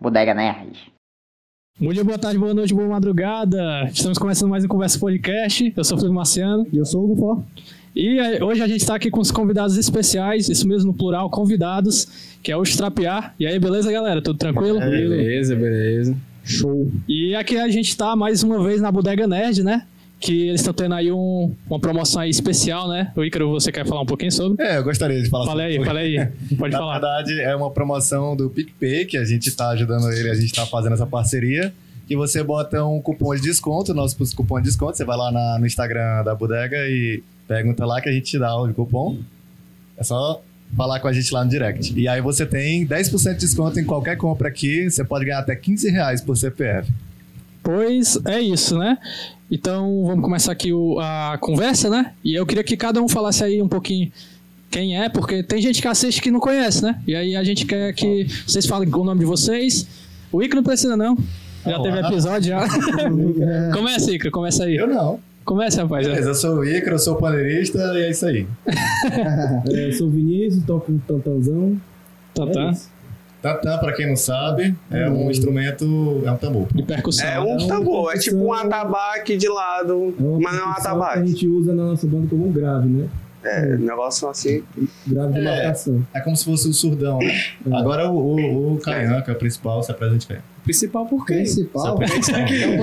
Bodega Nerd. Bom dia, boa tarde, boa noite, boa madrugada. Estamos começando mais um Conversa Podcast. Eu sou o Felipe Marciano. E eu sou o Hugo Fó. E eh, hoje a gente está aqui com os convidados especiais, isso mesmo no plural, convidados, que é o Strapear. E aí, beleza, galera? Tudo tranquilo? É. Beleza, beleza. Show. E aqui a gente tá mais uma vez na Bodega Nerd, né? Que eles estão tendo aí um- uma promoção aí especial, né? O Ícaro, você quer falar um pouquinho sobre? É, eu gostaria de falar Fala aí, sobre fala aí. Pode Na Tá falar. verdade, é uma promoção do PicPay, que a gente está ajudando ele, a gente está fazendo essa parceria. Que você bota um cupom de desconto, nosso cupom de desconto. Você vai lá na- no Instagram da bodega e pergunta lá que a gente te dá o cupom. É só falar com a gente lá no direct. E aí você tem 10% de desconto em qualquer compra aqui. Você pode ganhar até 15 reais por CPF. Pois é isso, né? Então vamos começar aqui o- a conversa, né? E eu queria que cada um falasse aí um pouquinho quem é, porque tem gente que assiste que não conhece, né? E aí a gente quer que vocês falem o nome de vocês. O Ícaro não precisa, não. Já teve episódio, já. começa, Ícaro, começa aí. Eu não. Começa, rapaz. Beleza, eu sou o Icaro, eu sou paneirista e é isso aí. É, eu sou o Vinícius, toco um tantanzão. Tá, É tá. isso. Tatã, pra quem não sabe, é Hum. um instrumento, é um tambor. De percussão. É um tambor, é tipo um atabaque de lado, É uma mas não é um percussão que A atabaque. gente usa na nossa banda como um grave, né? É, negócio assim. Grave de É. marcação. É como se fosse o surdão, né? Agora o, o, o Caian, que é o principal, se apresenta aí. Principal por Principal. É o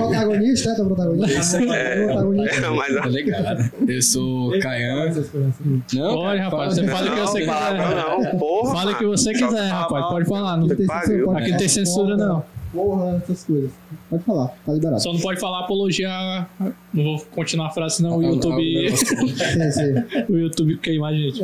protagonista, é o protagonista. É o protagonista. mas Tá ligado? Eu sou o Caian. Essas coisas assim. Não, Olha, cara, rapaz, você fala o que não, você quiser. não, não, porra. Fala o que você Só quiser, fala rapaz. mal. Pode falar. Não- Não tem Pariu. censura, Aqui não tem censura, não. Porra, essas coisas. Pode falar, tá liberado. Só não pode falar apologia. a- Não vou continuar a frase, senão o Ah, YouTube. Sim, sim. O YouTube queimar a gente.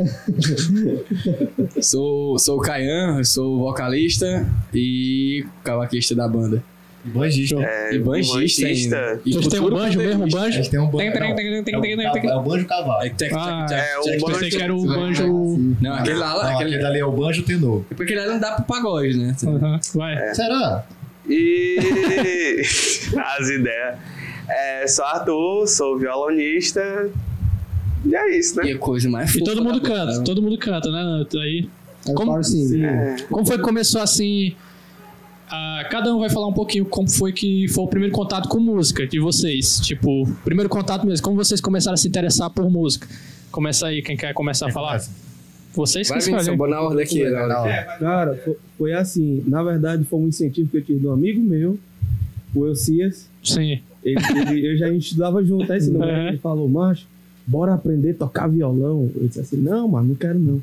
Sou, sou o Caian, eu sou vocalista e cavaquista da banda. Banjista. É, e banjista ainda. E Vocês têm um futuro banjo mesmo, um baterista. A banjo? gente tem um banjo. Tem, tem, não, tem, tem, é o tem, tem, cava- tem. É o banjo É cavalo. tec, tec, Ah, tec, é, o tec, banjo- Pensei que era o tec. banjo. Não, aquele lá, Não, aquele aquele, dali é o banjo tenor. aquele é lá não dá pro pagode, né? Aham, Vai. Será? E as ideias. É, sou Arthur, sou violonista. E é isso, né? E a coisa mais Ah. E fofa todo mundo da banda. canta, todo mundo canta, né? Aí, É o Como- Power Sim. como foi que começou assim? ah, cada um vai falar um pouquinho como foi que foi o primeiro contato com música de vocês. Tipo, primeiro contato mesmo, como vocês começaram a se interessar por música. Começa aí, quem quer começar a falar? Vocês que Vai vir, seu escolhem. na ordem aqui. né? na ordem. Cara, fo- foi assim. Na verdade, foi um incentivo que eu tive de um amigo meu, o Elcias. Sim. Ele, ele- eu já a gente estudava junto, aí esse É. nome, ele falou, macho, bora aprender a tocar violão. Eu disse assim, não, mano, não quero não.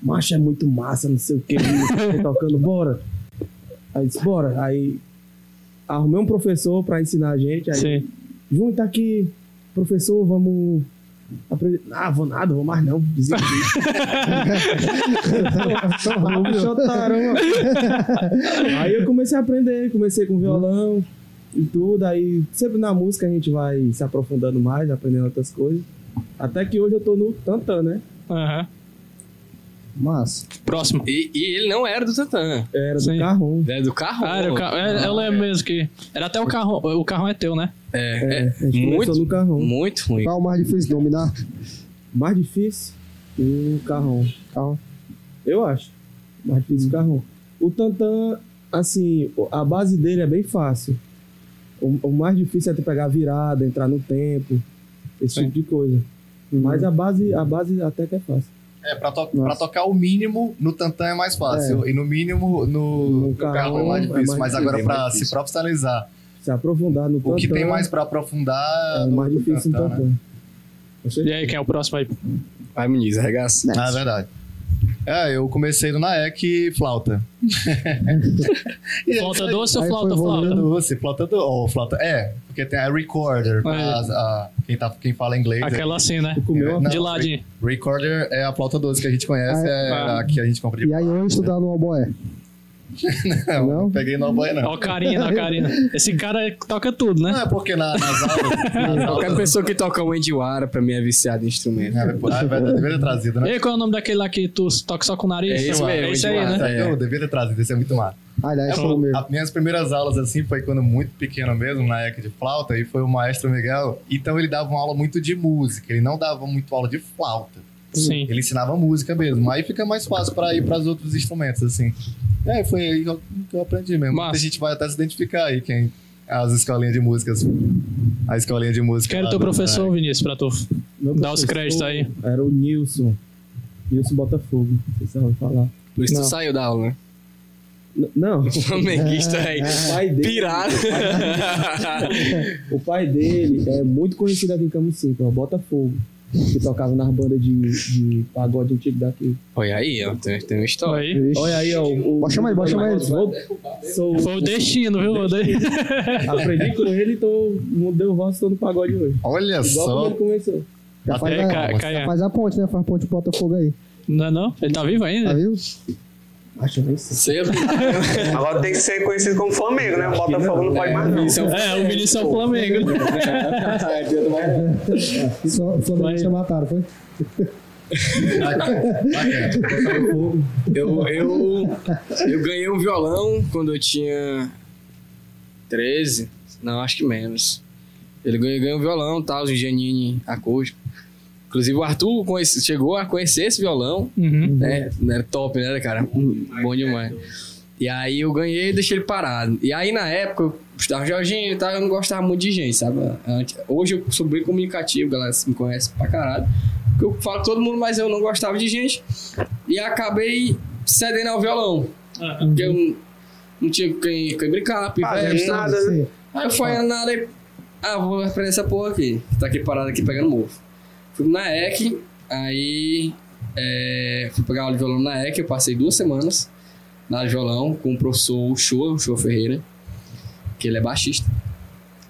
Macho é muito massa, não sei o que, tocando, bora. Aí disse, bora. Aí arrumei um professor pra ensinar a gente, aí Sim. junta aqui, professor, vamos aprender. Ah, vou nada, vou mais não, desisti. Ah, bicho otário, mano. aí eu comecei a aprender, comecei com violão e tudo. Aí sempre na música a gente vai se aprofundando mais, aprendendo outras coisas. Até que hoje eu tô no tantã, né? Aham. Mas, Próximo. E, e ele não era do Tantan, Era do Sim. Carrom. era do carro. Ah, era o carro. é, eu lembro mesmo que. Era até o carro. O carro é teu, né? É, É, é a gente muito, começou no Carrom. muito ruim. qual é o mais difícil de dominar? Um Mais difícil o Carrom. Carrom. Eu acho. Mais difícil o Carrom. O tantã, assim, o- a base dele é bem fácil. O, o mais difícil é tu pegar a virada, entrar no tempo, esse tipo de coisa. Uhum. Mas a base, a base até que é fácil. É, pra, to- Nossa. pra tocar o mínimo no tantã é mais fácil. E no mínimo no, No no carro é mais difícil. carro é mais Mas difícil, agora é pra mais se difícil. profissionalizar, Se aprofundar no o que tantã, tem mais pra aprofundar é no mais difícil no tantã, tantã. né? E aí, quem é o próximo aí? Vai, Muniz, arregaça. Ah, é verdade. É, eu comecei no Naek flauta. E é Flauta aí- doce ou aí foi flauta Flauta flauta? doce, flauta do, ou flauta, é, porque tem a recorder, pra Ah, é. as- a- quem, tá, quem fala inglês. Aquela assim, né? Comeu Não, De ladinho. Recorder é a flauta doce que a gente conhece, Ah, é ah. a que a gente compra de E aí eu estudar no oboé. não, não? peguei no banho não. Ó, né? a Karina, ó, a Karina. Esse cara toca tudo, né? Não, é porque na, nas aulas... nas Qualquer aulas pessoa que toca o Endiwara, pra mim, é viciado em instrumento. é, ah, é verdade, deveria ter trazido, né? E aí, qual é o nome daquele lá que tu toca só com o nariz? É esse Sei lá. mesmo, É esse aí, Edmar. né? Ah, Eu deveria ter trazido, isso é muito massa. Aliás, É, foi o meu. As minhas primeiras aulas, assim, foi quando muito pequeno mesmo, na ECA de flauta, e foi o maestro Miguel. Então ele dava uma aula muito de música, ele não dava muito aula de flauta. Sim. Ele ensinava música mesmo. Aí fica mais fácil pra ir para os outros instrumentos, assim. É, foi aí que eu, que eu aprendi mesmo. Massa. Muita gente vai até se identificar aí, quem. As escolinhas de músicas. A escolinha de música. Quero lá teu do- professor, Vinícius, pra tu. Meu Dá os professor créditos aí. Era o Nilson. Nilson Botafogo. Vocês sabem falar. Por isso Não. tu saiu da aula, né? N- não, Flamenguista aí. o pai dele. Pirado. O pai dele é muito conhecido aqui em Camusim, que é o Botafogo. Que tocava nas bandas de, de pagode antigo daqui. Olha aí, ó. Tem, tem uma história. Aí. Olha aí, ó. O, Bota chamar ele, bota chamar ele. Vou- Sou, Foi o destino, viu? Destino. aprendi com ele então e tô, mudei o rosto tô no pagode hoje. Olha Igual só. Tá como ele começou. Já faz, Até a, É, ca- já caia. tá faz a ponte, né? Faz a ponte pro Botafogo aí. Não é não? Ele tá vivo Tá ainda? viu? Acho que isso. Você Agora tem que ser conhecido como Flamengo, né? O Botafogo não pode mais, não. Isso é um- É, o Vinícius é o Flamengo. Só o Flamengo Mas- já mataram, foi? Eu, eu, eu ganhei um violão quando eu tinha 13, não, acho que menos. Ele ganhou, ganhou um violão, tal, um Giannini acústico. Inclusive o Arthur conhece- chegou a conhecer esse violão, Uhum. né? Era top, né, cara? Bom demais. E aí eu ganhei e deixei ele parado. E aí na época eu estava Jorginho e tal, eu não gostava muito de gente, sabe? Antes- Hoje eu sou bem comunicativo, galera se me conhece pra caralho. Porque eu falo com todo mundo, mas eu não gostava de gente. E acabei cedendo ao violão. Porque eu não, não tinha com quem, quem brincar, é um pivete, Fazendo sabe? nada, né? Sim. Aí eu fui na área e. Ah, vou aprender essa porra aqui. que Tá aqui parado aqui pegando mofo. Fui na EC, aí. é, fui pegar aula de violão na EC, eu passei duas semanas na aula de violão com o professor Show, o Show Ferreira, que ele é baixista.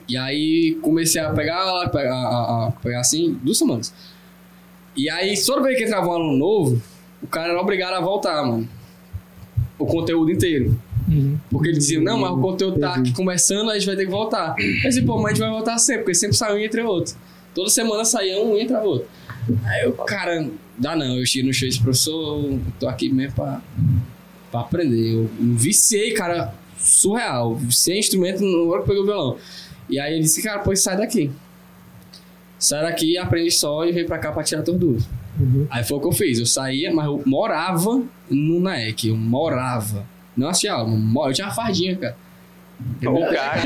E aí comecei a pegar aula, pegar, a, a- pegar assim, duas semanas. E aí, toda vez que entrava um aluno novo, o cara era obrigado a voltar, mano. O conteúdo inteiro. Uhum. Porque eles diziam, não, mas o conteúdo tá aqui começando, a gente vai ter que voltar. Eu disse, pô, mas tipo, a gente vai voltar sempre, porque sempre sai um e entra outro. Toda semana saía um e entra outro. Aí eu, cara, dá não, eu cheguei no show e disse, professor, eu tô aqui mesmo pra, pra aprender. Eu me viciei, cara, surreal. Viciei instrumento na hora que peguei o violão. E aí ele disse, cara, pois sai daqui. Sai daqui, aprende só e vem pra cá pra tirar tuas dúvidas. Aí foi o que eu fiz. Eu saía, mas eu morava no NAEC. Eu morava. Não assistia aula, eu mo- eu tinha uma fardinha, cara. O cara.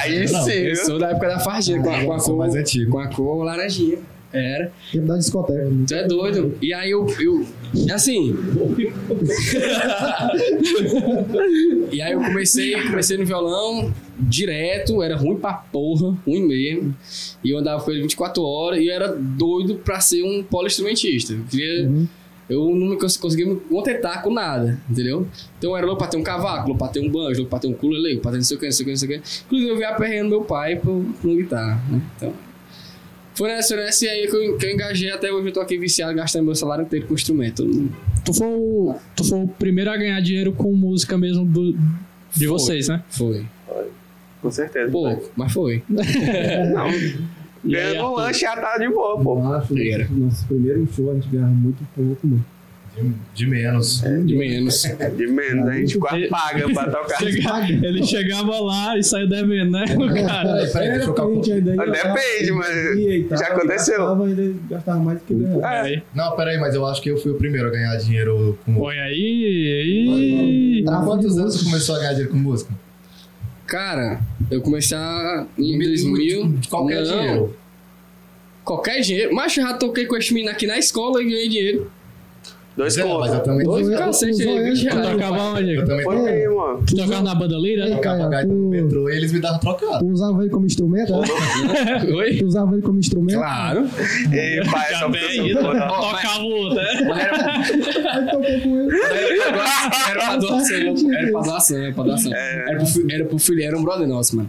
Aí é um sim. Eu viu? sou da época da fardinha, com a, com a Sou cor. mais antigo. Com a cor laranjinha. Era. Tempo da discoteca. Tu é doido. E aí eu. eu assim. e aí eu comecei, comecei no violão direto, era ruim pra porra, ruim mesmo. E eu andava com ele 24 horas e eu era doido pra ser um polo-instrumentista. Eu queria. Eu não me cons- conseguia me contentar com nada, entendeu? Então eu era louco pra ter um cavaco, louco pra ter um banjo, louco pra ter um ukulele, louco pra ter não sei o que, não sei o que, não sei o que. Inclusive eu via aperreando meu pai pro, pro guitarra, né? Então. Foi nessa, nessa e aí que eu, que eu engajei até hoje eu tô aqui viciado, gastando meu salário inteiro com instrumento. Tu, foi o, tu foi o primeiro a ganhar dinheiro com música mesmo do, de Foi. vocês, né? Foi. Com certeza. Pouco, mas foi. Não. é. E aí, Ganhando um Arthur? lanche já tá de boa, pô. Nosso, Era. nosso primeiro show a gente ganhava muito pouco, mano. De menos. De menos. É De menos, a gente quase paga pra tocar. Chega- ele chegava lá e saiu devendo, né? O cara. Peraí, É, peraí, deixa eu calcular. Depende, mas já aconteceu. Gastava, ainda gastava mais do que ganhava. É, Aí, Não, peraí, mas eu acho que eu fui o primeiro a ganhar dinheiro com música. Põe aí. aí. Há quantos anos você começou a ganhar dinheiro com música? Cara, eu comecei a, em 2000. De não, qualquer dinheiro. Qualquer dinheiro. Mas eu já toquei com esse menino aqui na escola e ganhei dinheiro. dois É, mas eu contos. também Dois Usou- cacete usou aí, ele. vinte Tu reais. tocava onde? Eu também Foi bem, mano. Tu tocava na bandolira? Ei, tocava cara, gaita no tu, metrô e eles me davam trocado. tu usava ele como instrumento? né? Oi? Tu usava ele como instrumento? Claro. E pai, é Já só pra bem, Tocava outra. Aí tocou com ele. Era pra doação. É. Era pra doação, era pra doação. Era pro, fi- era pro filho, era um brother nosso, mano.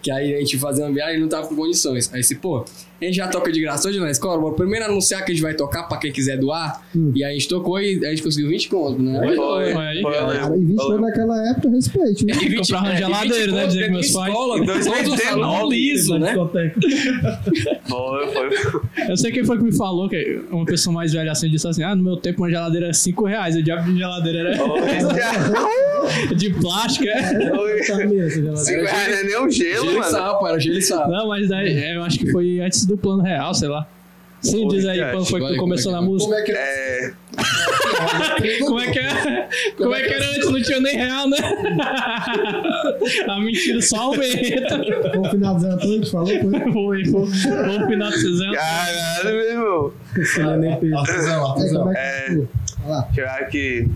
Que aí a gente fazia uma viagem e não tava com condições. Aí se, pô, a gente já toca de graça hoje na escola, bora primeiro anunciar que a gente vai tocar pra quem quiser doar. Hum. E aí a gente tocou e a gente conseguiu 20 contos, né? Foi, Foi, foi, aí, eu cara. Cara, lembro. e 20 Eu foi lembro. naquela época, respeite, né? E Comprava uma é, e geladeira, 20 né, dizer que contos meus dentro da pais. escola, Em todo mundo 2019, falando liso, né? Discoteca. Foi, foi. Eu sei quem foi que me falou, que uma pessoa mais velha assim disse assim: Ah, no meu tempo uma geladeira era 5 reais, o diabo de geladeira era de plástico. é. Foi. Sabia, você já lá- Cinco reais não é nem um gelo, Gelo e mano. sapo, era gelo e sapo. Não, mas daí é, eu acho que foi antes do plano real, sei lá. Sim, diz aí quando foi que tu começou na música. Como é que É, Como é que era? Como é que era antes? Não não tinha nem real, né? A mentira só aumenta. Vamos finalizar tudo, a gente falou, foi. Foi, foi. Vamos finalizando. Caralho, meu irmão. Não é nem peso. Artesão, É, artesão. como é que Olha lá. Deixa eu ver aqui.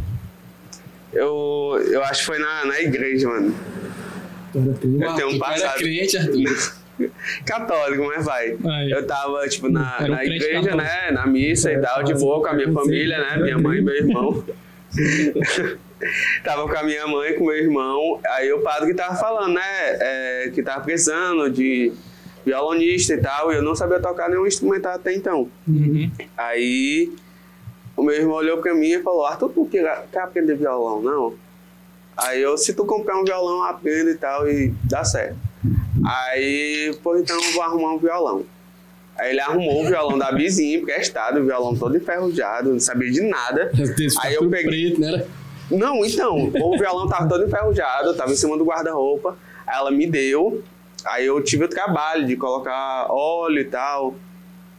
Eu, eu acho que foi na, na igreja, mano. Eu tenho um tu era passado. crente, Arthur. Católico, mas vai. Aí. Eu tava, tipo, na, Era um na crente igreja, católico. né? Na missa e É, tal, de quase. boa, com a minha Eu sei. família, né? Minha mãe e meu irmão. tava com a minha mãe, com meu irmão. Aí o padre que tava falando, né? é, que tava precisando de violonista e tal. E eu não sabia tocar nenhum instrumental até então. Uhum. Aí o meu irmão olhou pra mim e falou: Arthur, tu quer, quer aprender violão, não? Aí eu, se tu comprar um violão, aprenda e tal, e dá certo. Aí, pô, então eu vou arrumar um violão. Aí ele arrumou o violão da vizinha, emprestado, o violão todo enferrujado, não sabia de nada. Aí eu peguei. preto, né? era? Não, então, o violão tava todo enferrujado, tava em cima do guarda-roupa. Aí ela me deu. Aí eu tive o trabalho de colocar óleo e tal.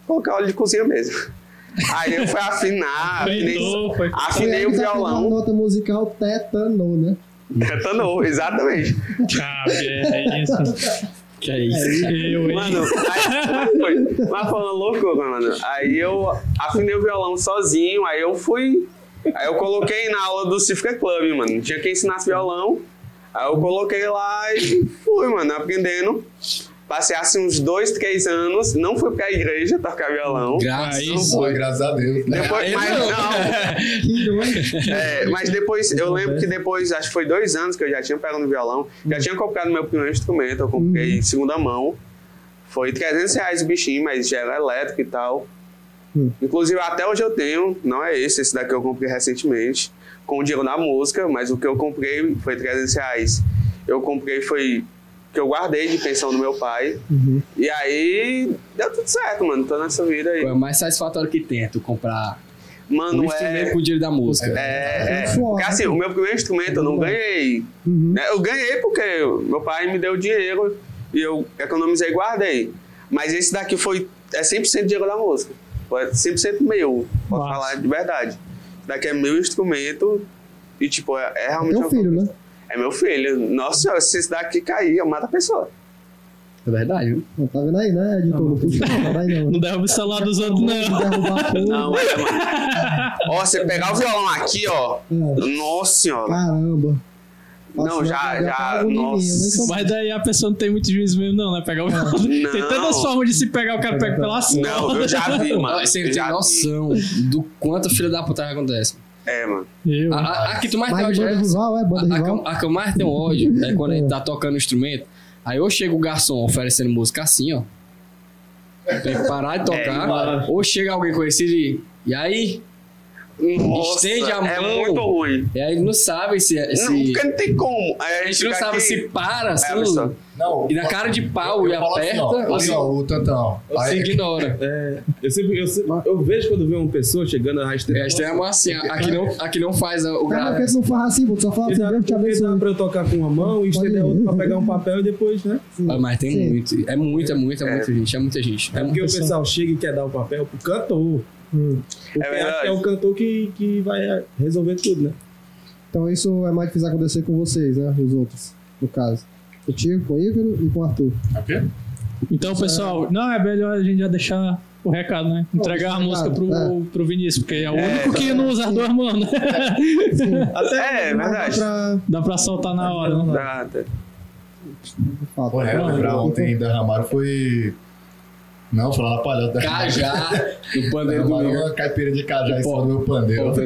Colocar óleo de cozinha mesmo. Aí eu fui afinar, afinei, Fritou, foi. afinei o Foi aí que tá A violão. nota musical tétano, né? Detonou, exatamente. Cabe, é isso. Que é isso? Eu, hein? Mano, aí, foi, mas foi uma loucura, mano. Aí eu afinei o violão sozinho, aí eu fui. Aí eu coloquei na aula do Cifra Club, mano. Tinha quem ensinasse violão. Aí eu coloquei lá e fui, mano, aprendendo. Passei assim uns dois, três anos, não fui pra igreja tocar violão. Graças Aí Pô, graças a Deus. Depois, Aí mas não. não, Que doido. é, mas depois, eu lembro que depois, acho que foi dois anos que eu já tinha pegado no violão, já tinha comprado meu primeiro instrumento, eu comprei em segunda mão. Foi 300 reais o bichinho, mas já era elétrico e tal. Inclusive, até hoje eu tenho, não é esse, esse daqui eu comprei recentemente, com o dinheiro da música, mas o que eu comprei foi 300 reais. Eu comprei foi que eu guardei de pensão do meu pai. E aí, deu tudo certo, mano, tô nessa vida aí. É o mais satisfatório que tem, é tu comprar um Mano, instrumento é... com o dinheiro da música. É, é. Suor, Porque né? assim, o meu primeiro instrumento eu não ganhei. Uhum. né? Eu ganhei porque meu pai me deu dinheiro e eu economizei e guardei. Mas esse daqui foi é 100% dinheiro da música. Foi 100% meu, posso Massa. falar de verdade. Esse daqui é meu instrumento e, tipo, é, é realmente. Teu uma- filho, né? É meu filho. Nossa senhora, se esse daqui cair, eu mato a pessoa. É verdade, viu? Não, Tá vendo aí, né, editor? Não puxa não, vai não. Não derruba o celular dos outros, não. Derrubar tudo. Não, é, mano. ó, você pegar o violão aqui, É. ó. Nossa senhora. Caramba. Não, já, já. Nossa. Mas Mas daí a pessoa não tem muito juízo mesmo, Então, não, né? Pegar o violão. Tem tantas formas de se pegar, o cara pega pela Não, eu já vi, mano. Você Eu tem já vi. noção do quanto filho da puta acontece. É, mano. Eu. A, a- a que tu mais tem banda ódio é rival, é banda a, a que rival. eu- a que eu mais tenho ódio é quando ele tá tocando um instrumento. Aí ou chega o garçom oferecendo música assim, ó. Tem que parar de tocar. ou chega alguém conhecido e. E aí? Nossa, Estende a É mão. muito ruim. E aí ele não sabe se. Não, se porque não tem como. Aí a gente não fica sabe aqui- se para, É, assim. pessoal. Não, e na cara de pau eu e falo assim, aperta, ó, ou ali, se, ó, o tantão. ou se Aí- ignora. É, eu sempre, eu, sempre- eu vejo quando vê uma pessoa chegando arrastando. É, a gente tem a mão assim, ó, aqui não, aqui não faz o Cara, mas por grave. que tu não faz assim, pô? Tu só fala E assim, dá, Deus te e dá abençoe. pra eu tocar com uma mão e estender a outra pra pegar um papel e depois, né? Ah, Mas tem assim, Sim. muito. É muito, é muito, é muita gente. É muita gente. É É porque o muita pessoal chega e quer dar o papel pro cantor. Hum. Porque É acha verdade. que é o cantor que, que vai resolver tudo, né? Então isso é mais difícil acontecer com vocês, né? Os outros, no caso. Contigo, com o Ícaro e com o Arthur. é O quê? Então, pessoal, não, é melhor a gente já deixar o recado, né? Entregar a Não, música pro, recado, pro Vinícius, porque é o único que não usa as duas mãos, né? É, é verdade. Pra... Dá pra soltar na hora, né? Dá, dá. Fato. Pô, é, lembrar ontem da Ramaro foi. Não, foi lá na palhota da Cajá do pandeiro do Ramaro, Igor. uma caipirinha de cajá em né, Pô, cima do meu pandeiro. pô, foi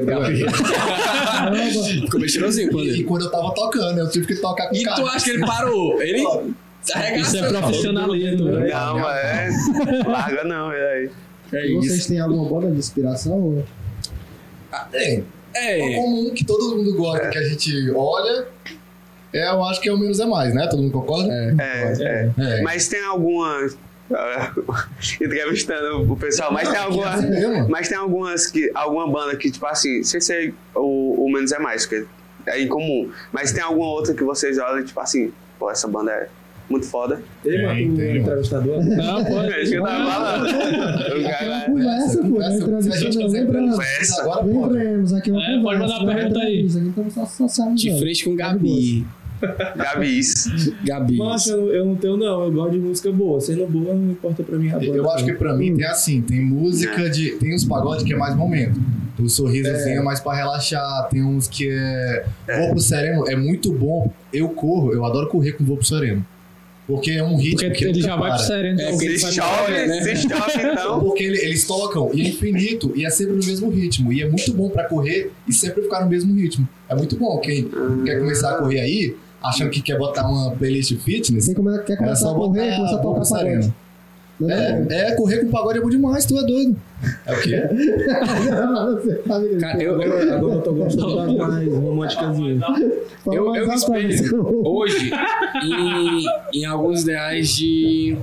Ficou bem cheirosinho o E pandeiro. quando eu tava tocando, eu tive que tocar com E tu cajá. acha que é ele parou? Ele Isso arregaçou. é profissionalismo, né? Não, é. Larga não, é aí. É E isso. Vocês têm alguma banda de inspiração? É, é Ah, É. comum que todo mundo gosta, que a gente olha. É, eu acho que é o menos é mais, né? Todo mundo concorda? É. É, é. É. Mas tem alguma. Entrevistando o pessoal, mas tem alguma. assim mesmo. Mas tem algumas que. Alguma banda que, tipo assim, sem ser o, o Menos é Mais, que é incomum. Mas tem alguma outra que vocês olham, tipo assim, pô, essa banda é muito foda. Ei, Tem, mano, tu tem, é mano. entrevistador. Não, pô. É isso que eu tava falando. O É uma cara- conversa, pô. conversa, É se a entrevista, gente quiser lembrando. conversa. Agora pode. Lembramos, aqui é uma É, pode mandar conversa. uma pergunta aí. Então só, só sabe, De velho. frente com Gabi. Gabis. Gabi. Mas eu, não- eu não tenho, não. Eu gosto de música boa. Sendo boa, não importa pra mim a banda. Eu acho que pra Hum. mim tem assim, tem música de. Tem uns pagodes que é mais momento. O sorrisozinho é, mais pra relaxar, tem uns que é. Vou pro sereno, é muito bom. Eu corro, eu adoro correr com vou pro sereno. Porque é um ritmo Porque que ele nunca já vai para. pro sereno. É, então. porque ele Se vai chove, embora, né? se chove, então. Porque ele- eles colocam, e é infinito, e é sempre no mesmo ritmo. E é muito bom pra correr e sempre ficar no mesmo ritmo. É muito bom. Quem quer começar a correr aí, achando que quer botar uma playlist fitness, Quem come- quer é começar só a correr, botar começa a vou pro tocar sereno. pagode. Não, É, é, correr com pagode é bom demais, tu é doido. É o quê? não, você tá me Cara, eu, eu- Agora, agora eu tô gostando das mais românticazinhas. Fala eu- mais eu me alto pra espelho. você. hoje, em, em alguns ideais de.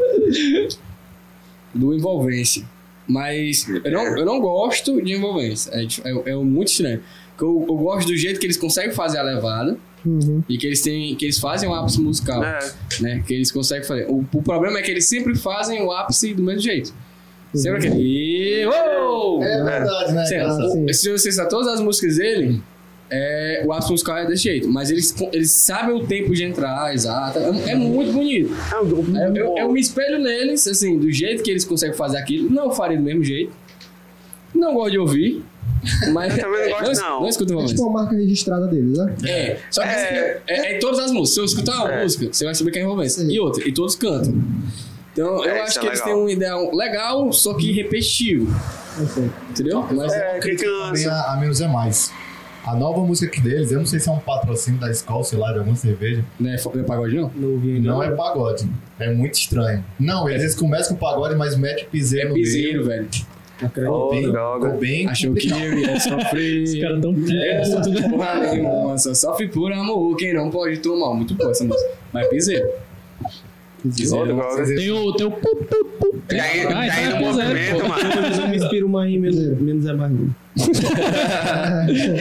do envolvência. Mas eu não, eu não gosto de envolvência. É, dif- é- é muito estranho. Porque Eu, eu gosto do jeito que eles conseguem fazer a levada Uhum. e que eles têm. que eles fazem o ápice musical. É, né? Que eles conseguem fazer. O, o problema é que eles sempre fazem o ápice do mesmo jeito. Uhum. Sempre aquele. "E- oh!" É verdade, né? Sei lá, cara? Ah, sim. o- se você citar todas as músicas dele, é, o ápice musical é desse jeito. Mas eles, eles sabem o tempo de entrar, exato. É, é muito bonito. é um grupo Eu, eu- bom. eu me espelho neles, assim, do jeito que eles conseguem fazer aquilo. Não faria do mesmo jeito. Não gosto de ouvir. Mas Eu também não gosto, es- não. Não escuta uma É vez. tipo uma marca registrada deles, né? É, só que É. é, é em todas as músicas. Se eu escutar uma É. música, você vai saber que é envolvência. Sim. E outra, e todos cantam. Então É, eu isso acho é que eles legal. têm um ideal legal, só que repetitivo. Entendeu? Mas É, Também que cansa. a, a menos é mais. A nova música aqui deles, eu não sei se é um patrocínio da escola, sei lá, de alguma cerveja. não é, fo- não é pagode, não? Não ouvi ainda. Não é pagode. É muito estranho. Não, eles às vezes começam com pagode, mas mete piseiro É no meio. piseiro, velho. Acredito. Oh, Bem, droga. ficou bem. Achou que eu ia Os sofrer. caras tão Eu não sou de porra nenhuma, só sofre por amor. Quem não pode tomar, muito bom essa música. Mas piseiro. Ô, Piseiro. droga. Tem o. Tem o pu, pu, pu. Tá indo- Ah, tá então indo é piseiro. movimento, mano. Mas eu me inspiro mais em menos, menos é mais. não.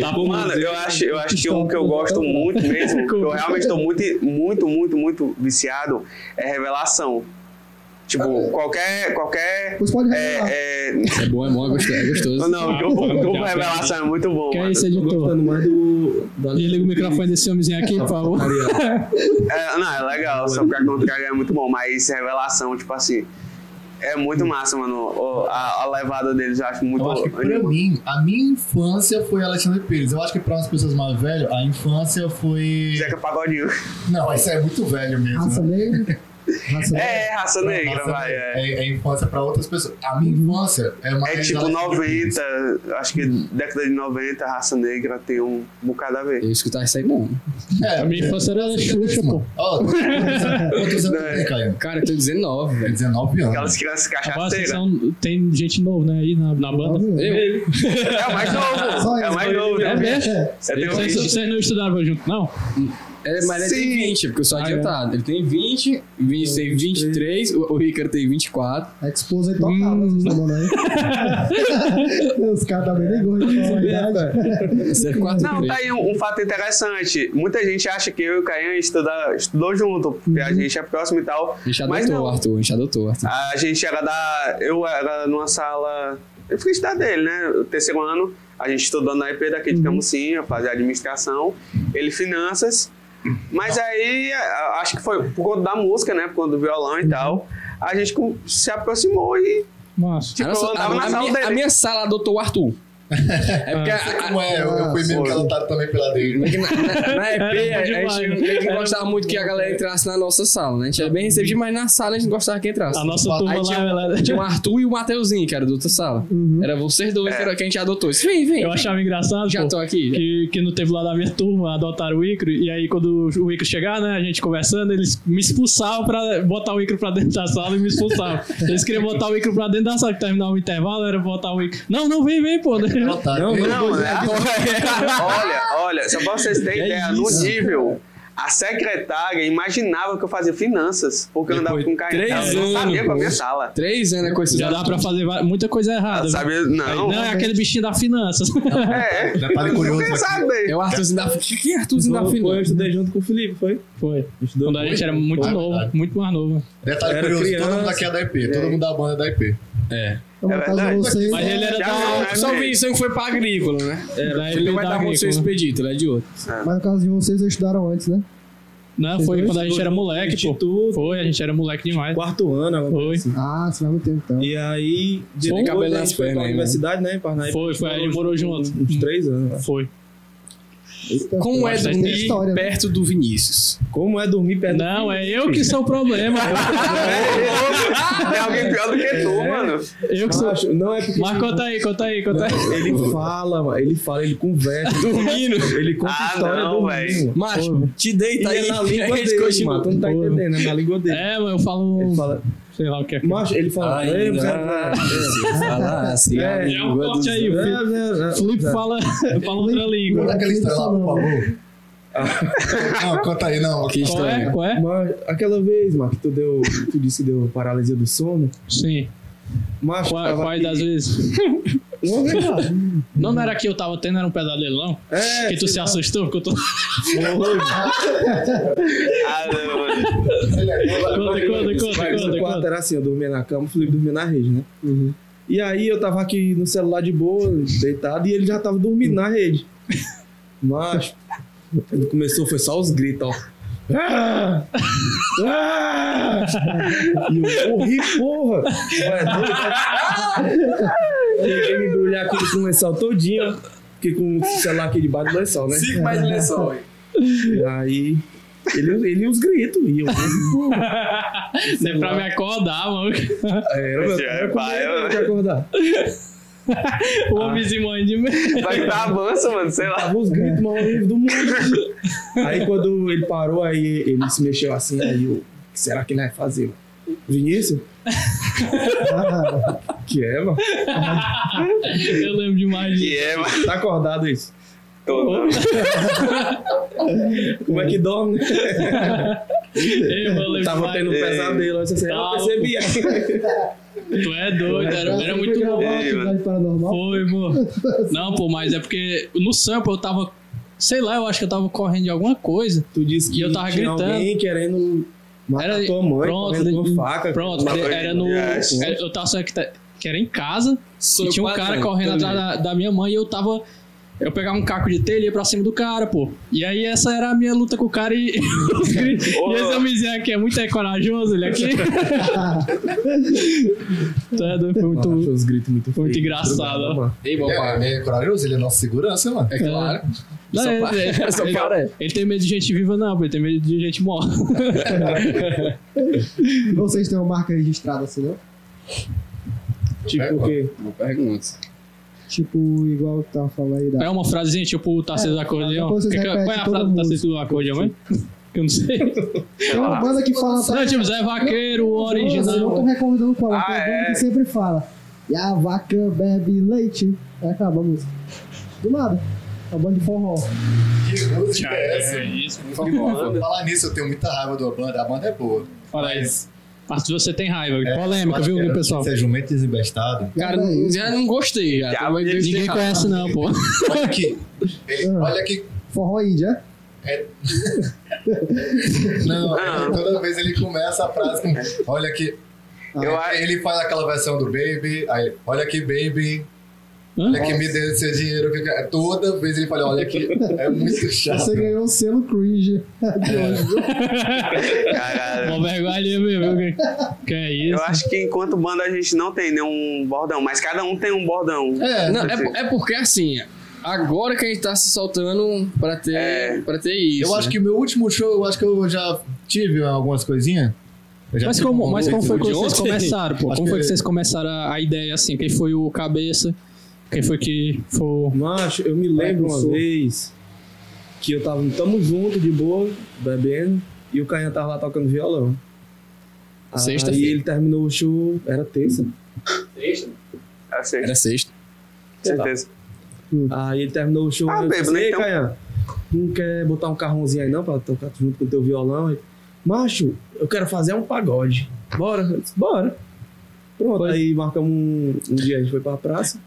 Tá bom, Mano, eu acho, eu acho que um que eu gosto muito mesmo, que eu realmente tô muito, muito, muito, muito viciado, é revelação. Tipo, qualquer. qualquer Pois pode revelar. é, é, É bom, é bom, é gostoso. É não, gostoso. não, o grupo, o grupo Revelação é muito bom. Que é Mano. esse Tô editor? gostando mais do. Da Desliga o microfone desse homenzinho aqui, por favor. É, não, é legal, só pra contrário é muito bom, mas Revelação, tipo assim, é muito massa, mano. O- A, a levada deles eu acho muito. Eu acho que pra mim, a minha infância foi Alexandre Pires. Eu acho que pra umas pessoas mais velhas, a infância foi. Zeca Pagodinho. Não, isso é muito velho mesmo. Raça né? negra. Raça negra. É, raça Não, negra, né? raça vai. negra. É, É, é infância pra outras pessoas. A Uhum. minha infância é É mais. tipo Alexandre Pires. 90, acho que década de 90, raça negra tem um bocado a ver. Eu escutar isso aí, não. É, A minha infância era Xuxa, pô. Ó, quantos anos- quantos anos tu tem, Caio? Cara, eu tenho 19, É velho. 19 anos. Aquelas crianças Agora vocês cachaceiras. são- tem gente nova, né, aí na, na Tá banda. vendo? Eu? É o mais novo. Só É o isso, mais novo, né? É mesmo? Eu tenho Vocês, 20. vocês não estudavam junto, não? É, mas ele tem Sim. 20, porque eu é? sou Ah, adiantado. Ele tem 20, 20 tem 23, o, o Ricardo tem 24. É exposa total, né? Hum. Vocês estão falando aí. Os caras também nem gostam de falar a idade. Você é 4 Não, tá aí um, um fato interessante. Muita gente acha que eu e o Caian estuda, estudou junto, porque Uhum. a gente é próximo e tal. A gente Mas adotou, não, Arthur. A gente adotou, Arthur. a gente era da. Eu era numa sala. Eu fiquei estudar dele, né? O terceiro ano. A gente estudou na IP daqui Uhum. de Camucinha, fazer administração, ele finanças. Mas aí, a- acho que foi por conta da música, né? Por conta do violão Uhum. e tal. A gente com- se aproximou e Nossa. tipo, a, nossa- eu andava a- na a sala minha, dele. a minha sala adotou o Arthur. É porque Ah. a- a- Como é? Eu, eu fui meio que adotado também pela dele. é que na, na- na EP, a, demais, gente, né? a gente não gostava muito que a galera entrasse na nossa sala, né? A gente era bem recebido, mas na sala a gente não gostava que entrasse. A nossa turma Aí lá, tinha, um- galera. tinha o Arthur e o Mateuzinho, que era da outra sala. Era vocês dois que, era, que a gente adotou. Isso, Vem, vem. Eu achava engraçado, Já pô, tô aqui. Que, que não teve lá da minha turma, adotaram o Icro, e aí quando o Icro chegar, né, a gente conversando, eles me expulsavam pra botar o Icro pra dentro da sala e me expulsavam. Eles queriam botar o Icro pra dentro da sala, que terminava o intervalo, era botar o Icro. Não, não, vem, vem, É, pô. Adotado. Não, é Eu- Não, né? olha, olha, só pra vocês terem ideia, no nível. A secretária imaginava que eu fazia finanças, porque eu andava com um carrinho. três dela, Ela não sabia anos, com a minha poxa. sala. Três anos é coisa Já dá pra fazer va- muita coisa Ela errada. viu? sabia, né? não. Não, é aquele bichinho da finanças. É, Já parei curioso Quem aqui. sabe? É o Arthurzinho da Fina. Quem é Arthurzinho da Foi, foi, eu Fina? estudei junto com o Felipe, foi? Foi. Estudou Quando a gente era muito Ah, novo, verdade. muito mais novo. Detalhe Era curioso, todo criança. mundo aqui é da IP, todo mundo da banda é da IP. Então, É no caso de verdade. vocês, Mas ele era Já da. viu, né? Só o Vinícius foi pra agrícola, né? Era, Ele vai da dar conta do agrícola. seu expedito, ele é de outro. mas no caso de vocês, vocês estudaram antes, né? Não, foi Vocês quando a gente dois era no moleque, pô. Instituto, Foi, a gente era moleque demais. quarto ano, alguma coisa Foi. assim. Ah, você vai muito tempo então. E aí, um Tem depois cabelo a nas pernas gente foi pra aí, né? universidade, né? em Parnaíba. Foi, foi, aí ele morou junto. Uns três anos. né? Foi. Eita, Como pô, é tem dormir história, né? perto do Vinícius? Como é dormir perto Não, é eu que sou o problema. Tem É alguém pior do que tu, mano. Eu que sou. Macho, Não é porque Mas conta aí, conta aí, conta aí. ele fala, mano, ele fala, ele conversa, Dormindo? ele conta Ah, história não, dormindo. véi. mano. Macho, te deita E aí. é na a língua gente dele, continua. mano. Tu não tá Pô. entendendo, é na língua dele. É, mano, eu falo. Ele fala, Sei lá o que é. macho, ele fala, "Ei, você- Ainda né, se falasse a É, É um língua dos corte aí, o é, Felipe- é, é, Felipe é." fala, fala outra Conta língua. aquela história lá, por favor. Não, conta aí, não. Que Qual é? estranho. Qual é? Mas aquela vez, mano, que tu deu, tu disse que deu paralisia do sono, Sim. macho, Qual, tava qual aqui- das vezes? Uma vez, lá. Não, não era que eu tava tendo, era um pesadelo, É, Que tu se assustou, porque eu tô. Ah, não, mano. Conta, conta, conta, Mas conta, o quarto conta. era assim, eu dormia na cama, o Felipe dormia na rede, né? Uhum. E aí eu tava aqui no celular de boa, deitado, e ele já tava dormindo na rede. Mas quando começou, foi só os gritos, ó. Ah! Ah! E eu corri, porra! Ué, doido. Cheguei a me embrulhar aqui com o lençol todinho, porque com o celular aqui debaixo do lençol, né? Cinco mais de lençol. hein? E aí ele, ele e os gritos, e eu... Isso é pra me acordar, mano. Era, meu, Esse é era com pai, medo né? de acordar. O homemzinho mãe de merda. Vai que tá avança, mano, sei lá. Tava os gritos mais horríveis do mundo. aí quando ele parou, aí ele se mexeu assim, aí eu, o que será que ele vai fazer? mano? Vinícius? que é, mano? Eu lembro demais disso. Que é, mano. Tá acordado isso? Tô, não. Como é que dorme? Ei, mano, eu lembro Tava demais. tendo um pesadelo, aí você assim, eu não Tá, percebi. Tu é doido, era, Essa era foi muito gravar bom. uma atividade paranormal. Foi, pô. Não, pô, mas é porque no sample eu tava. Sei lá, eu acho que eu tava correndo de alguma coisa. Tu disse que E eu tava tinha gritando. alguém querendo matar Era- tua mãe, pronto, correndo com de- faca. Pronto, Mas era, foi- era no. Yes. era- eu tava só que, tá- que era em casa. Sou e tinha um padrão cara correndo também. atrás da, da minha mãe e eu tava. Eu pegava um caco de telha e ia pra cima do cara, pô. E aí essa era a minha luta com o cara e. e esse homenzinho aqui é muito é corajoso, ele aqui. Tá doido, foi muito. Macho, os gritos muito Foi muito feios, engraçado, drogado, ó. mano. Ei, bom, É, ele é corajoso, ele é nosso segurança, mano. É claro. Não, Só ele, para- ele- só ele- para. ele tem medo de gente viva, não, pô. Ele tem medo de gente morta. Vocês têm uma marca registrada assim, não? Tipo, o quê? Boa pergunta. Tipo, igual que tava falando aí da. É uma frasezinha, tipo, tá sendo acordeão. depois vocês Que- repetem Qual é a todo frase tá mundo. sendo acordeão, hein? Que eu não sei. Tem uma banda que fala. Não, tipo, Zé Vaqueiro, o Nossa, eu não tô original. recordando qual é, Ah, tem uma banda é. que sempre fala. E a vaca bebe leite. Aí acaba a música. Do nada. É uma banda de forró. Que música é essa? É isso. Falar nisso, eu tenho muita raiva da banda. A banda é boa. Olha aí. Mas- Mas se você tem raiva, É, eu polêmica, acho viu, que viu, era- pessoal? Seja um mente desembestado. E Cara, era é isso. já não gostei, já. Já, Tô meio ninguém desse Ninguém cara. conhece, não, pô. Olha aqui. Ele- Ah. olha aqui. Forró índia. é? Não, Não. toda vez ele começa a frase com. Olha aqui. Eu Aí acho. ele faz aquela versão do Baby. Aí, ele, olha aqui, Baby. Hã? Olha aqui, me dê seu dinheiro. que eu quero." Toda vez ele fala, olha aqui. É muito chato. Você ganhou o selo cringe. Caralho. Uma vergonha ali, viu? viu, Que, que é Eu isso? acho que enquanto banda a gente não tem nenhum bordão, mas cada um tem um bordão. É, Não, é, po- é porque assim, agora que a gente tá se soltando pra ter, É. pra ter isso. né? Eu acho que o meu último show, eu acho que eu já tive algumas coisinhas. Eu já Mas tive como, um- mas como foi que de vocês ontem? começaram, pô? Acho Como foi que que- vocês começaram a a ideia, assim? Quem foi o cabeça? Quem foi que foi o... Macho, eu me lembro pro uma sul. vez que eu tava, tamo junto, de boa, bebendo, e o Caian tava lá tocando violão. Aí Sexta-feira. ele terminou o show, era terça. Eu sei, Era sexta. assim, certeza. Aí ele terminou o show. Ah, eu disse, bebo, né, "Ei, então?" Caian, não quer botar um carrãozinho aí não pra tocar junto com o teu violão? Ele, Macho, eu quero fazer um pagode. Bora? Eu disse, Bora. Pronto, aí marcamos um, um dia, a gente foi pra praça.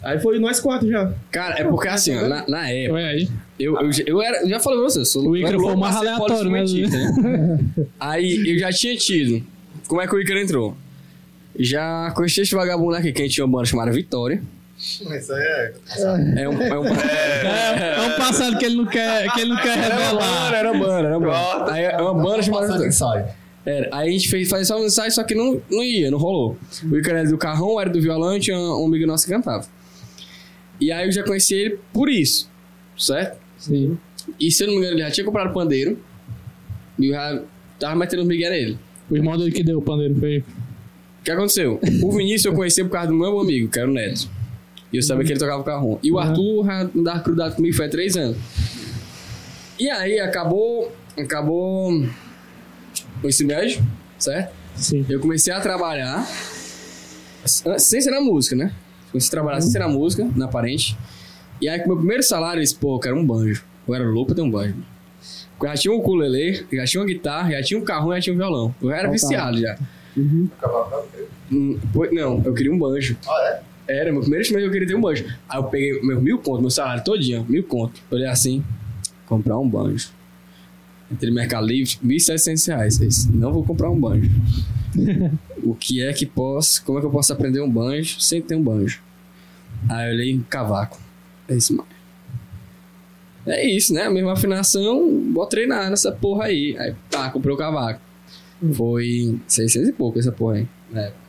Aí foi nós quatro já. Cara, é porque assim, ó, na, na época, Olha aí. eu, eu, já- eu era, eu já falei pra você, eu sou O Ícaro foi o louco mais pra ser aleatório, né? poliinstrumentista, né? Aí eu já tinha tido. Como é que o Ícaro entrou? Já conheci esse vagabundo aqui, que a gente tinha uma banda chamada Vitória. Isso aí é. É um. É um... É, é um passado que ele não quer, que ele não quer revelar. É, era banda, era banda. Aí é uma banda chamada Passar de Vitória. ensaio. Era. Aí a gente fez fazer só um ensaio, só que não, não ia, não rolou. O Ícaro era do carrão, era do violão, e tinha um amigo nosso que cantava. E aí eu já conheci ele por isso, certo? Sim. E se eu não me engano, ele já tinha comprado pandeiro. E eu já tava metendo migué nele. O irmão dele que deu o pandeiro foi. O que aconteceu? O Vinícius eu conheci por causa do meu amigo, que era o Neto. E eu sabia que ele tocava carrom. E o Arthur já andava crudado comigo foi há três anos. E aí acabou. Acabou. O ensino médio, certo? Sim. Eu comecei a trabalhar. s- Sem ser na música, né? Comecei a trabalhar sem ser na música, na parente. E aí, com o meu primeiro salário, eu disse, pô, eu quero um banjo. Eu era louco pra ter um banjo. Eu já tinha um ukulele, já tinha uma guitarra, já tinha um carro, já tinha um violão. Eu era viciado já. Hum, pois não, eu queria um banjo. Ah, Era, meu primeiro instrumento que eu queria ter um banjo. Aí eu peguei meu mil conto, meu salário todinho, mil conto. Olhei assim, comprar um banjo. Entrei no Mercado Livre, 1.700 reais. Eu disse, Não vou comprar um banjo. o que é que posso, como é que eu posso aprender um banjo sem ter um banjo? Aí eu olhei um cavaco. É isso, mano. É isso, né? A mesma afinação, vou treinar nessa porra aí. Aí tá, comprei o cavaco. Foi 600 e pouco essa porra aí. Na época.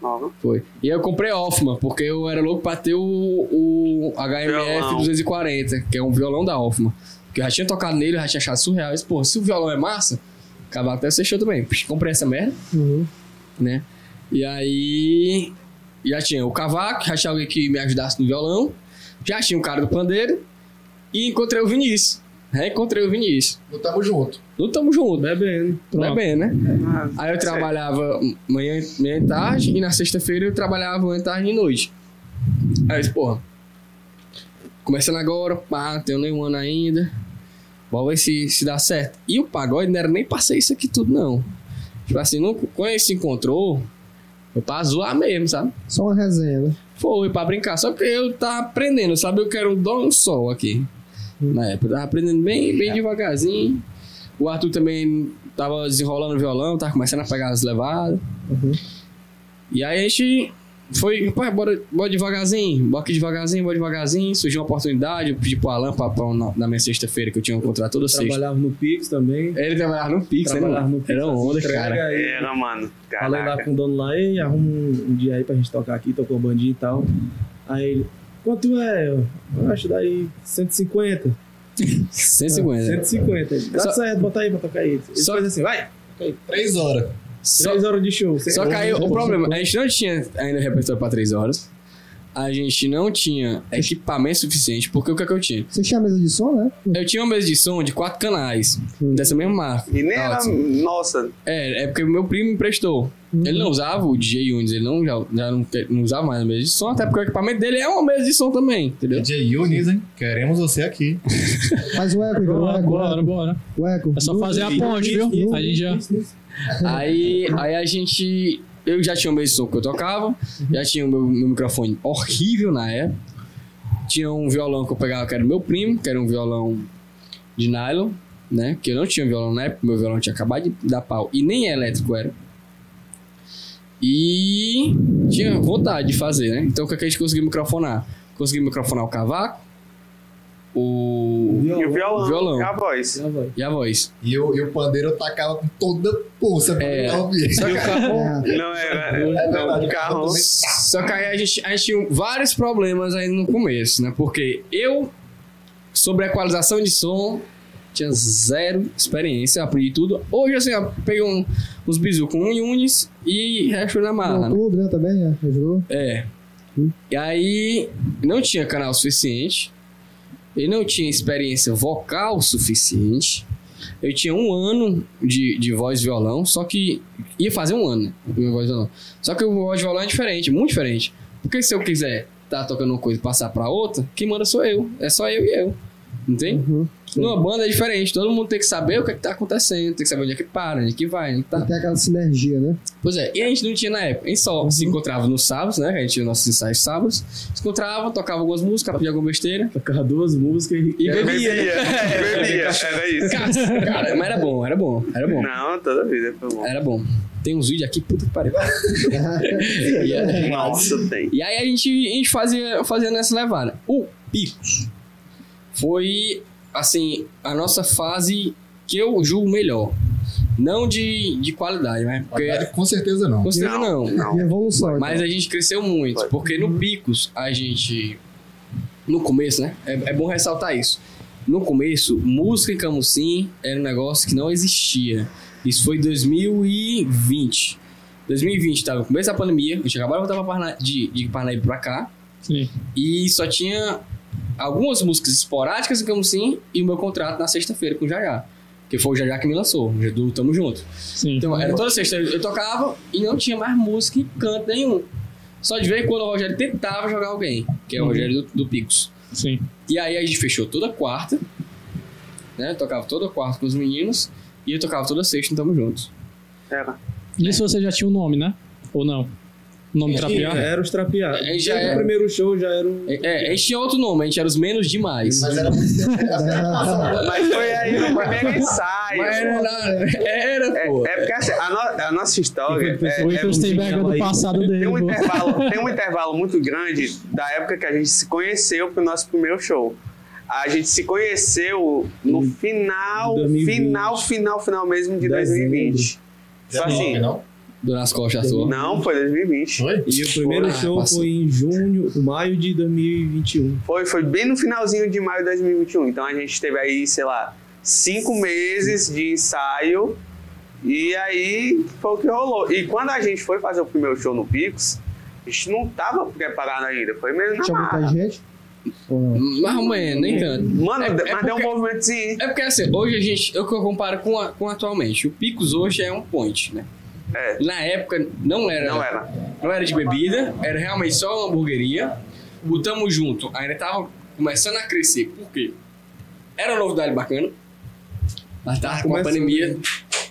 Nova. Foi. E aí eu comprei Hoffman, porque eu era louco pra ter o, o HMF Violão. 240, que é um violão da Hoffman. Porque eu já tinha tocado nele, eu já tinha achado surreal. Eu disse, pô, se o violão é massa, acabar até ser show também. Psh, Comprei essa merda, né? E aí já tinha o cavaco, já tinha alguém que me ajudasse no violão, já tinha o cara do pandeiro e encontrei o Vinícius. Reencontrei o Vinícius. eu Então, tamo junto. Não tamo junto, Bebendo. não é bem, né? Ah, Aí eu sei. trabalhava manhã, manhã e tarde, e na sexta-feira eu trabalhava manhã, tarde e noite. Aí eu disse, porra, começando agora, pá, não tenho nenhum ano ainda, vamos ver se, se dá certo. E o pagode não era nem passei isso aqui tudo, não. Tipo assim, não, quando ele se encontrou, foi pra zoar mesmo, sabe? Só uma resenha, né? Foi pra brincar, só que eu tava aprendendo, sabe? Eu quero um dom e um sol aqui. Uhum. Na época, eu tava aprendendo bem, É. bem devagarzinho. O Arthur também tava desenrolando o violão, tava começando a pegar as levadas. Uhum. E aí a gente foi, pai, bora, bora devagarzinho, bora aqui devagarzinho, bora devagarzinho. Surgiu uma oportunidade, eu pedi pro Alan papão na, na minha sexta-feira, que eu tinha um contrato toda sexta. Trabalhava no Pix também. Ele trabalhava no Pix, né, Trabalhava mano? no Pix, Era fazia onda, entrega, cara. aí Era, mano. Falei lá Caraca. com o dono lá, ei, arruma um, um dia aí pra gente tocar aqui, tocou o bandinho e tal. Aí ele, quanto é? Eu "Eu acho daí 150. 150. 150. Ele, Dá Só- certo, bota aí pra tocar aí. Ele Só- faz assim, vai, Três horas. Só- três horas de show. Só que aí o problema, a gente não tinha ainda repertório pra três horas. A gente não tinha equipamento suficiente, porque o que é que eu tinha? Você tinha mesa de som, né? Eu tinha uma mesa de som de quatro canais, dessa mesma marca. E nem Tá era. ótimo. Nossa, É, é porque meu primo emprestou. Ele não usava o DJ Unis, ele não, já, já não, te- não usava mais a mesa de som, até porque o equipamento dele é uma mesa de som também, entendeu? DJ Unis, hein? Queremos você aqui. Faz o eco, Igor, o Bora, eco, o bora, eco, bora. o eco. É só fazer a ponte, viu? A gente já. Aí, aí a gente. Eu já tinha o mesmo som que eu tocava, já tinha o meu, meu microfone horrível na época. Tinha um violão que eu pegava, que era do meu primo, que era um violão de nylon, né? Que eu não tinha violão na época, meu violão tinha acabado de dar pau. E nem elétrico era. E tinha vontade de fazer, né? Então o que é que a gente conseguiu microfonar? Consegui microfonar o cavaco, o. e o violão. Violão. E a voz. e a voz. E, eu, e o pandeiro eu tacava com toda a força pra É. tentar ouvir. Só que É, Não era. verdade. não, o carro. Só que aí a gente, a gente tinha vários problemas aí no começo, né? Porque eu, sobre equalização de som, tinha zero experiência, aprendi tudo. Hoje, assim, ó, peguei um- uns bisu com um Unis e resto na no marra, né? YouTube, né, também, é, ajudou. É. E aí, não tinha canal suficiente. Eu não tinha experiência vocal suficiente. Eu tinha um ano de, de voz e violão, só que. Ia fazer um ano, né? Minha voz e violão. Só que o voz e violão é diferente, muito diferente. Porque se eu tá quiser estar tocando uma coisa e passar pra outra, quem manda sou eu. É só eu e eu. Entende? Uhum. Numa banda é diferente, todo mundo tem que saber o que, é que tá acontecendo, tem que saber onde é que para, onde é que vai, onde é que tá. Tem aquela sinergia, né? Pois é, e a gente não tinha na época. A gente só Uhum. se encontrava nos sábados, né? A gente tinha nossos ensaios sábados. Se encontrava, tocava algumas músicas, pedia alguma besteira. Tocava duas músicas e. E Bebia, bebia. bebia, era isso. Caça, cara, mas era bom, era bom, era bom. Não, toda vida foi bom. Era bom. Tem uns vídeos aqui, puta que pariu. e, é- Nossa, tem. e aí a gente, a gente fazia, fazia nessa levada. O Picos foi, assim, a nossa fase que eu julgo melhor. Não de, de qualidade, né? Porque, Com certeza não. com certeza não. não. E evolução. então. Mas a gente cresceu muito, Foi. porque no Picos a gente. No começo, né? É, é bom ressaltar isso. No começo, música em Camusim era um negócio que não existia. Isso foi em 2020. 2020 tava no começo da pandemia, a gente acabava de voltar pra Parna- de, de Parnaíba pra cá. Sim. E só tinha algumas músicas esporádicas em Camusim e o meu contrato na sexta-feira com o Jajá. Que foi o Jajá que me lançou, do Tamo Junto. Sim. Então, era toda sexta. Eu tocava e não tinha mais música em canto nenhum. Só de vez em quando o Rogério tentava jogar alguém, que é o Uhum. Rogério do, do Picos. Sim. E aí a gente fechou toda quarta, né? Eu tocava toda quarta com os meninos e eu tocava toda sexta, então tamo juntos. Era. Isso você já tinha o nome, né? Ou não? O nome trapear? Era os trapeados. É, já Desde o era. primeiro show já era um. É, é, a gente tinha outro nome, a gente era os menos demais. Mas era muito Mas foi aí no primeiro ensaio. Mas era, na- era, É, pô. é porque assim, a, no- a nossa história Enquanto é, o pessoa- é- Ethan Steinberg é do aí. passado dele. tem, um pô. intervalo, tem um intervalo muito grande da época que a gente se conheceu pro nosso primeiro show. A gente se conheceu no final, 2020. final, final, final mesmo de Dezembro. 2020. Só assim, não? Do Nas Costas Azul. não, foi 2020. Foi? E o primeiro Ah, show passou. foi em junho, maio de 2021. Foi, foi bem no finalzinho de maio de 2021. Então a gente teve aí, sei lá, cinco meses de ensaio. E aí foi o que rolou. E quando a gente foi fazer o primeiro show no Picos, a gente não tava preparado ainda. Foi mesmo na Tinha muita marra. gente. Ou não? Mas ou menos, nem tanto. Mano, É- mas é deu um porque- movimentozinho. É porque assim, hoje a gente, eu que eu comparo com, a- com atualmente. O Picos hoje é um point, né? É. Na época não era, Não era. não era de bebida, era realmente só uma hamburgueria. O Tamo Junto ainda tava começando a crescer. Por quê? Era uma novidade bacana, mas tava com a Começando. pandemia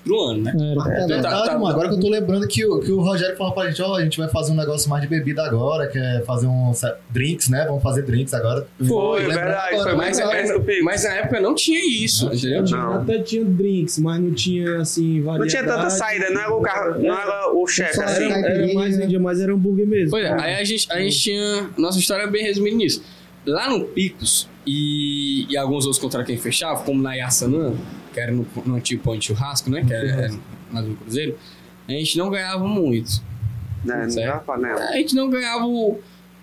pro ano, né? Era. Tá, Então, né? tá- Verdade, tá- mano. Agora que eu tô lembrando que, o- que o Rogério falou pra gente, ó, a gente vai fazer um negócio mais de bebida agora, que é fazer um se- drinks, né? Vamos fazer drinks agora. tá. Foi, lembra verdade. agora, Foi mas mais é- antes do Picos. Mas na época não tinha isso, entendeu? Não. Até tinha drinks, mas não tinha assim variedade. Não tinha tanta saída, não era o carro, não é era o chefe Só era- assim. Era mais vendia, mas era hambúrguer mesmo. Pois é, aí a gente, a gente tinha. Nossa história é bem resumida nisso. Lá no Picos e, e alguns outros contratos que a gente fechava, como na Yassanã, que era no, no antigo Pão de Churrasco, né? Que era, era mais um Cruzeiro, a gente não ganhava muito. Né? Não Certo. era panela. A gente não ganhava, o,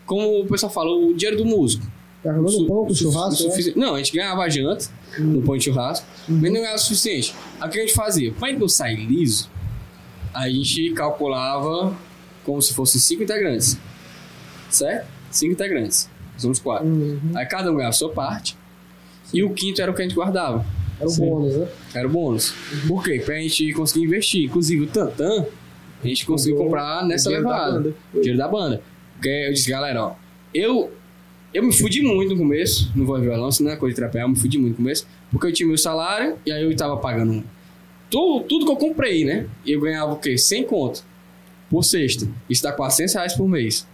como o pessoal fala, o dinheiro do músico. Tá rolando Su- pão com su- churrasco, su- né? sufici- Não, a gente ganhava a janta no pão de churrasco, mas não ganhava o suficiente. Aí o que a gente fazia? Pra gente não sair liso, a gente calculava como se fossem cinco integrantes. Certo? Cinco integrantes. Nós somos quatro. Uhum. Aí cada um ganhava a sua parte. E o quinto era o que a gente guardava. Era o Sim. bônus, né? Era o bônus. Por quê? Pra gente conseguir investir. Inclusive o Tantan, a gente conseguiu comprar nessa dinheiro da levada. banda. O dinheiro da banda. Porque eu disse, galera, ó, eu, eu me fudi muito no começo, não vou violão, senão é coisa de trapear, eu me fudi muito no começo, porque eu tinha meu salário e aí eu tava pagando tudo, tudo que eu comprei, né? E eu ganhava o quê? 100 conto por sexta. Isso dá 400 reais por mês.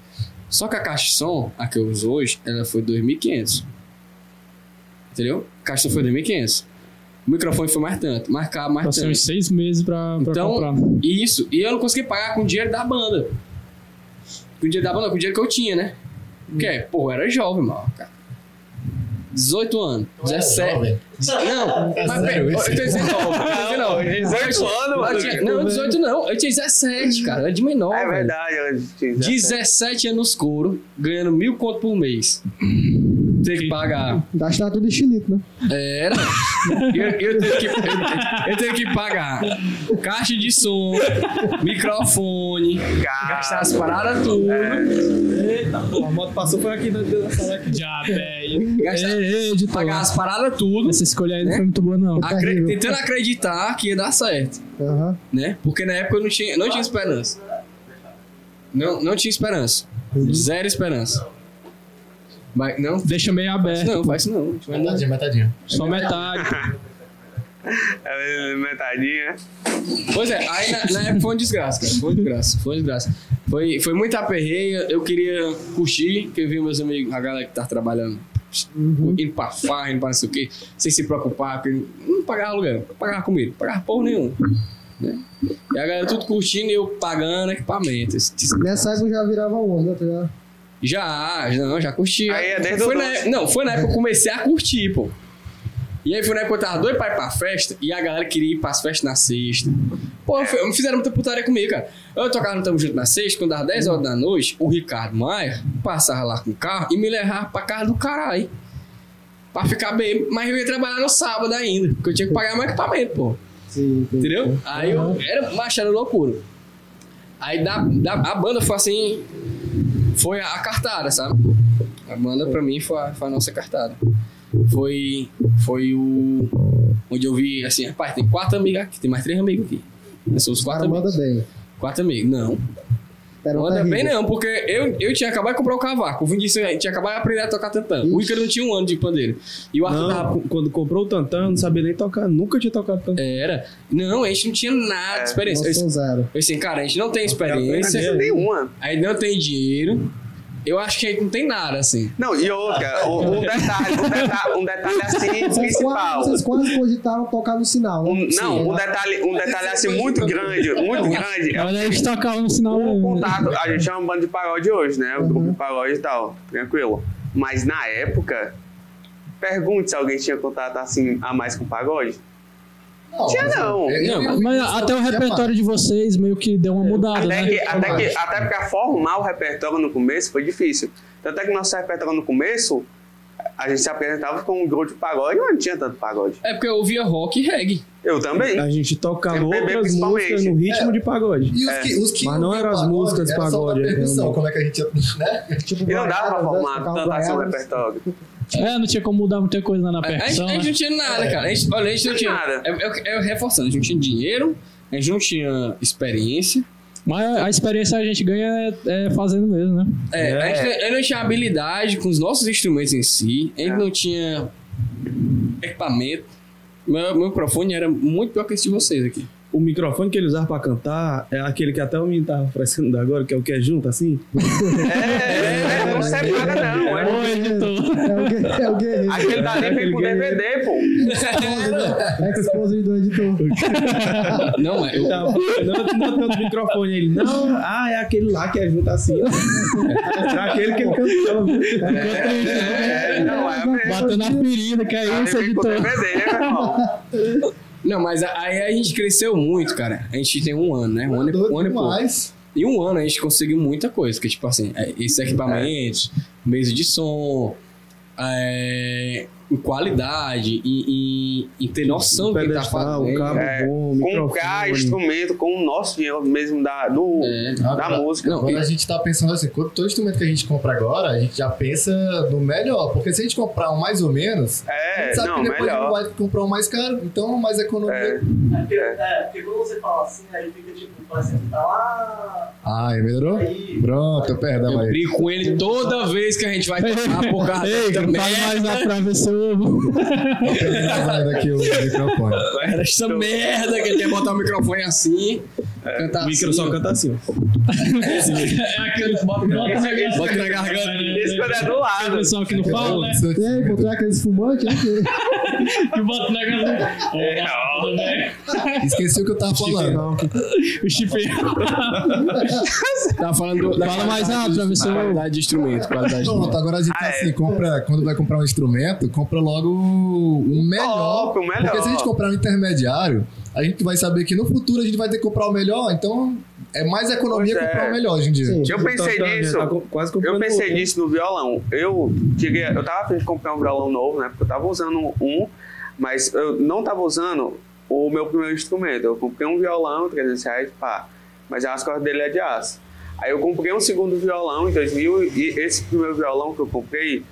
Só que a caixa de som, a que eu uso hoje, ela foi 2.500. Entendeu? A caixa de som foi 2.500. O microfone foi mais tanto, mais caro, mais Passei tanto. uns seis meses pra, pra Então, comprar. Isso. E eu não consegui pagar com o dinheiro da banda. Com o dinheiro da banda, com o dinheiro que eu tinha, né? Porque, Hum. pô, eu era jovem, mano. Cara. 18 anos. 17. Jovem. Não, É mas sério pera, eu isso? tenho 19. Eu tenho 19. Não, 18 anos, Eu mano. tinha- Não, 18 não. Eu tinha 17, cara. Eu era de menor. É velho. verdade. eu tinha 17 anos couro, ganhando mil conto por mês. Tem que pagar. Gastar tudo em xilito, né? Era. Eu, eu tenho que, eu, eu tenho que pagar caixa de som, microfone, gastar as paradas tudo. Eita, a moto passou foi aqui na da sala aqui. Já, velho. Gastar- É, Ei, editor. Pagar as paradas tudo. Essa escolha aí não foi muito boa, não. acre- tentando acreditar que ia dar certo. Aham. né? Porque na época eu não tinha, não tinha esperança. Uhum. Não, não tinha esperança. Zero esperança. Mas, não, Deixa meio aberto. não, faz isso não. A gente vai dar- Metadinho, metadinho. Só metade. É, metadinha. Pois é, aí na, na época foi uma desgraça, cara. Foi uma desgraça, foi uma desgraça. Foi, foi muito aperreio, eu queria curtir, que eu vi meus amigos, a galera que tá trabalhando, indo pra farra, indo pra não sei o quê, sem se preocupar, porque não pagava aluguel, não pagava comida, não pagava porra nenhuma. né? E a galera tudo curtindo e eu pagando equipamento. esse- esse- Nessa época eu já virava onda, tá ligado? Já, já, não, já curti. Aí é desde foi o na, doce. época- Não, foi na época que eu comecei a curtir, pô. E aí foi na época que eu tava doido pra ir pra festa e a galera queria ir pras festas na sexta. É. Pô, foi- fizeram muita putaria comigo, cara. Eu tocava no Tamo Junto na sexta, quando dava 10 horas da noite, o Ricardo Maia passava lá com o carro e me levava pra casa do caralho. Pra ficar bem, mas eu ia trabalhar no sábado ainda, porque eu tinha que pagar meu equipamento, pô. Sim, entendi. Entendeu? Aí eu era, macho, era loucura. Aí da, da- a banda foi assim. Foi a cartada, sabe? A banda pra mim foi a, foi a nossa cartada. Foi. Foi o. Onde eu vi assim, rapaz, tem quatro amigos aqui, tem mais três amigos aqui. Nós somos O cara quatro manda amigos. bem. Quatro amigos. Não. Era um Manda bem né? terrível. não, porque eu, eu tinha acabado de comprar o cavaco. O Vinícius tinha acabado de aprender a tocar tantã. O Ícaro não tinha um ano de pandeiro. E o Arthur tava Não, cu- quando comprou o Tantan, eu não sabia nem tocar, nunca tinha tocado É. Tantan. Era. Não, a gente não tinha nada de experiência. Eu, Nossa, zero. eu assim, cara, a gente não tem Não experiência, tinha nenhuma. aí não tem dinheiro. Eu acho que a gente não tem nada, assim. Não, e outra, um, um detalhe, um detalhe, um detalhe assim Vocês principal. quase, vocês quase cogitaram tocar no sinal, né? Um- não, Sim. um detalhe, um detalhe assim muito grande, muito grande. É Olha aí, estocar um sinal. o contato. A gente é uma banda de pagode hoje, né? O grupo de pagode e tal, tranquilo. Mas na época, pergunte se alguém tinha contato assim a mais com pagode. Tinha não. Não, Mas até o repertório de vocês meio que deu uma mudada, Até, que, né? até, que, até porque a formar o repertório no começo foi difícil. Tanto é que nosso repertório no começo, a gente se apresentava com um grupo de pagode, mas não tinha tanto pagode. É porque eu ouvia rock e reggae. Eu também. A gente tocava MPB outras músicas É, principalmente. É. no ritmo de pagode. E os que, os que Mas não eram as pagode, músicas era só pagode, da percussão, realmente. como é que a gente ia- né? Tipo, E não dava pra Brian Adams, formar tocar o tanto assim o Brian Adams. repertório. É, não tinha como mudar muita coisa na A, a gente, percussão, a gente né? não tinha nada, cara. A gente, olha, a gente não Não tinha. nada. Eu, eu- eu reforçando, a gente não tinha dinheiro, a gente não tinha experiência. Mas a experiência a gente ganha é, é fazendo mesmo, né? É, A gente não, eu não tinha habilidade com os nossos instrumentos em si, a gente É. não tinha equipamento. Meu, meu microfone era muito pior que esse de vocês aqui. O microfone que ele usava pra cantar é aquele que até o menino tava frescando agora, que é o que é junto, assim. É, não serve nada não. É. Ô, editor. É o guerreiro. É o guerreiro. Aquele dali vem com DVD, pô. Exposed do editor. Não, é. eu- Tava não, não tem outro microfone. Ele, não, ah, é aquele lá que é junto assim. Era aquele que ele cantava. É, não, é mesmo. Bateu na ferida, que é isso, Ele vem com editor. DVD, né, meu irmão? Não, mas a- aí a gente cresceu muito, cara. A gente tem um ano, né? Um ano, e- um Doido ano e pouco. demais. Em um ano a gente conseguiu muita coisa, que tipo assim, é, esses equipamentos, mesa de som, é, em qualidade, em, em- em ter noção do que tá Pedestal, fazendo. cabo É, bom, Comprar microfone. instrumento com o nosso dinheiro mesmo da, do, É. da música. Não, Quando e- a gente tá pensando assim, quando todo instrumento que a gente compra agora, a gente já pensa no melhor. Porque se a gente comprar um mais ou menos, a É, gente sabe não, que depois a gente melhor. vai comprar um mais caro. Então, mais economia. É. Porque, é, porque quando você fala assim, aí fica tipo, parece que tá lá. Ai, Ah, melhorou? Aí. Pronto, perdão Eu aí. brigo com ele toda vez que a gente vai tocar por causa Ei, dessa não fala mais merda. na travessura. Ele tá fazendo aqui o microfone. Era essa merda que ele quer botar o microfone assim, cantar É, O micro assim. só canta assim, ó. É é Bota na garganta. Isso quando é do O lado. pessoal que não fala, né? E aí, pô, tu é aquele fumante? né? Que é bota na garganta. É, ó. Esqueci o que eu tava falando. O chifre. Tá falando do- da Fala mais qualidade rápido, de- professor. Qualidade de instrumento, qualidade de Pronto, instrumento. agora a gente Ah, tá é. assim, compra, quando vai comprar um instrumento, compra logo o melhor. Top, o melhor. Porque se a gente comprar um intermediário, a gente vai saber que no futuro a gente vai ter que comprar o melhor, então é mais economia Pois é. comprar o melhor hoje em dia. Sim. Eu pensei Tá- tá- nisso. tá co- quase Eu comprando pensei outro. nisso no violão. Eu queria, eu tava a fim de comprar um violão novo, né? Porque eu tava usando um, mas eu não tava usando o meu primeiro instrumento. Eu comprei um violão, 300 reais, pá. Mas as cordas dele é de aço. Aí eu comprei um segundo violão em 2000 e esse primeiro violão que eu comprei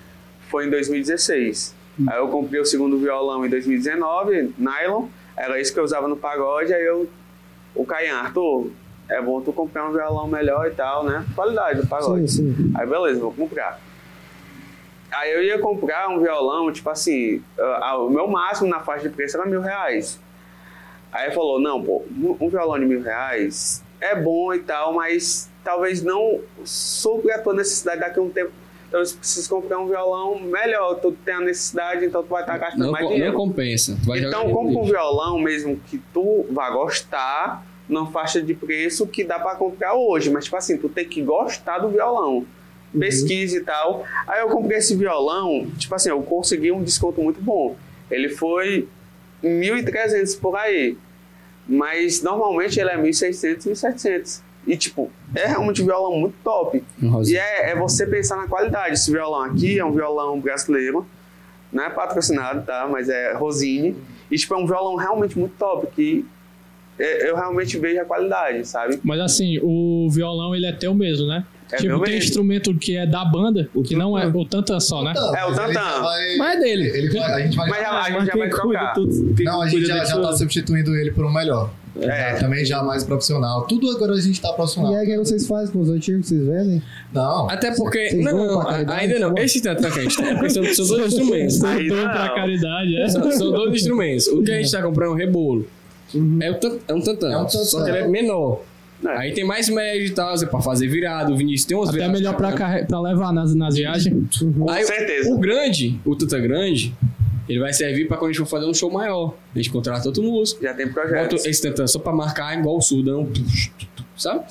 foi em 2016. Hum. Aí eu comprei o segundo violão em 2019, nylon. Era isso que eu usava no pagode. Aí eu, o Caian, Arthur, é bom tu comprar um violão melhor e tal, né? Qualidade do pagode. Sim, sim. Aí beleza, vou comprar. Aí eu ia comprar um violão, tipo assim, ah, ah, o meu máximo na faixa de preço era mil reais. Aí ele falou, não, pô, um- um violão de mil reais é bom e tal, mas talvez não supra a tua necessidade daqui a um tempo. Então você precisa comprar um violão melhor, tu tem a necessidade, então tu vai estar gastando Não, mais co- dinheiro. não compensa. Tu vai jogar Então, no compra um lixo. violão mesmo que tu vá gostar numa faixa de preço que dá pra comprar hoje, mas tipo assim, tu tem que gostar do violão. Uhum. Pesquisa e tal. Aí eu comprei esse violão, tipo assim, eu consegui um desconto muito bom. Ele foi 1.300 por aí. Mas normalmente ele é 1.600, 1.700. E tipo, é realmente um violão muito top. Um rosinha. E é, é você pensar na qualidade. Esse violão aqui é um violão brasileiro, não é patrocinado, tá? Mas é Rosine. E, tipo, é um violão realmente muito top, que é- eu realmente vejo a qualidade, sabe? Mas assim, o violão ele é teu mesmo, né? É tipo, meu tem mesmo. instrumento que é da banda, O que não é tantã. o tantan só, né? Tantan, É, o mas ele Tantan. já vai- Mas é dele. Ele vai, a gente vai. Mas é já- a gente Mas já quem vai cuida, trocar. tu- quem não, a cuida gente já, desse- já tá substituindo ele por um melhor. É. Também já mais profissional. Tudo agora a gente tá profissional. E é- aí, o que vocês fazem com os antigos? Vocês vendem? Não. Até porque. Vocês Não, vão não, pra a- caridade, ainda não. tá bom? Esse tanto que a gente tá pensando são dois instrumentos. Tantã Aí não. tá pra caridade, é. São, são dois instrumentos. O que a gente tá comprando é um rebolo. Uhum. É, o tan- é um tantã. É um tantã. Só que ele é menor. É. Aí tem mais médio e tal, é pra fazer virado. O Vinícius tem umas Até viradas melhor pra, também. carre- pra levar nas, nas viagens. Com Aí, certeza. O grande, o tantã grande, ele vai servir pra quando a gente for fazer um show maior. A gente contrata outro músico. Já tem projeto. Bota esse tantã só pra marcar igual o surdão, sabe?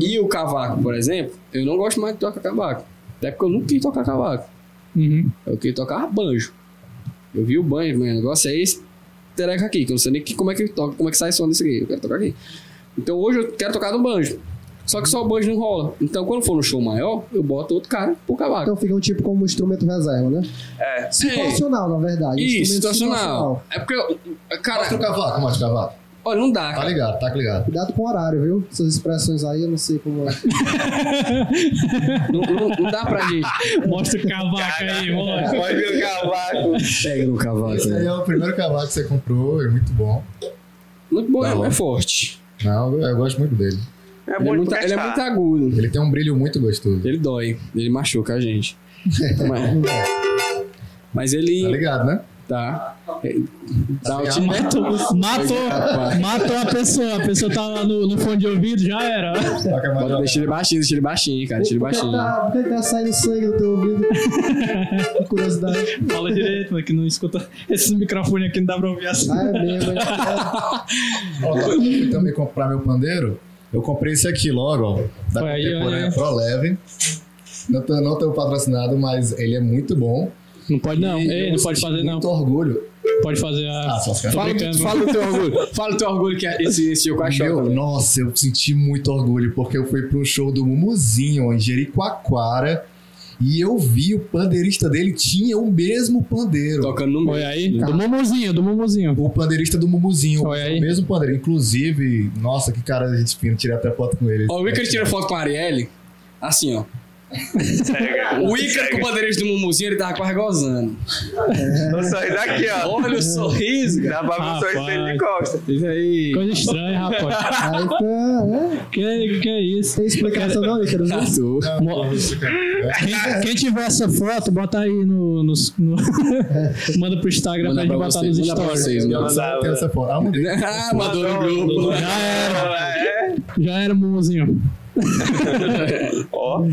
E o cavaco, por exemplo, eu não gosto mais de tocar cavaco. Até porque eu nunca quis tocar cavaco. Uhum. Eu queria tocar banjo. Eu vi o banjo, meu negócio é esse tereca aqui, que eu não sei nem que- como é que toca, como é que sai som desse aqui. Eu quero tocar aqui. Então hoje eu quero tocar no banjo. Só que só o banjo não rola. Então quando for no show maior, eu boto outro cara pro cavaco. Então fica um tipo como um instrumento reserva, né? É. Situacional, na verdade. Isso, Instrumento situacional. É porque, Mostra o cara, cavaco, mostra o cavaco. olha, não dá. Tá cara. ligado, tá ligado. Cuidado com o horário, viu? Essas expressões aí, eu não sei como é. Não, não- não dá pra gente. Mostra o cavaco aí, mostra. Pode ver o cavaco. Pega no cavaco. né? Esse aí é o primeiro cavaco que você comprou, é muito bom. Muito bom, Tá bom. é, é forte. Não, eu gosto muito dele. É Ele é, bom de muito, ele é testar. muito agudo. Ele tem um brilho muito gostoso. Ele dói. Ele machuca a gente. mas, mas Tá ele. ligado, né? Tá. ele- Dá o ligado? time. Matou, matou, matou a pessoa. A pessoa tá lá no, no fone de ouvido, já era. Toca mais Bota- né? Deixa ele baixinho, deixa ele baixinho, cara. Deixa ele Por que baixinho. tá- Por que tá saindo sangue do teu ouvido? Curiosidade. Fala direito, mano, que não escuta. Esses microfones aqui não dá pra ouvir assim. Ah, é mesmo. é. Ó, quando eu fui também comprar meu pandeiro, eu comprei esse aqui logo, ó. Da Olha aí, olha contemporânea aí. Pro Leve. Não tô, não tô patrocinado, mas ele é muito bom. Não pode não, E Ei, eu não pode senti fazer não. Muito orgulho. Pode fazer a. Ah, só fica- Tô Fala, brincando. do- fala do teu orgulho. Fala do teu orgulho que é esse, esse teu Meu, cachorro. nossa, eu senti muito orgulho, porque eu fui pro show do Mumuzinho em Jericoacoara e eu vi o pandeirista dele tinha o mesmo pandeiro. Tocando no meio. Olha aí, do mumuzinho, do mumuzinho. O pandeirista do Mumuzinho, Olha aí. o mesmo pandeiro. Inclusive, nossa, que cara de espino, tirei até foto com ele. Ó, o Iker tira foto com a Arielle. Assim, ó. O Iker com o bandeirante do Mumuzinho, ele tava quase gozando. O sorriso aqui, ó. Olha o sorriso, cara. Dá pra ver o sorriso Rapaz. dele de costa. Isso aí. Coisa estranha, rapaz. Aí fica, né? Que, que é isso? Tem explicação não, Ícaro? viu? Passou. Mo- Quem, quem tiver essa foto, bota aí no. nos- no- Manda pro Instagram pra Manda gente pra botar vocês, nos manda pra stories. vocês, manda. Eu só tenho né? essa foto. Ah, mudei. É. Ah, mandou no grupo. Já era, É. já era, mumuzinho. Ó.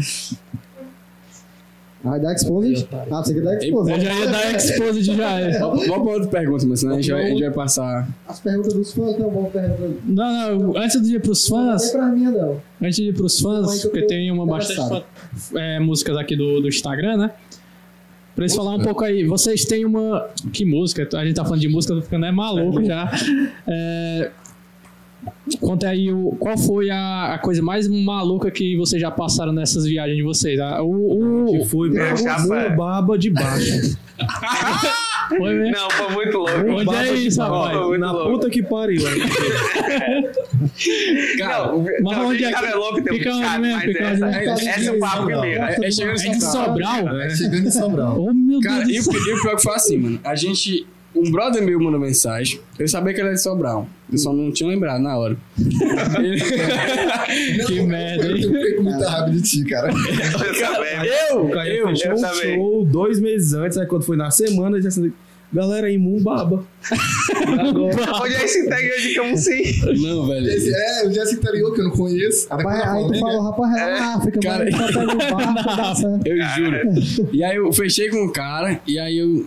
Aí dá exposed. Ah, você quer dar Eu exposed. já ia dar expose de já era. Vamos vamos pra outra pergunta, mas senão a gente vai, a gente vai passar. As perguntas dos fãs um não vão perguntar. Não, não, antes de ir pros Não fãs, vem pra mim, não. antes de ir pros fãs, porque tem uma bastante fã- é, músicas aqui do, do Instagram, né? Pra eles falar um pouco aí, vocês têm uma. Que música? A gente tá falando de música, eu tô ficando é maluco já. É, conta aí o, qual foi a, a coisa mais maluca que vocês já passaram nessas viagens de vocês. Ah, O, o, Que foi pra Meu chapa. Rua Baba de Baixo. foi mesmo? Não, foi muito louco. Onde é isso, Foi rapaz? muito Na louco. puta que pariu. né? Cara, Não, Mas não, onde é que- gente, sabe, é louco, tem um Fica onde cara, mesmo, mas fica onde essa- mesmo? essa é o papo primeiro. é, é chegando É em de Sobral. Sobral? É, Chegando em Sobral. Oh, meu Cara, e Deus. o, do e o pior que foi assim, mano. A gente. O, um brother meu mandou mensagem. Eu sabia que ele era de Sobral. Eu só não tinha lembrado na hora. Ele- Que merda, hein? Eu fiquei com muita raiva de ti, cara. Eu também. eu? Caio Eu? fechou um também. show dois meses antes, aí quando foi na semana, ele disse assim, galera, imum baba. Onde é esse tag de como sim? Não, velho. Esse- É, o Jesse interior que eu não conheço. Rapaz, Daquela aí tu família. falou, rapaz, é lá na África, Cara, mano. Só pega um barco, dá certo. Eu juro. E aí eu fechei com o cara, e aí eu.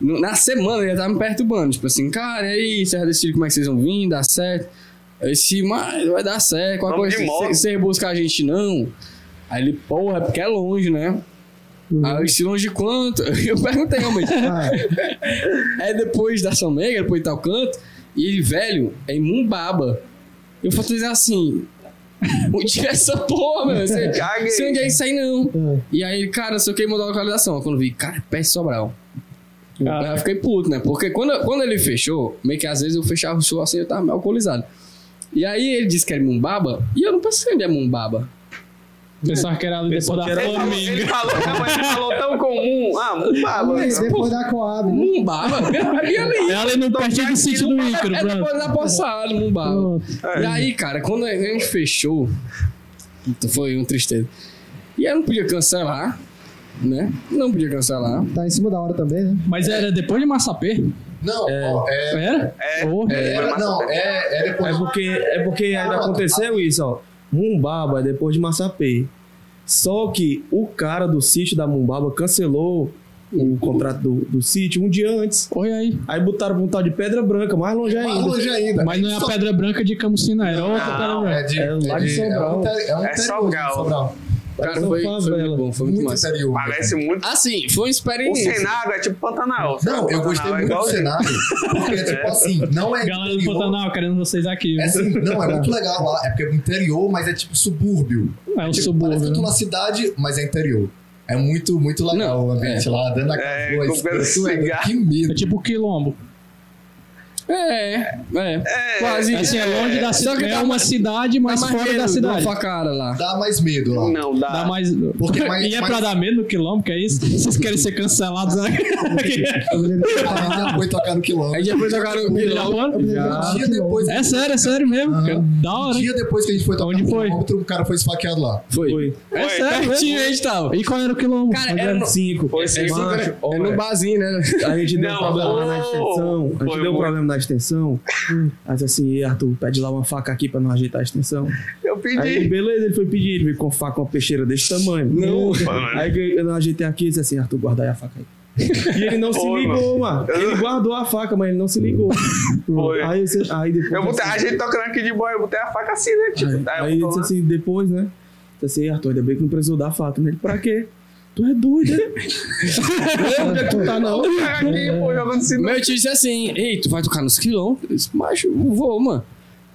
no- Na semana ele já tava me perturbando. Tipo assim, cara, e aí, vocês já decidiram como é que vocês vão vir, dá certo? Eu disse, mas vai dar certo. Qual Vamos coisa? de moto. Vocês vocês buscar a gente não? Aí ele, porra, é porque é longe, né? Aí eu disse, longe de quanto? Eu perguntei realmente. Ah, Aí depois da Sommega, depois de tal canto, e ele, velho, é em Mumbaba. Eu falei dizer assim. Onde é essa porra, meu? Você, Caguei. você onde é isso aí, não. E aí, cara, não sei o que, mandou a localização. Quando eu vi, cara, perto de Sobral. Aí eu fiquei puto, né? Porque quando, quando ele fechou, meio que às vezes eu fechava o show assim, eu tava meio alcoolizado. E aí ele disse que era Mumbaba, e eu não pensei onde é Mumbaba. Pensava que era ali depois da Ele falou, ele Flamengo. falou, não, mas ele falou tão comum. Ah, mumbaba. aí depois da Coab. né? Mumbaba? Ali, ali. É ali no Então, pertinho do sítio do um Ícaro, É pronto. depois da Poçada, Mumbaba. Pronto. E aí, cara, quando a gente fechou, puta, foi um tristeza. E aí não podia cancelar, né? Não podia cancelar. Tá em cima da hora também, né? Mas era depois de Massapê? Não, ó, é. Era? É. Pô, é- Foi massa não, mesmo. é, é depois. É porque, é porque ainda aconteceu isso, ó. Mumbaba é depois de Massapê. Só que o cara do sítio da Mumbaba cancelou o contrato do, do sítio um dia antes. Olha aí. Aí botaram pra um tal de Pedra Branca, mais longe mais ainda. longe ainda. Mas não é a Pedra Branca de Camucina, era outra Pedra Não, Branca. É de. É lá de é Sobral. um inter- É um interior É de Sobral. Sobral. é Cara, Mas foi, não foi muito favela. bom, foi muito, Muito massa. interior. Parece um muito. Assim, foi uma O experiência. cenário é tipo Pantanal. Não, sabe? eu Pantanal gostei é muito do igualzinho. cenário. Porque, tipo assim, não é. Galera do interior, Pantanal, querendo vocês aqui. É viu? assim, não, é muito legal lá. É porque é interior, mas é tipo subúrbio. É o tipo, Parece que subúrbio. eu tô né? na cidade, mas é interior. É muito, muito legal Não, o ambiente lá, dando aquela É, boa com espessura, cigarro. Que medo. É tipo o Quilombo. É, é. Quase. É assim, é longe da Só cidade. que É dá uma mais- cidade, mas dá mais fora medo, da cidade. Dá uma facada lá. Dá mais medo lá. Não, dá. Dá mais. Porque mais- e é pra mais- dar medo no Quilombo, que é isso? Vocês querem ser cancelados? né? Eu me lembro- Aí já foi tocar no quilombo. Aí depois jogaram o Já Bilal. foram? eu me lembro Um que dia eu depois, É sério, é sério mesmo. cara. Da um hora. hein? dia depois que a gente foi tocar Onde no foi? quilômetro, o cara foi esfaqueado lá. Foi. Foi. É Foi. sério, pertinho a gente tava. E qual era o Quilombo? Cara, Mas era era no- cinco. assim, Foi É, sim. Macho, ó, é no barzinho, né? A gente deu Não, um problema na ô, extensão. A gente foi deu um muito. problema na extensão. Aí disse assim, "Ei, Arthur, pede lá uma faca aqui pra não ajeitar a extensão. Eu Aí, ele, pedi. beleza, ele foi pedir, ele veio com faca, uma peixeira desse tamanho. Não. Aí que eu não ajeitei aqui e disse assim, Arthur, guarda aí a faca aí. E ele não se Foi, ligou, mano. Eu Ele não- guardou a faca, mas ele não se ligou. Foi. Aí, você- aí depois. Eu botei, assim, a gente tocando aqui de boa, eu botei a faca assim, né? Tipo, tá, eu Aí ele tô disse lá. assim, depois, né? Disse assim, Arthur, ainda bem que não precisou dar a faca. Ele, pra quê? Tu é doido, né? Não, onde é que tu tá, não? Cara, aqui, pô, jogando sinuca. Meu tio disse assim: Ei, tu vai tocar nos quilombo? Eu disse, macho, eu vou, mano.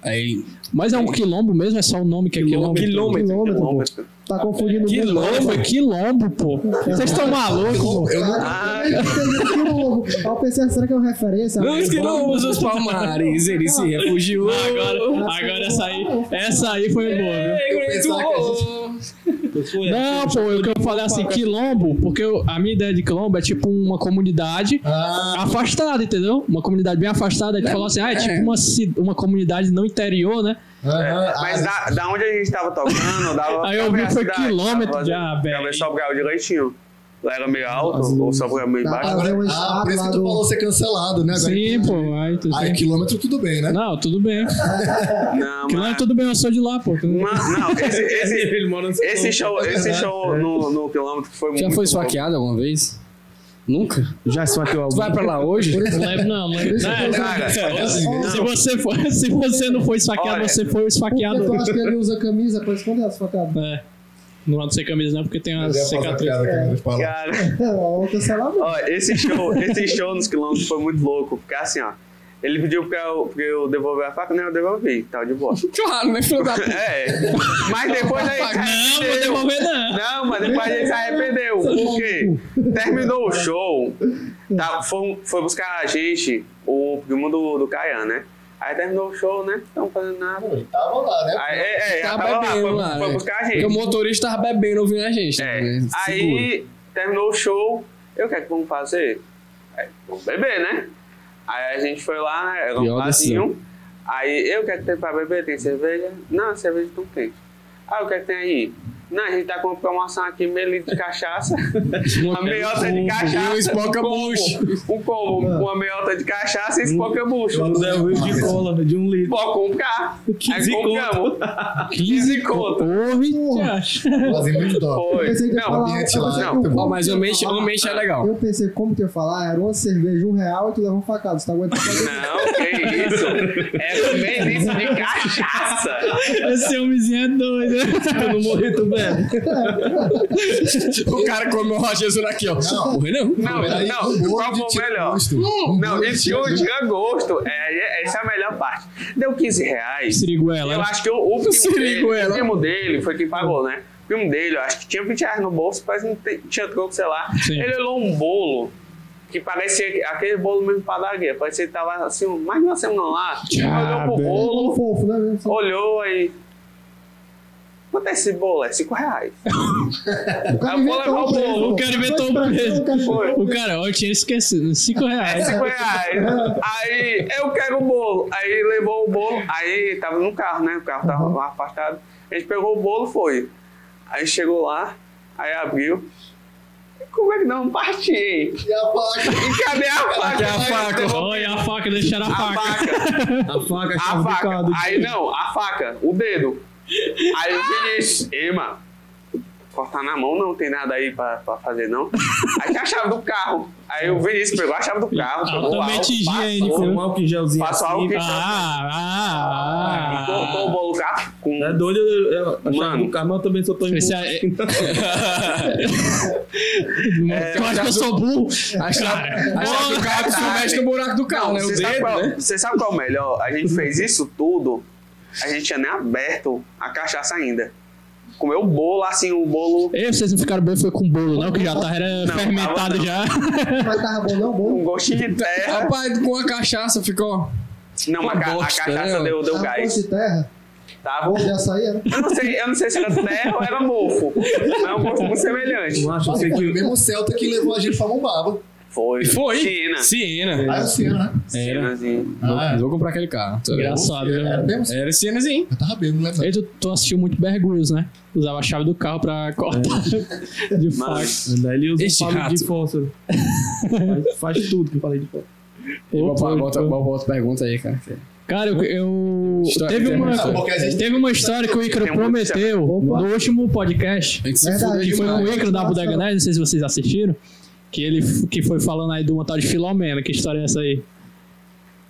Aí. Mas é um Quilombo mesmo? É só o nome que é Quilombo? Quilômetro. quilômetro, pô. Quilômetro. Tá confundindo o Que mesmo. louco. Foi Quilombo, pô. Vocês estão malucos? Eu não Ah, Quilombo. Aí eu pensei, será que é uma referência? Os quilombos, os palmares, ele se refugiou. Agora, agora essa aí, essa aí foi boa, viu? Eu pensava que a Não, pô, eu que eu falei assim, quilombo, porque eu- a minha ideia de quilombo é tipo uma comunidade Ah. afastada, entendeu? Uma comunidade bem afastada, a gente falou assim, ah, é tipo uma, ci- uma comunidade não interior, né? Aham, ah, É, Mas da, da onde a gente tava tocando, dava. Aí eu vi, dava foi cidade, quilômetro tava- já, velho. Tava só o grau direitinho. Lá era meio alto, ou só o tá grau meio Dá baixo. pra ver um Ah, estado por isso lá que tu do... falou ser cancelado, né? Agora é Sim, pô, aí tudo Aí bem. quilômetro tudo bem, né? Não, tudo bem. Não, Quilombo, mas- tudo bem, eu sou de lá, pô. tudo bem. Mas- Não, esse, esse, Ele mora no esse show, esse show no, no quilômetro foi muito. Já foi bom. esfaqueado alguma vez? Nunca? Já esfaqueou Tu alguém? vai pra lá hoje? Não lembro, não, não lembro. Cara, Não, Cara, Se você, for, se você não foi esfaqueado, Olha. você foi o Porque tu esfaqueado. acha que ele usa camisa pra esconder as facadas? É. Não ando sem camisa, não, porque tem uma Eu ia fazer uma cicatriz. piada, cara, eu ia falar. Cara. É, ó, cancelar mesmo. Ó, esse show, esse show nos quilômetros foi muito louco, porque assim, ó. Ele pediu pra eu, pra eu devolver a faca, né? Eu devolvi, tava de boa. Claro, né, filho da puta? É. Mas depois aí. Não, vou devolver, não. um Não, mas depois a gente se arrependeu. Por quê? Terminou o show, tá, foi, foi buscar a gente, o primo do, do Caian, né? Aí terminou o show, né? Não fazendo nada. Ele tava lá, né? Aí, é, é, Tá já Tava tava lá, bebendo foi, lá, é. foi né? buscar a Porque o gente. motorista tava bebendo ouvindo a gente. É. né? Seguro. Aí terminou o show, eu o que é que É, vamos fazer? Aí, vamos beber, né? Aí a gente foi lá, né? Era um Pior barzinho. Aí eu, o que é que tem pra beber? Tem cerveja? Não, cerveja não tem. Ah, o que é que tem aí? Não, a gente tá com uma promoção aqui, meio litro de cachaça. uma meiota de cachaça. E um espoca combo. Um combo, uma meiota de cachaça e espoca bucho. Rio de cola, de um litro. Pô, comprar. Aí 15 compramos. 15 conto. Porra, Fazendo muito top. Foi. pensei que ia Não, falar- ambiente eu lá pensei é que muito o- bom. Ó, mas o ambiente, o ambiente é legal. Eu pensei, como tu ia falar? Era uma cerveja, um real e tu leva um facado. Você tá aguentando? Não, que isso. Era um meio litro de cachaça. esse homenzinho é doido. Eu não morri, tu bebe. O cara comeu o Rogerson aqui, ó. Não, não. Não, Aí, não, um bolo qual de foi o tinha melhor? gosto. Um Não, bolo e de tinha um gosto. tinha gosto. É, é- essa é a melhor parte. Deu 15 reais. Eu Siriguela. acho que o, o primo dele, Siriguela. o primo dele foi quem pagou, né? O primo dele, eu acho que tinha 20 reais no bolso, mas não te- tinha troco, sei lá. Sim. Ele olhou um bolo que parecia aquele bolo mesmo padaria. Parecia que tava assim, mais de uma semana lá. olhou pro bolo, Bolo fofo, né? mesmo? olhou aí. Quanto é esse bolo? É 5 reais. O Ah, vou levar o preço, bolo, pô. o cara inventou Foi o pra quê? preço. né? cara inventou Foi. O cara, ó, eu tinha esquecido, 5 É reais. 5 reais. Aí eu quero o bolo. Aí levou o bolo. Aí tava no carro, né? O carro tava lá afastado. A gente pegou o bolo foi. Aí chegou lá, aí abriu. Como é que não parti? hein? E a faca. E cadê a faca? a faca? é Olha a faca, deixaram Ah, a A faca. faca. A faca, A chave de Tá faca. caldo. Aí não, a faca, o dedo. Aí o Vinícius, ei, mano, cortar na mão não tem nada aí pra, pra fazer, não. Aí tinha a chave do carro. Aí o Vinícius pegou a chave do Ah, carro, pegou o álcool, Altamente higiênico. passou, Um álcool em gelzinho Passa assim, álcool em- Ah, Cortou o ah, ah. bolo do carro com É doido, eu, eu, eu, Mano. Mano, o Carmel também só tô em Esse é- Tu acha que eu sou burro? É, Achava que o cara se mexe no buraco do carro, Não, né? O você, sabe dedo, qual, né? você sabe qual é o melhor? A gente fez isso tudo, a gente tinha nem aberto a cachaça ainda. Comeu o bolo, assim, o bolo Ei, vocês não ficaram bem, foi com bolo, não? Que já tava era Não, fermentado tava não. já. Mas tava bom, não? Bom. com gostinho de terra. Rapaz, com a cachaça ficou. Não, a, uma ca- a bosta, cachaça né? deu, deu Tava bom gás. de terra. tá Tava. Bom de açaí, né? Eu não, sei, eu não sei se era terra ou era mofo. Mas é um gosto muito semelhante. Não acho eu sei Foi que é o mesmo Celta que levou a gente pra Mombaba. Foi. Foi? China. Siena. Ah, é o Siena, né? Chinazinho. Ah, Vou comprar aquele carro. tá ligado? Engraçado, viu? né? Era É, mesmo? Era Sienazinho. Eu tava né, bem, não lembro. Ei, tu, tu assistiu muito Bear Grylls, né? Usava a chave do carro pra cortar de faca. Mas Daí ele usa Este um palito rato. de fósforo. faz, faz tudo que eu falei de fósforo. Opa, Bota, bota, opa. bota, bota pergunta aí, cara. Cara, eu. eu- História, teve, tem uma, uma história. Porque a gente- teve uma história que o Icaro Tem muita prometeu Opa. no último podcast. A gente se Verdade. fudeu Que foi com o demais. Icaro da Bodega Nerd, não sei se vocês assistiram. Que ele f- que foi falando aí de uma tal de Filomena. Que história é essa aí?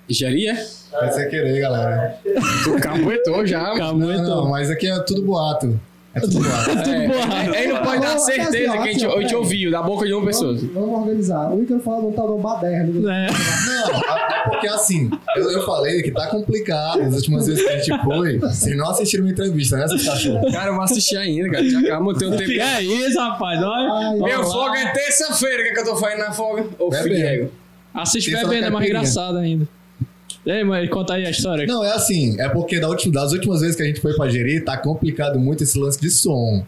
Engenharia? Vai ser querer, galera. Tu camuetou já. Calma, Não, não, então. mas aqui é tudo boato. É tudo boato. Tudo borrado. Aí não pode dar Não, certeza assim, ó, que a gente, assim, ó, a gente peraí. ouviu da boca de uma pessoa. Vamos, vamos organizar. O Ícaro fala de um tal de um baderno. É. Não, a- é porque assim, eu, eu falei que tá complicado as últimas vezes que a gente foi. Vocês não assistiram uma entrevista, né, seus cachorros? Cara, eu vou assistir ainda, cara. Já calma, tem um tempo. Que é isso, rapaz? Olha. Ai, Meu olá. folga é terça-feira, o que, é que eu tô fazendo na folga? Ô, É filho, mesmo. Diego. Assiste Pensa na bebendo, é mais caipirinha. engraçado ainda. Ei, mãe, conta aí a história. Não, é assim, é porque da última- das últimas vezes que a gente foi pra gerir, tá complicado muito esse lance de som.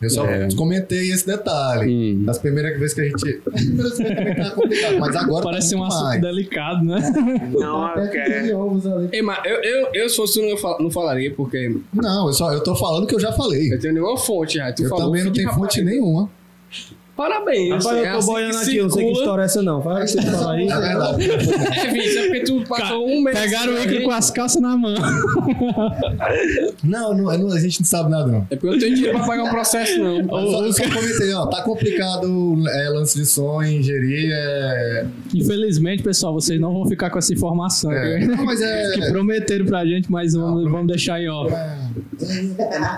Eu só É. comentei esse detalhe. Uhum. Hum. Das primeiras vezes que a gente. As primeiras vezes também tá complicado, mas agora. Parece tá um muito assunto mais. delicado, né? não, é Até eu que tem quero. ovos ali. Ei, mas eu, eu, eu se fosse tu, não, fal- não falaria, porque Não, eu, só, eu tô falando o que eu já falei. eu tenho nenhuma fonte já. Tu Eu falou, também não fica tenho pra- fonte nenhuma. Parabéns. É assim Rapaz, eu tô boiando aqui, eu não sei que história é essa não. Fala que você fala aí. É verdade. É, Vinícius, é porque tu Ca- passou um mês. Pegaram o Icaro com as calças na mão. Não, não, não, a gente não sabe nada, não. É porque eu não tenho dinheiro pra pagar um processo, não. Eu só, eu só comentei, ó, tá complicado é, lance de som, ingerir, é... Infelizmente, pessoal, vocês não vão ficar com essa informação. é. viu? Não, mas é... Que prometeram pra gente, mas vamos, vamos deixar aí, ó.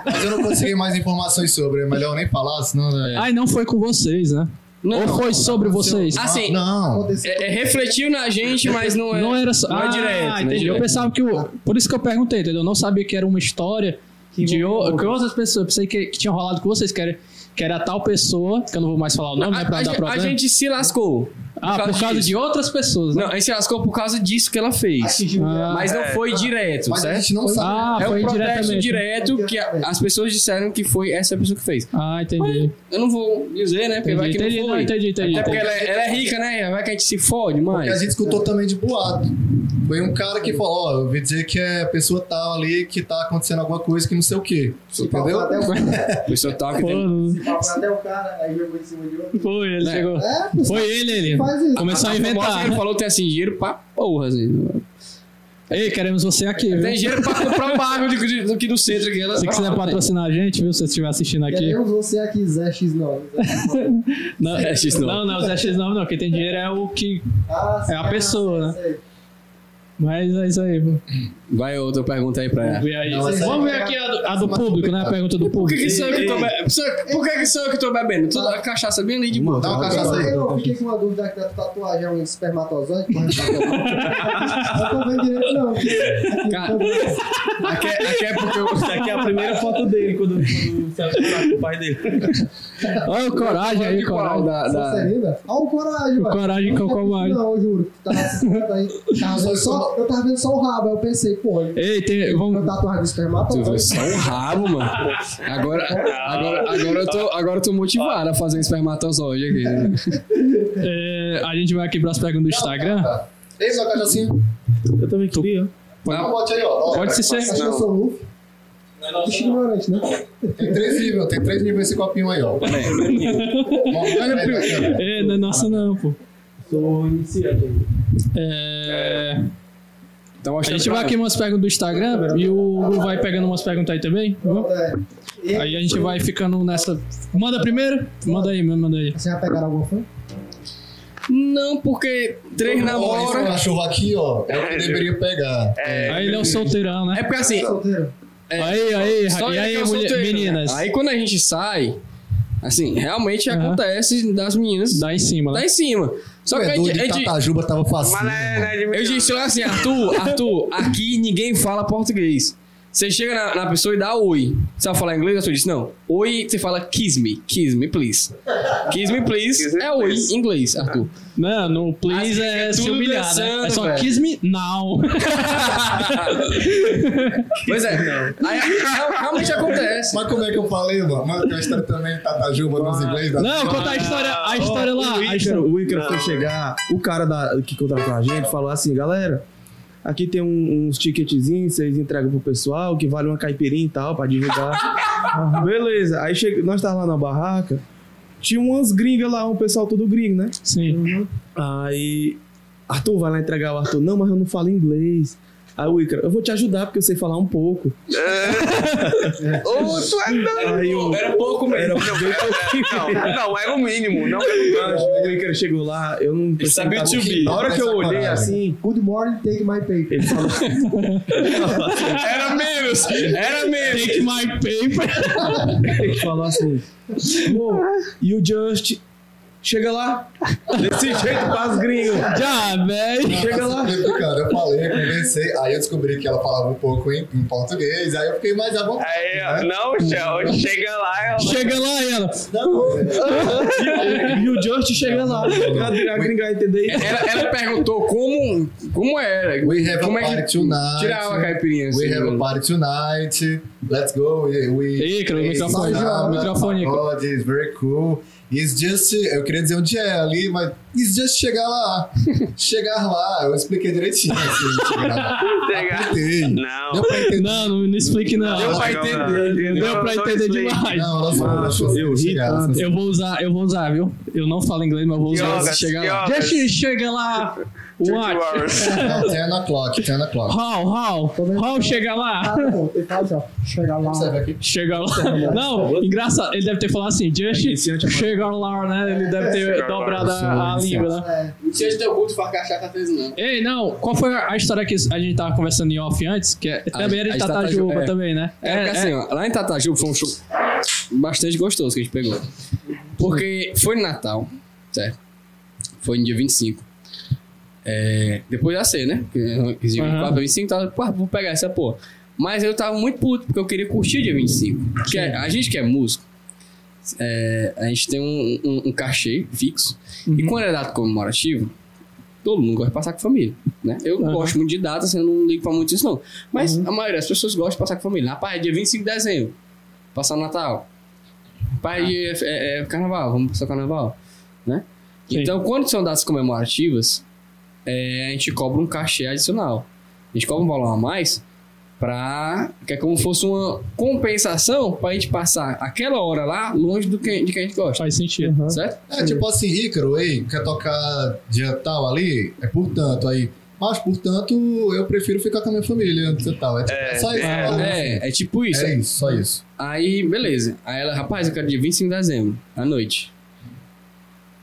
Mas eu não consegui mais informações sobre, é melhor eu nem falar, senão... né? É. Ai, não foi com vocês, né? Ou foi sobre vocês? Assim, Não, Aconteceu. é, é, refletiu na gente, mas não é. Não era só. Não é ah, direto. não é entendi. Eu direto. pensava que. o- Por isso que eu perguntei, entendeu? Eu não sabia que era uma história de o- que outras pessoas. Eu pensei que, que tinha rolado com vocês, que era, que era tal pessoa, que eu não vou mais falar o nome, né? Pra A, não dar a, a problema. gente se lascou. Ah, por causa disso. de outras pessoas, né? Não, a gente se lascou por causa disso que ela fez. Ah, Mas não foi direto, Mas a certo? gente não sabe. ah, é foi um protesto diretamente. direto que a- as pessoas disseram que foi essa pessoa que fez. Ah, entendi. Eu não vou dizer, né? Porque Entendi, vai que entendi, não não, foi. entendi, entendi. Até porque ela, é- ela é rica, né? Vai que a gente se fode Porque a mais. gente escutou também de boato. Foi um cara que falou, ó, eu ouvi dizer que é pessoa tal ali que tá acontecendo alguma coisa que não sei o quê. Entendeu? Até o- A pessoa tá que Pô, tem... não- até o cara, aí jogou em cima de outro. Foi, ele É. chegou. É, pô, Foi ele, ele. faz isso. Começou a famosa que inventar. Ele né? falou que tem assim, dinheiro pra porra, assim. Ei, queremos você aqui, viu? Tem dinheiro pra comprar um barco de, de, do que no centro aqui. Ela, Se quiser Ah, patrocinar a gente, viu? Se você estiver assistindo aqui. Queremos você aqui, Zé X9. Não, é Zé X9. não, não, Zé X9 não. Quem tem dinheiro é o que. É a pessoa, né? Mas é isso aí. Vamos Vai outra pergunta aí pra ela. ver aí. Não, essa aí- Vamos ver aqui a do, a do público, né? A pergunta do Por que, público. que sou eu que tô bebendo? Por que, que sou eu que tô bebendo? Toda a cachaça bem ali de boa. Dá uma cachaça aí. Eu fiquei com uma dúvida que da tatuagem é um espermatozoide. corre- Eu tô vendo direito, não. Cara. Aqui é, aqui é porque eu. Isso aqui é a primeira foto dele quando, quando saiu de casa com o pai dele. Olha o coragem aí, De qual? é coragem. Da- da- Olha o coragem, O velho. coragem que eu como aí. Tá, Não, eu juro. Tava assistindo aí. Tava vendo só, eu tava vendo só o rabo. Aí eu pensei, pô, eu Ei, tem, tenho vamos. tá tatuagem de Tu viu espermatozoide. só um rabo, mano. Agora, agora, agora, eu, tô, agora eu tô motivado a fazer um espermatozoide aqui. né? é, a gente vai aqui para as perguntas do Instagram. Eis uma cachaçinha. Eu também queria. assim. Não, bote aí, ó. Ó, Pode se ser. Acho que eu sou Luffy. Acho ignorante, né? Tem três níveis, tem três níveis esse copinho aí, ó. Olha pra ele. É, não é nossa não, pô. Sou iniciante. É, Então, a mostra gente pra vai ela. aqui umas perguntas do Instagram e o Hugo vai pegando umas perguntas aí também. viu? É. E- Aí a gente vai ficando nessa. Manda primeiro? Manda aí, manda aí. Vocês já pegaram alguma fã? Não, porque três Ó, Esse namora. cachorro aqui, ó, é o que deveria pegar. Aí ele é o solteirão, né? É porque assim, Solteiro? É. Aí, aí, Só e ele que aí, é o mulher- solteiro, né? meninas. Aí quando a gente sai, assim, realmente Aham. acontece das meninas Dá em cima, lá né? em cima. Só Tu que é a doido, gente. de a gente- Tatajuba tava facinho. Mas não é, não é de Eu menino, disse não. assim, Arthur, Arthur, aqui ninguém fala português. Você chega na, na pessoa e dá oi. Você vai falar inglês? Arthur disse, não. Oi, você fala kiss me, kiss me, please. Kiss me, please. Kiss me, é oi please. em inglês, Arthur. Não, no please Assim, é, é se tudo humilhar, né? dançando, É só velho. kiss me now. pois é. Aí, real- realmente acontece. Mas como é que eu falei, mano? Mano, tem a história também de Tatajuba nos inglês. né? Da... Não, conta a história, a história lá. O A história. Ícaro, o Ícaro Ah. foi chegar, o cara da- que contratou a gente falou assim, galera, aqui tem um- uns ticketzinhos, vocês entregam pro pessoal, que vale uma caipirinha e tal, pra divulgar. Ah, Beleza, aí chega, nós tava lá na barraca, tinha umas gringas lá, um pessoal todo gringo, né? Sim. Aí, Arthur, vai lá entregar o Arthur, não, mas eu não falo inglês. Aí o Ícaro, eu vou te ajudar, porque eu sei falar um pouco. Ô, tu é doido. Aí o... Era pouco mesmo. Era bem Não, pouquinho. não, era o mínimo. Não era o mínimo. O Ícaro chegou lá, eu não... Ele sabia o to be. Na hora que eu olhei assim, Good morning, take my paper. Ele falou, Era menos. Era menos. Take my paper. ele falou assim: Amor, you just. Chega lá. Desse jeito pras gringos. Já, velho. Chega lá. Eu falei, eu conversei, aí eu descobri que ela falava um pouco em, em português, aí eu fiquei mais à vontade. Aí, ó, não, che- chega lá, ela- Chega lá e ela. You just chega lá. A, a gringa vai entender. isso. Ela, ela perguntou como, como era. We have como é a party tonight. tirava a caipirinha. We assim, have a mano? party tonight. Let's go. We, we Ícaro, microfone. Ah, Microfone, Ícaro. God, it's very cool. It's just. Eu queria dizer onde é ali, mas. It's just chegar lá. chegar lá. Eu expliquei direitinho. Assim, chegar lá. Chega. Tem. Não. Deu pra entender. Não, não, não explique não. Deu pra entender. Deu pra Não, não entender explique. demais. Não, ela só Macho, achou eu ri chegar, tanto. assim. Eu vou usar, eu vou usar, viu? Eu não falo inglês, mas vou usar. Yoga, se chegar lá. yoga. Just chega lá. What? Não, 10 o'clock, 10 o'clock. How, how? é How chega lá? Ah, não, ele fala assim, ó. Chega lá. Observe aqui. Chega lá. Não, engraçado. Ele deve ter falado assim, É just chega lá, né? Ele deve ter Chega lá. dobrado a, a língua, né? É, Não tinha de ter gosto pra cachar com a três, não. Ei, não, qual foi a história que a gente tava conversando em off antes? Que é, também era a de gente tá Tatajuba Taju- é. também, né? É, porque assim, ó, lá em Tatajuba foi um show bastante gostoso que a gente pegou. Porque foi no Natal, certo? Foi no dia 25. É, depois da ceia, né? Porque esse dia Aham. 24 pra 25, tava, tá, pá, vou pegar essa porra. Mas eu tava muito puto, porque eu queria curtir o dia 25. Porque a gente que é músico, é, a gente tem um, um- um cachê fixo. Uhum. E quando é dado comemorativo, todo mundo gosta de passar com a família, né? Eu Aham. Uhum. gosto muito de data, assim, eu não ligo pra muito isso, não. Mas a maioria das pessoas gosta de passar com a família. Rapaz, é dia 25 de dezembro, passar o Natal. Rapaz, é dia- é, é carnaval, vamos passar o carnaval, né? Sim. Então, quando são datas comemorativas, é, a gente cobra um cachê adicional. A gente cobra um valor a mais pra... que é como fosse uma compensação pra gente passar aquela hora lá longe do que, de quem a gente gosta, é, Faz sentido. certo? É tipo assim, Ícaro, ei, quer tocar dia tal ali? É portanto, aí. Mas, portanto, eu prefiro ficar com a minha família antes e tal. É, tipo, É, só isso. é, falando assim. É, é tipo isso. É isso, só isso. Aí, beleza. Aí ela, rapaz, eu quero dia 25 de dezembro, à noite.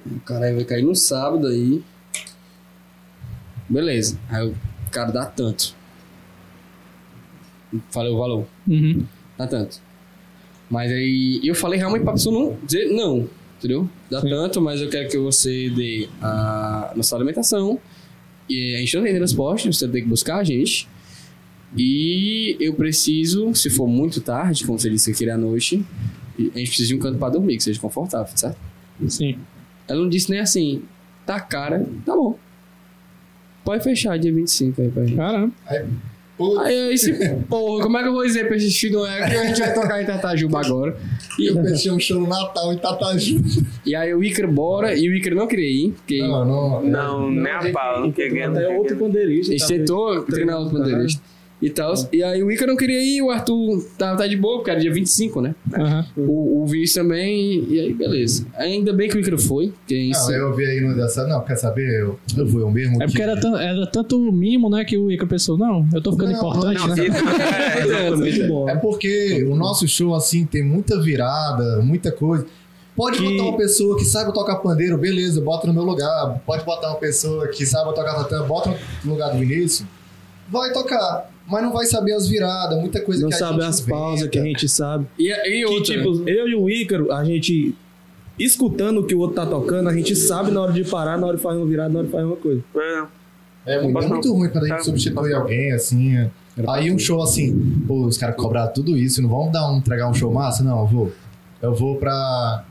O cara aí vai cair no sábado aí. Beleza. Aí o cara dá tanto. Falei o valor. Uhum. Dá tanto. Mas aí eu falei realmente pra pessoa não dizer não, entendeu? Dá tanto, mas eu quero que você dê a nossa alimentação. E a gente não tem transporte, você tem que buscar a gente. E eu preciso, se for muito tarde, como você disse que queria à noite, e a gente precisa de um canto pra dormir, que seja confortável, certo? Sim. Ela não disse nem assim, tá cara, tá bom. Pode fechar dia 25 aí pra gente. Caramba. Putz, Aí eu disse, porra, como é que eu vou dizer pra esses filhos é que a gente vai tocar em Tatajuba agora? eu fechei um show no Natal e Tataju. E aí o Icaro bora, e o Icaro não queria ir, porque Não, não. é. Não, nem a pau, não quer ganhar. não Até quer outro ganhar. pandeirista. ele tentou treinar outro bandeirista e tal. E aí o Icaro não queria ir, o Arthur tava, tá de boa, porque era dia 25, né? Aham. O, o Vinícius também, e aí beleza. Ainda bem que o Icaro foi, porque é isso... Não, eu vi aí no dessa. Não, quer saber? Eu, eu vou eu mesmo. É porque que- era, tan- era tanto mimo, né, que o Ica pensou, não, eu tô ficando Não, importante, Não, né? e- é, exatamente. É porque o nosso show, assim, tem muita virada, muita coisa. Pode botar uma pessoa que sabe tocar pandeiro, beleza, bota no meu lugar. Pode botar uma pessoa que sabe tocar tatã, bota no lugar do Vinícius. Vai tocar, mas não vai saber as viradas, muita coisa Não que a sabe gente as pausas que a gente sabe. E, e Que, outra, né? tipo, né? eu e o Ícaro, a gente escutando o que o outro tá tocando, a gente sabe na hora de parar, na hora de fazer uma virada, na hora de fazer uma coisa. Não, É muito, é muito ruim quando a gente Tá. substitui alguém, assim. é. Aí um show assim, pô, os caras cobraram tudo isso, não vão dar um, entregar um show massa? Não, eu vou. Eu vou pra,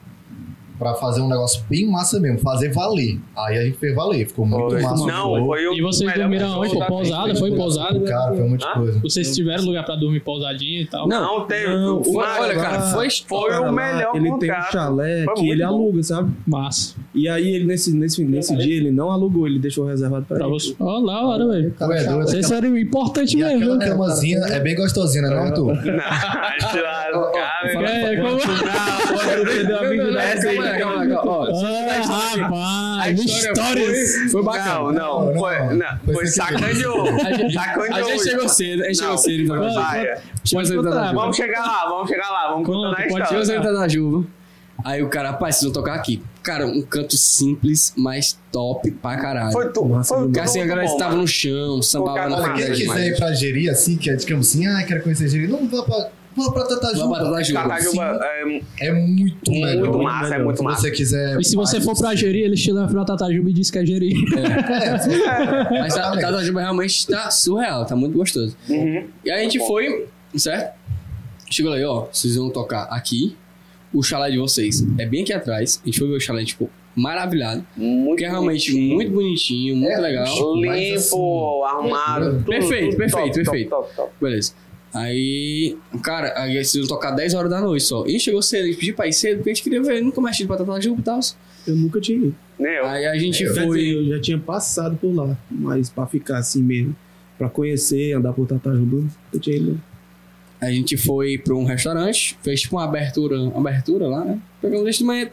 pra fazer um negócio bem massa mesmo, fazer valer. Aí a gente fez valer, ficou muito Foi. massa. o Não, show. foi o E vocês melhor dormiram show onde? Pô, da- né? pousada? Foi em pousada? né? Cara, foi um monte de Ah? coisa. Vocês tiveram lugar pra dormir pousadinha e tal? Não, teve. Não, foi- mas olha, cara, foi... foi é o melhor Ele tem um contrato. chalé Foi que muito ele bom. aluga, sabe? Massa. E aí, ele nesse, nesse, nesse dia, ele não alugou, ele deixou reservado pra, Pra ele. você. Ó, lá, hora, velho. Tu é doido. Vocês eram importantes E mesmo, aquela viu? camazinha é bem gostosinha, né, não, Arthur? Não, acho lá, um cara, É, como... Calma aí, calma aí, calma aí, ó. Ah, rapaz, histórias. Foi, foi bacana. Não, não, Não, foi, não. não, Foi foi sem querer. sacaneou. A gente, Sacaneou a gente hoje. chegou cedo, a gente chegou Não, cedo. então, foi vai. paia. Mas eu ainda não- Vamos chegar lá, vamos chegar lá, vamos Conta, contar a pode Tinha história. os entra na Juva. Aí o cara, rapaz, vocês vão tocar aqui. Cara, um canto simples, mas top pra caralho. Foi Nossa, tu, foi demais. tudo Porque assim, a muito galera bom, estava mano. no chão, sambava Qualquer na coisa. Olha, quem frente. quiser ir pra Geri, assim, que é, digamos assim, ah, quero conhecer Geri, não vá pra... Vá pra Vá pra Tatajuba. Tatajuba. Catajuba Sim, é É muito muito melhor. massa, é muito Se massa. você quiser. E se você for pra gerir, ele te leva pra Tatajuba e diz que é gerir. Mas a Tatajuba realmente tá surreal, tá muito gostoso. Uhum. E aí a gente Tá bom. foi, certo? Chegou ali, ó, vocês vão tocar aqui. O chalé de vocês é bem aqui atrás. A gente foi ver o chalé, tipo, maravilhado. Muito É, Porque é realmente muito bonitinho, muito legal. Limpo, arrumado. tudo, Perfeito, tudo perfeito, top, top, perfeito. top, top. Beleza. Aí, cara, aí eles iam tocar 10 horas da noite só. E chegou cedo, a gente pediu pra ir cedo, porque a gente queria ver, nunca mais tinha ido pra Tatajuba e tal. Eu nunca tinha ido. Nem eu. Aí a gente Quer foi. dizer, É, eu já tinha passado por lá, mas pra ficar assim mesmo, pra conhecer, andar por Tatajuba, eu tinha ido. A gente foi pra um restaurante, fez tipo uma abertura, uma abertura lá, né? Pegamos desde manhã,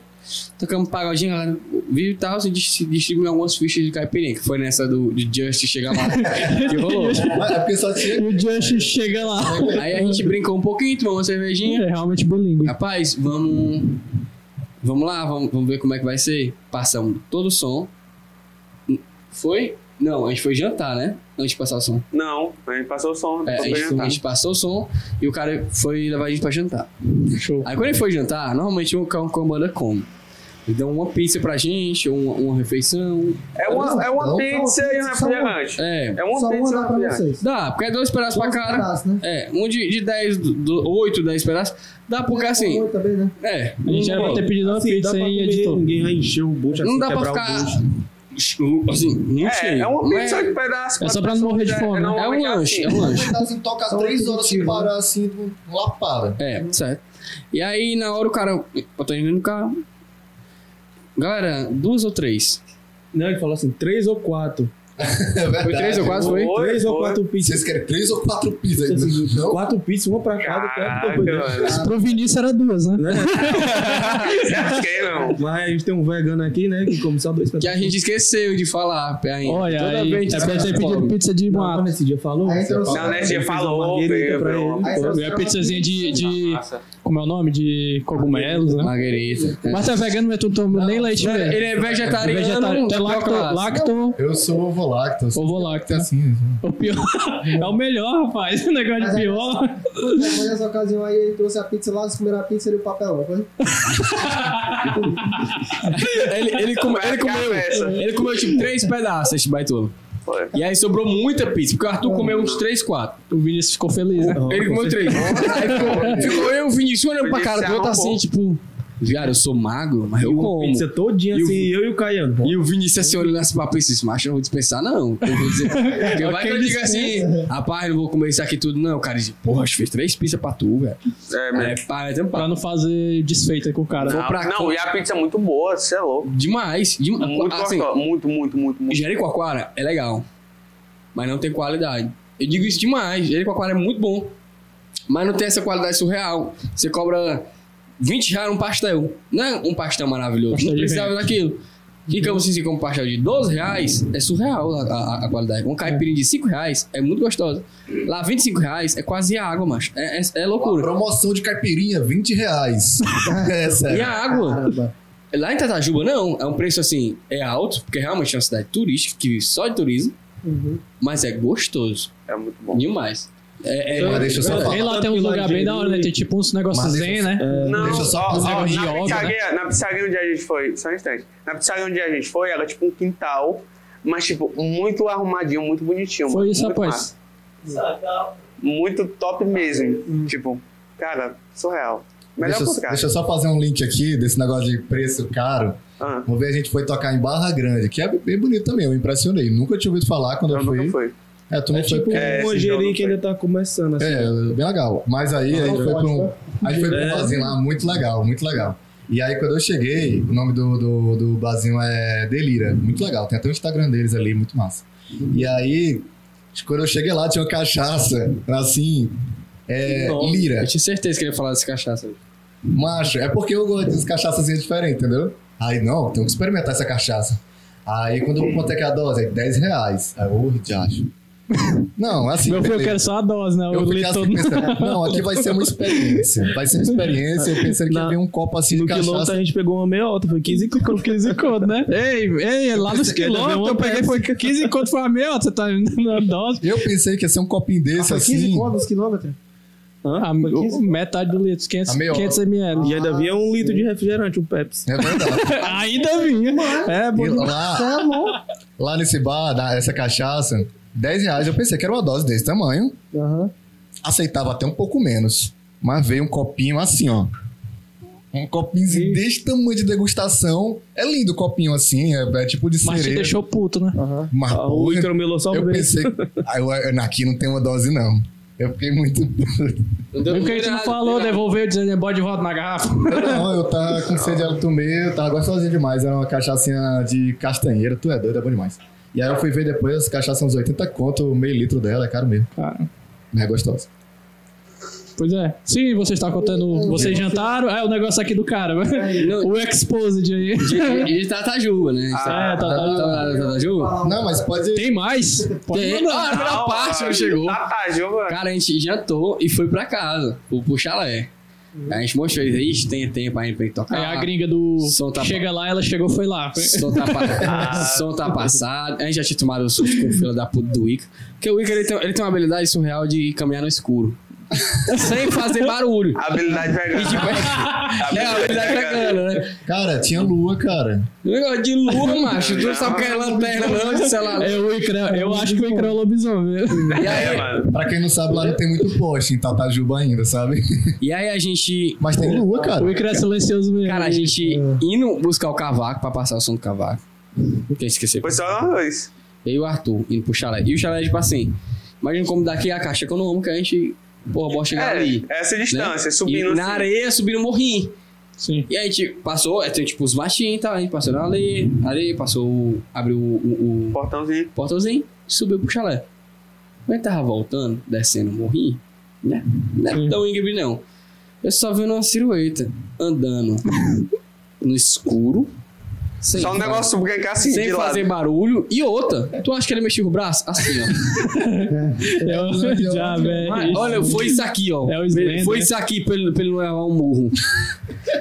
tocamos um pagodinho, galera, viu e tal, e dis- distribuímos algumas fichas de caipirinha, que foi nessa do de Just chegar lá que rolou. Mas é porque só E tinha. o Justin chega lá. Aí a gente brincou um pouquinho, tomou uma cervejinha. É realmente bilíngue. Rapaz, vamos. Vamos lá, vamos, vamos ver como é que vai ser. Passamos todo o som. Foi? Não, a gente foi jantar, né? Antes de passar o som. Não, a gente passou o É, som, a, depois foi gente, a jantar. gente passou o som e o cara foi levar a gente pra jantar. Show. Aí quando ele foi jantar, normalmente o cão com a banda come. Eles dão uma pizza pra gente, ou uma, uma refeição. É uma, é uma Não, pizza não, e um só refrigerante. É, É uma Só vou pizza e um mandar pra refrigerante. vocês. dá, porque é dois pedaços pra Dois cara. pedaços, né? É, um de, de 10, do, do, 8, 10 pedaços. Dá porque assim, Oi Também, né? é. A gente já não- vai ter pedido assim, uma pizza aí, editor. ninguém vai encher o bucho Não assim, dá pra quebrar o ficar. bucho. Assim, não É, cheio. é uma mas pizza de pedaço. É só pra não morrer de fome, né? não, É um mas lanche, é assim, um lanche. Mas assim, toca Só três um horas sem aperitivo, parar assim, de uma lapada. É, certo. E aí, na hora, o cara. Eu tô indo no carro. Galera, duas ou três? Não, ele falou assim, três ou quatro. Foi três ou quase, foi? Foi, três ou foi. quatro pizzas. É Vocês querem três ou quatro pizzas? Assim, Não? Quatro pizzas, uma pra Ah, cada. Caraca, quatro pra cada. mano. Pro Vinícius era duas, né? Fiquei, não. Mas a gente tem um vegano aqui, né, que come só dois Que a gente esqueceu de falar ainda. Olha Toda aí, vez é que pra você ter pedido come. pizza de Não, mato. nesse dia falou. Aí trouxe- Não, né? Dia Fez uma falou, marguerita pra bebeu. ele. Aí trouxe É a uma pizzazinha de, de... Massa. Como é o nome? De cogumelos, né? Marguerita. Mas tu é vegano, mas tu não toma nem leite Ele verde. ele é vegetariano. Vegetariano. Tu é lacto, lactose. lacto Eu sou ovolacto. eu sou Ovolacto, né? Assim, assim. O pior. É o melhor, rapaz. O negócio é de pior. Mas nessa ocasião aí ele trouxe a pizza lá, eles comeram a pizza e o papelão, foi? Ele, ele, come- ele comeu. Essa. Ele comeu tipo três pedaços, esse baitolo. Foi. É, E aí sobrou muita pizza, porque o Arthur comeu uns três, quatro. O Vinícius ficou feliz, né? Não, Ele com comeu três. Aí ficou- Ficou eu, o Vinícius, olhando pra cara do outro assim, tipo. Viado, eu sou magro, mas eu Uma como. pizza todinha, E o- assim, eu e o Caiano. E o Vinícius assim olhando assim pra pizza, esse macho eu não vou dispensar, não. Eu vou dizer. Porque vai que eu digo assim, rapaz, não vou comer isso aqui tudo, não. O cara diz, porra, acho que fez três pizzas pra tu, velho. É, É, mesmo. pá, é tempo Pra pra- não fazer desfeita com o cara. Não, pra não, cá. e a pizza é muito boa, você é louco. Demais. demais. Muito assim, gostosa. Muito, muito, muito, muito. Jericoacoara é legal, mas não tem qualidade. Eu digo isso demais. Jericoacoara é muito bom, mas não tem essa qualidade surreal. Você cobra 20 reais um pastel. Não é um pastel maravilhoso. Pastel não de precisava vento. daquilo. E que você come um pastel de 12 reais, é surreal a, a- a qualidade. Um caipirinha de 5 reais é muito gostosa. Lá 25 reais é quase água, macho. É, é- é loucura. Promoção de caipirinha, 20 reais. é E sério. a água? Caramba. Lá em Tatajuba, não. É um preço, assim, é alto, porque realmente é uma cidade turística, que vive só de turismo. Uhum. Mas é gostoso. É muito bom. Demais. É, é- Mas deixa eu só falar. Bem lá tem uns lugares bem da hora, né? Tem tipo uns negócios Mas deixa zen, eu- né? Não, Deixa eu só ó, fazer ó, um na, óbvio, pizzaria, na pizzaria onde a gente foi, só um instante. Na pizzaria onde a gente foi, era tipo um quintal, mas tipo, muito arrumadinho, muito bonitinho. Foi mano, isso, muito rapaz. massa. Sabe, tá? Muito top mesmo. Tipo, cara, surreal. Melhor Deixa, eu- que cara. deixa eu só fazer um link aqui desse negócio de preço caro. Ah, Uma vez a gente foi tocar em Barra Grande, que é bem bonito também, eu me impressionei. Nunca tinha ouvido falar quando eu, eu fui. nunca fui. É, tu não É foi. tipo É, um esse jogo manjerinho que foi. ainda tá começando, assim. É, bem legal. Mas aí a gente foi pra um. A gente foi pra um É. barzinho lá, muito legal, muito legal. E aí quando eu cheguei, o nome do, do, do barzinho é Delira. Muito legal. Tem até o Instagram deles ali, muito massa. E aí, quando eu cheguei lá, tinha uma cachaça, assim. É, Nossa. lira. eu tinha certeza que ele ia falar desse cachaça. Macho, é porque eu gosto de cachaçazinhas diferentes, entendeu? Aí, não, tem que experimentar essa cachaça. Aí, quando eu vou quanto é que é a dose? É 10 reais. Aí, ô, diacho. Não, assim, Meu filho, eu beleza. quero só a dose, né? Eu O fiquei leite assim todo. pensando, não, aqui vai ser uma experiência. Vai ser uma experiência, eu pensando que Na- tem um copo assim de No quilômetro cachaça. a gente pegou uma meia outra, foi 15 conto. 15 conto, né? Ei, ei, lá nos pensei que ia quilômetros beber eu uma peguei, foi 15 conto, foi a meia, ó, você tá na dose. Eu pensei que ia ser um copinho desse, Foi 15 assim. contos quilômetros? A, Ah, Foi o- 15? Ah, metade do litro, 500, A meia, ó. 500 ml. E ainda vinha um litro de refrigerante, um Pepsi. É verdade. Ainda vinha. É, E bom. lá, Tá bom. lá nesse bar, da- essa cachaça, 10 reais, eu pensei que era uma dose desse tamanho. Aham. aceitava até um pouco menos. Mas veio um copinho assim, ó. Um copinho desse tamanho de degustação. É lindo o copinho assim, é, é tipo de Mas te cereja. deixou puto, né? Aham. Mas, Ah, O porra, Icaro melou só eu pra ver. pensei... Ah, eu, eu- aqui não tem uma dose, não. Eu fiquei muito... Não Mesmo que a gente não falou, né? devolveu dizendo, "É bode de volta na garrafa. Eu não, eu tava com sede, eu tomei, eu tava gostosinho demais. Era uma cachaçinha de castanheira, tu é doido, é bom demais. E aí eu fui ver depois, as cachaças são uns 80 conto, meio litro dela, é caro mesmo. Cara, Mas é gostosa. pois é. Sim, você está contando. Vocês jantaram, é o negócio aqui do cara. Não, O exposed aí. de, de, de Tatajuba, né? É, tá, tá, tá. Tá- Tatajuba? Não, mas pode... Tem mais? Pode Tem. mandar. Ah, a primeira parte não chegou. Tá, tá, jogo. Cara, a gente jantou e foi pra casa, pro, pro chalé. A gente mostrou isso aí, "Ixi, tem tempo ainda pra gente tocar. Aí É, a gringa do. Som tá chega lá, ela chegou, foi lá. Som tá, pa- Ah. som tá passado. A gente já um tinha tomado o susto com o filho da puta do Ica. Porque o Ica ele tem, ele tem uma habilidade surreal de caminhar no escuro. sem fazer barulho. Tá Habilidade E tipo, vegana. é a habilidade vegana, né? Cara, tinha lua, cara. Um negócio de lua, Tá macho. Tu só quer lanterna, não, sei lá. É o Icra, eu acho que o Icra é o lobisomem. E É, aí, mano. Pra quem não sabe, lá não tem muito poste em Tatajuba ainda, sabe? e aí a gente. Mas tem lua, cara. O Icra é silencioso mesmo. Cara, a gente indo buscar o cavaco pra passar o som do cavaco. Não quer esquecer. Foi só nós dois. Eu e o Arthur indo pro chalé. E o chalé, tipo assim. Imagina como daqui é a caixa econômica que a gente. Porra, bora chegar ali. É, essa né? distância, E subindo na assim. areia, subindo o morrinho. Sim. E aí, tipo, passou, é, tem tipo os baixinhos e tal, a gente passou na areia, areia passou, o- abriu o, o- o Portãozinho. portãozinho e subiu pro chalé. Quando ele tava voltando, descendo o morrinho, né? Não é tão íngreme, não. Eu só vi uma silhueta andando no escuro. sem Só fa- um negócio brincar assim Sem de lado. fazer barulho. E outra, tu acha que ele mexeu o braço? Assim, ó. Eu, já, Mas, velho. olha, foi isso aqui, ó. É o Slender, foi né? isso aqui pra ele, pra ele não levar um murro.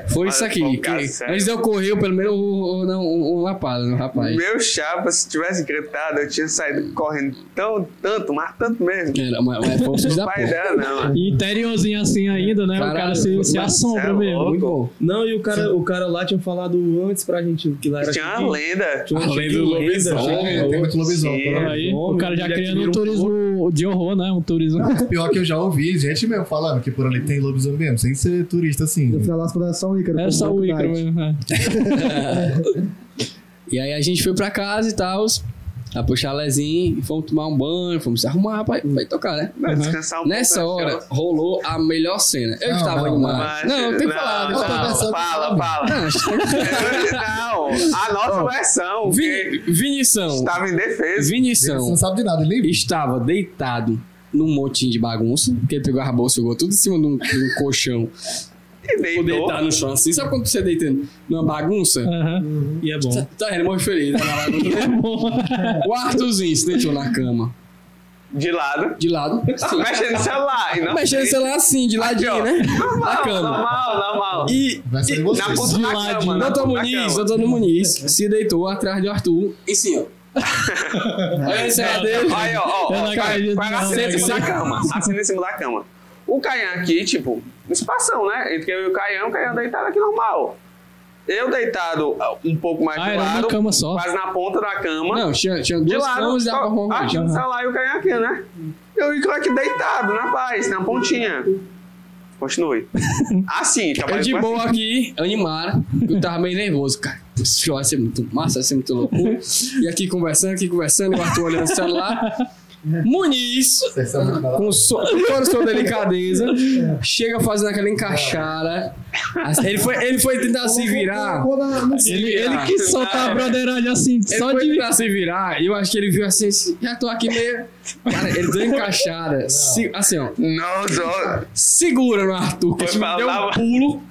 Foi Mas isso aqui. foi um que caso sério. antes de eu correr, eu pelo menos eu- eu dar um, um lapada no rapaz. Meu chapa, se tivesse gritado, eu tinha saído correndo tão, tanto, mas tanto mesmo. Era, mas, mas foi um susto Não da vai porra. dar, não. mano. E interiorzinho assim ainda, né? o Caralho, cara se, se mas- assombra é mesmo. louco. Muito bom. Não, e o cara, o cara lá tinha falado antes pra gente que lá era. Tinha que- uma lenda. tinha uma A lenda lenda, do lobisomem. tinha- um Tem muito lobisomem. Sim. pelo Aí, o Homem, cara já mulher que criando vira um um turismo de horror, né? Um turismo. Pior que eu já ouvi gente mesmo falando que por ali tem lobisomem mesmo, sem ser turista assim. No final das contas, é só o Ícaro. É só o Icra mesmo. é. E aí a gente foi pra casa e tal. A puxar lezinho, fomos tomar um banho, fomos se arrumar pra, pra ir tocar, né? Vai descansar um pouco. Nessa né, hora, chapa? rolou a melhor cena. Eu Não, estava não, animado. Mas- Não, tem que falar. Não, tem que falar. não, fala, fala. Não, Não, a nossa versão, Vini- que Vinição. estava em defesa. Você Vinição. não sabe de nada, ele nem viu. estava deitado num montinho de bagunça, porque ele pegou a bolsa e jogou tudo em cima de um, de um colchão. E Ficou deitou. deitado no chão assim. Sabe quando você deita numa bagunça? Aham. E é bom. Tá, tá ele morre feliz. Né? na bagunça. o Arthurzinho se deitou na cama, De lado. de lado, assim. Tá Mexendo no celular. E não Mexendo, sei lá, assim, de Aqui, ó. ladinho, Tá né? Na Normal, cama. normal, normal. E Vai ser de vocês. Na ponta De da lado, cama. na Doutor ponta da Muniz, cama. doutor Muniz, se deitou atrás de Arthur. E sim, ó. Olha a cena dele. é Aí, ó, ó, Eu não ó, acredito, cara, cara, não, assenta em cima da velho. cama. Assenta em cima da cama. O Caian aqui, tipo, espação, né? Entre eu e o Caian, o Caian deitado aqui normal. Eu deitado ó, um pouco mais Ah, de era uma lado, cama só. quase na ponta da cama. Não, tinha, tinha de duas lado, camas e dava pra arrumar um achando o colchão. celular e o Caian aqui, né? Eu e o Caian aqui deitado, na paz, na pontinha. Continue. Assim, tá Eu mais É de pra boa cima. aqui, animado. Eu tava meio nervoso, cara. Esse show vai ser muito massa, vai ser muito louco. E aqui conversando, aqui conversando, e o Arthur olhando o celular. Muniz, Você sabe de nada. com so- com toda a sua delicadeza, chega fazendo aquela encaixada. Assim, Ele foi, ele foi tentar se virar. Ele, ele quis soltar a broderagem assim, é. Ele só foi de. tentar se virar, e eu acho que ele viu assim, assim, já tô aqui meio. Cara, ele deu encaixada. se- assim, ó. Não, não. Segura no Arthur, que Foi ele me deu um falar- pulo.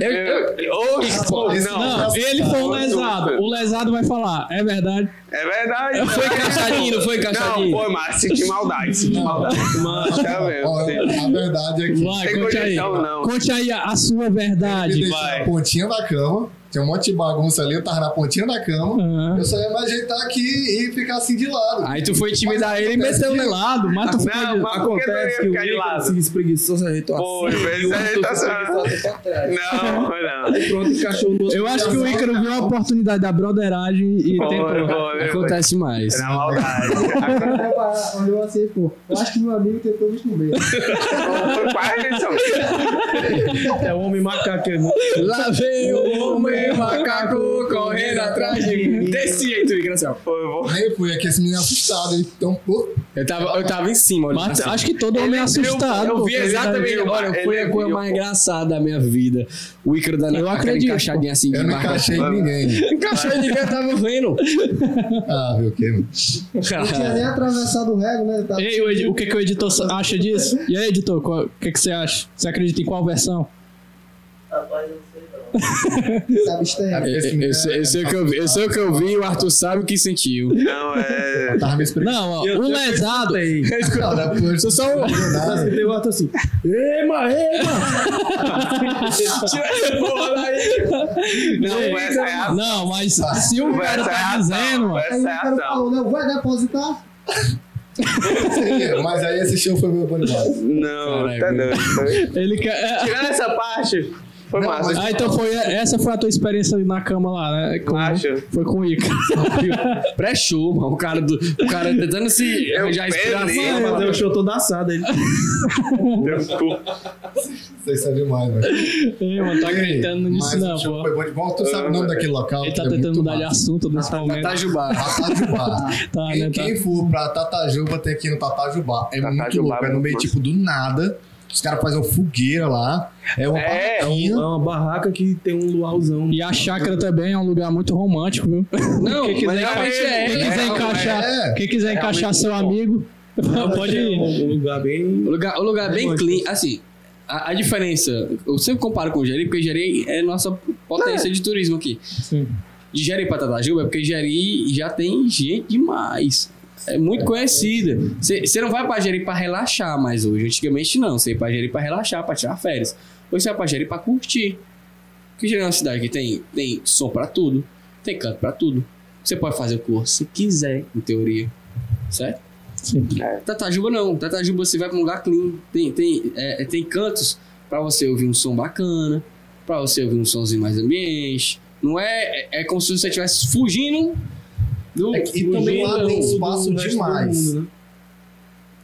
Eu- eu- Eu- Ô, Esse- não. Não, ele foi um Nossa, lesado. cara. O lesado vai falar, é verdade. É verdade. Foi encaixadinho, não foi encaixadinho? Não, foi, mas senti maldade, senti maldade. Mas, tá Ó, vendo? a verdade é que Vai, Tem conte aí. condição, não. Conte aí a, a sua eu verdade. deixei na pontinha da cama, tinha um monte de bagunça ali, eu tava na pontinha da cama, Aham. eu só ia me ajeitar aqui e ficar assim de lado. Aí tu foi intimidar ele e meteu nele. Lado, mas tu Não, pode- mas por que Acontece tu ia que o ficar de Ícaro assim. lado? se espreguiçou, se ajeitou assim. Foi, é velho. Ele tá só- pra trás. Não, foi não. Pronto, encaixou no Eu acho que o Ícaro viu a oportunidade da broderagem e Foi, tentou. foi, foi. Acontece mais. Na maldade. Olhou assim, pô. Eu acho que meu amigo tentou me comer. Foi quase isso. É o homem macaco. ele- Lá vem o homem macaco correndo atrás de mim. Desse jeito, engraçado. Foi, foi. Aí eu fui aqui, esse menino é assustado, ele tão pô, Eu tava, eu tava em cima, olha. Mas assim. acho que todo homem é assustado. Eu, eu pô, vi com a exatamente. verdade. Olha, ele foi a coisa viu, mais engraçada da minha vida. O Ícaro dando Eu aquela acredito, encaixadinha assim de eu não marca. encaixei em ninguém. Encaixou ele, eu tava vendo. Ah, viu o quê? mano? Não tinha nem Tá atravessado o rego, né? Tá- Ei, o, edi- o que, que o editor acha disso? E aí, editor, qual- o que, que você acha? Você acredita em qual versão? Rapaz, eu não sei não. Sabe, Esther? Eu, eu- eu sei- eu é- sei é o que eu vi, eu sei o que eu vi, o Arthur sabe o que sentiu. Não, é. Tava me espreguiçando. Não, ó, o lesado. Cara, pô, eu sou só um. Mas Nada. tem outro assim. Ema, ema! Tira essa porra daí. Não, Ei, essa é a. Não, mas se o cara Essa é tá a. dizendo, ação, ó, Aí Essa é o a. cara ação. falou, né? Vai depositar? Sim, mas aí esse show foi meu bonibado. Não, Caralho, tá meu. doido. Ele quer. é, Tirando essa parte, foi Não, massa. mas- Ah, então foi, essa foi a tua experiência na cama lá, né? Com- Acho. Foi com o Ica. Pré-show, mano. O cara, do, o cara tentando se Eu arranjar penei, inspiração. mano. Mas eu show todo assado. Ele... Vocês são demais, velho. Ei, mano, tá Ei, acreditando nisso, mas o não, pô. show Foi bom de bom. Tu sabe o nome daquele local? Ele tá que é tentando muito mudar de massa. Tá, assunto nesse momento. Tatajubá. Tatajuba. Tá, quem, né, tá. quem for pra Tatajuba tem que ir no Tatajuba. É Tatajubá muito louco. é É no muito meio, massa. tipo, do nada. Os caras fazem uma fogueira lá. É uma É, É, um- barraquinha. é uma barraca que tem um luauzão. E a chácara também é um lugar muito romântico, viu? Não, quem quiser, mas realmente é. quem quiser é, encaixar, é. quem quiser encaixar seu amigo, pode É ir. um lugar bem... O lugar, o lugar bem Mas- clean, assim. A, a diferença, eu sempre comparo com o Jeri, porque Jeri é nossa potência de turismo aqui. De Jeri pra Tatajuba é porque Jeri já tem gente demais. É muito conhecida. Você não vai pra Jeri pra relaxar mais hoje. Antigamente não. Você ia pra Jeri pra relaxar, pra tirar férias. Hoje você vai pra Jeri pra curtir. Porque Jeri é uma cidade que tem, tem som pra tudo, tem canto pra tudo. Você pode fazer o curso se quiser, em teoria. Certo? É. Tatajuba não. Tatajuba você vai pra um lugar clean. Tem, tem, é, é, tem cantos pra você ouvir um som bacana, pra você ouvir um somzinho mais ambiente. Não é, é, é como se você estivesse fugindo do. É que- e também lá fugindo tem do- espaço demais. né?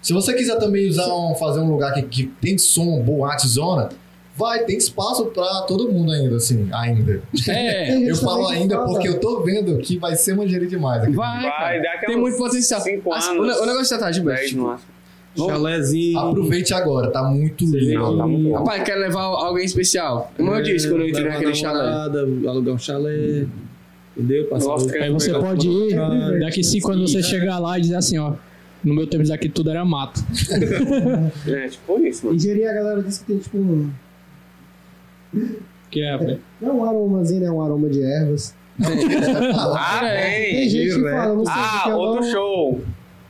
Se você quiser também usar um, fazer um lugar que, que tem som, boate, zona, vai, tem espaço pra todo mundo ainda, assim, ainda. É, Eu falo ainda porque eu tô vendo que vai ser manjeri demais. acredito. vai. Vai, cara. dá aquela Tem muito potencial. cinco As- anos, o, ne- o negócio da Tatajuba é. 10 Tipo, no máximo. Chalézinho. Aproveite agora, tá muito lindo. Não, tá muito bom. Rapaz, quero levar alguém especial. Como eu disse quando eu entrei levar naquele a chalé. namorada, Alugar um chalé. Entendeu? Passar um Nossa, o- cara, Aí você pegar pode uma- ir, Ah, daqui cinco anos você chegar lá e dizer assim, ó. No meu tempo isso aqui tudo era mato. É, tipo isso, mano. Engenharia, a galera disse que tem tipo um. Que é, pô. Não é um aromazinho, né? Um aroma de ervas. Ah, É, Tem tem! gente que né? fala, não sei o que Ah, eu outro não, show.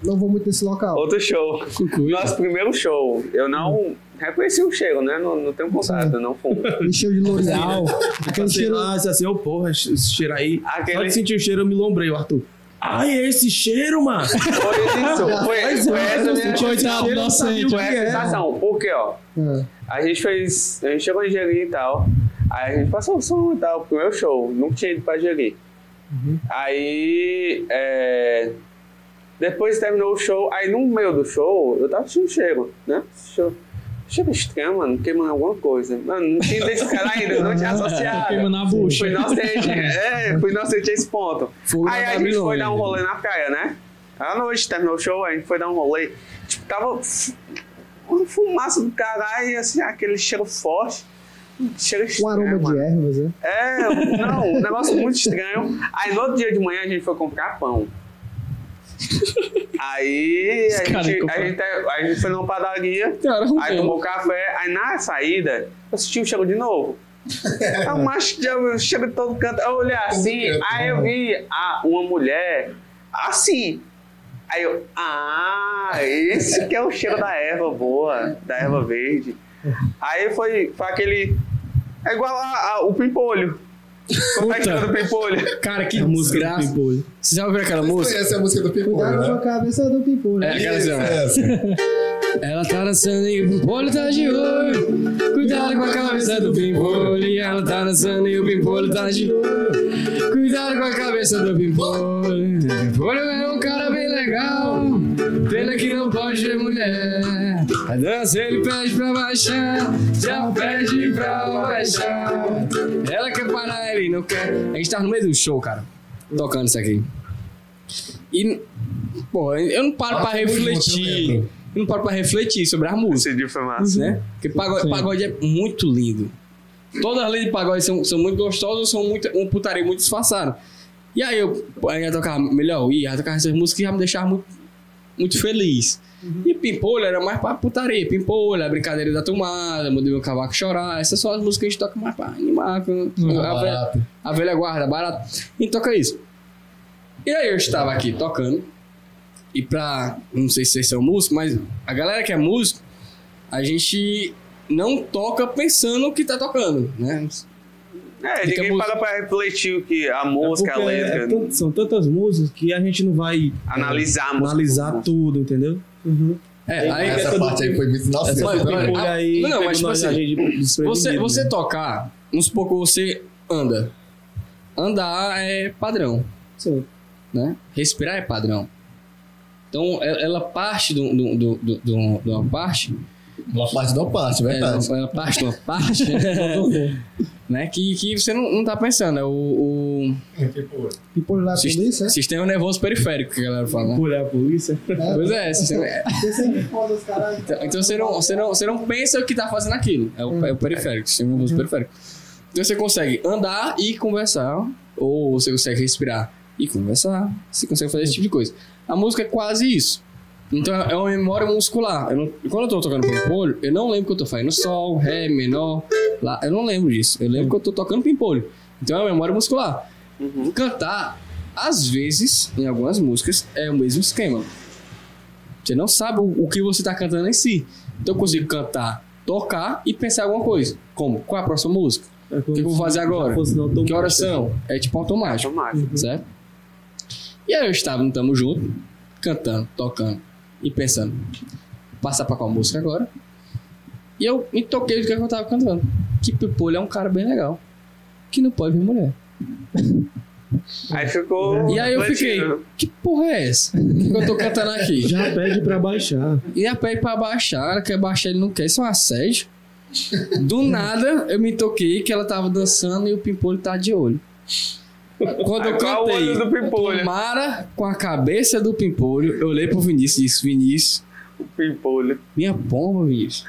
não vou muito nesse local. Outro show. Nosso primeiro show. Eu não reconheci o cheiro, né? Não, não tenho contato, não fumo. Me cheiro de né? L'Oreal. aquele Sei cheiro. lá, disse assim, ô porra, esse cheiro aí. Só Aquele de sentir o cheiro, eu me lombrei, o Arthur. Ai, é esse cheiro, mano! foi isso. Foi, foi essa minha Coitado, Ele não sabia inocente. o foi que é. a era. sensação. Porque, ó, Ah, a gente fez. A gente chegou em Jeri e tal. Aí a gente passou o som e tal, primeiro show. Nunca tinha ido pra Jeri. Uhum. Aí. É, depois terminou o show. Aí no meio do show, eu tava sentindo cheiro, né? Cheiro, cheiro estranho, mano. Queimando alguma coisa. Mano, não tinha identificado ainda, não Tá tinha associado. queimando a bucha. Fui inocente, é, fui inocente a esse ponto. Fogo aí na a gente foi Babilônia. dar um rolê na praia, né? À noite, terminou o show, a gente foi dar um rolê. Tipo, tava fu- uma fumaça do caralho, assim, aquele cheiro forte. um Cheiro um estranho, aroma de mano. ervas, né? É, não, um negócio muito estranho. Aí no outro dia de manhã a gente foi comprar pão. Aí a Esse cara gente, comprou. a, gente, a gente foi numa padaria, Cara, aí arrumou. tomou café, aí na saída eu senti o cheiro de novo. É um macho de cheiro de todo canto. Eu olhei assim, Todo canto, aí eu né? vi a, uma mulher assim. Aí eu, ah, esse que é o cheiro da erva boa, da erva verde. Aí foi, foi aquele. É igual a, a- o pimpolho. Quando tá cheirando o pimpolho. Cara, que A música do É um desgraça. Pitbull. Vocês já ouviram aquela música? Essa é a música do Cuidado Pimpolho, com a né? cabeça do pimpolho. É, aquela assim, ó. Essa. Ela tá dançando e o pimpolho tá de olho. Cuidado com a cabeça do pimpolho. Ela tá dançando e o pimpolho tá de olho. Cuidado com a cabeça do pimpolho. Pimpolho é um cara bem legal. Pena que não pode ter mulher. A dança ele pede pra baixar. Já pede pra baixar. Ela quer parar, ele não quer. A gente tá no meio do show, cara. Tocando isso aqui. E, pô, eu não paro Ah, pra foi muito bom, eu refletir. lembro. Eu não paro pra refletir sobre a música, Esse dia foi massa. né? Porque pagode, pagode é muito lindo. Todas as leis de pagode são, são muito gostosas, são muito, um putaria muito disfarçado. E aí eu, pô, aí eu tocava melhor, ia tocava essas músicas que já me deixavam muito, muito feliz. E Pimpolho era mais pra putaria. Pimpolho, a brincadeira da tomada, mudei meu cavaco chorar. Essas são as músicas que a gente toca mais pra animar. com- Uhum. a- a- tá Barato. a velha guarda, barato. E toca isso. E aí eu estava aqui tocando. E pra. Não sei se vocês são músicos, mas a galera que é músico, a gente não toca pensando o que tá tocando, né? É, que ninguém a paga pra refletir o que a música, a porque é- é letra. tan- são tantas músicas que a gente não vai Analisar a música. analisar tudo, entendeu? É, aí Essa parte aí foi muito. Nossa, Essa foi mas- foi mas- doido. uma bolha aí. não, pegou mas tipo nós- assim, a gente desprevenido, Você, você né? tocar, vamos supor que você anda. Andar é padrão, Sim. né? Respirar é padrão. Então, e- ela parte de um- de um- de um- de um- de uma parte Uma parte não parte, É, verdade. uma, uma parte, uma parte. né? que, que você não, não tá pensando. É o, E por né? lá o sis- tudo isso, é? sistema nervoso periférico que a galera fala, né? Bolha a polícia. Pois é, sistema- é. Você sempre foda os caras. então, então você, não, você, não, você não pensa o que tá fazendo aquilo. É o, é o periférico, sistema nervoso periférico. Então você consegue andar e conversar, ou você consegue respirar e conversar, você consegue fazer esse tipo de coisa. A música é quase isso. Então é uma memória muscular. Eu não- quando eu tô tocando pimpolho, eu não lembro que eu tô fazendo sol, ré, menor, lá. Eu não lembro disso. Eu lembro que eu tô tocando pimpolho. Então é uma memória muscular. Cantar, às vezes, em algumas músicas, é o mesmo esquema. Você não sabe o, o que você tá cantando em si. Então eu consigo cantar, tocar e pensar alguma coisa. Como? Qual é a próxima música? É como O que eu vou se fazer agora? já fosse na automática. Que oração? É tipo automático Automático. certo? E aí eu estava no Tamo Junto, cantando, tocando e pensando, passar pra qual música agora? E eu me toquei do que eu tava cantando. Que Pipolho é um cara bem legal, que não pode ver mulher. Aí ficou. E aí eu fiquei, refletindo. que porra é essa? O que que eu tô cantando aqui? Já pede um pra baixar. E a pede pra baixar, ela quer baixar, ele não quer, isso é um assédio. Do nada, eu me toquei que ela tava dançando e o Pimpolho tá de olho. Quando Aí eu qual o cantei, Tá olho do Pimpolho? Tomara com a cabeça do Pimpolho, eu olhei pro Vinícius e disse, Vinícius, Pimpolho. minha pomba, Vinícius.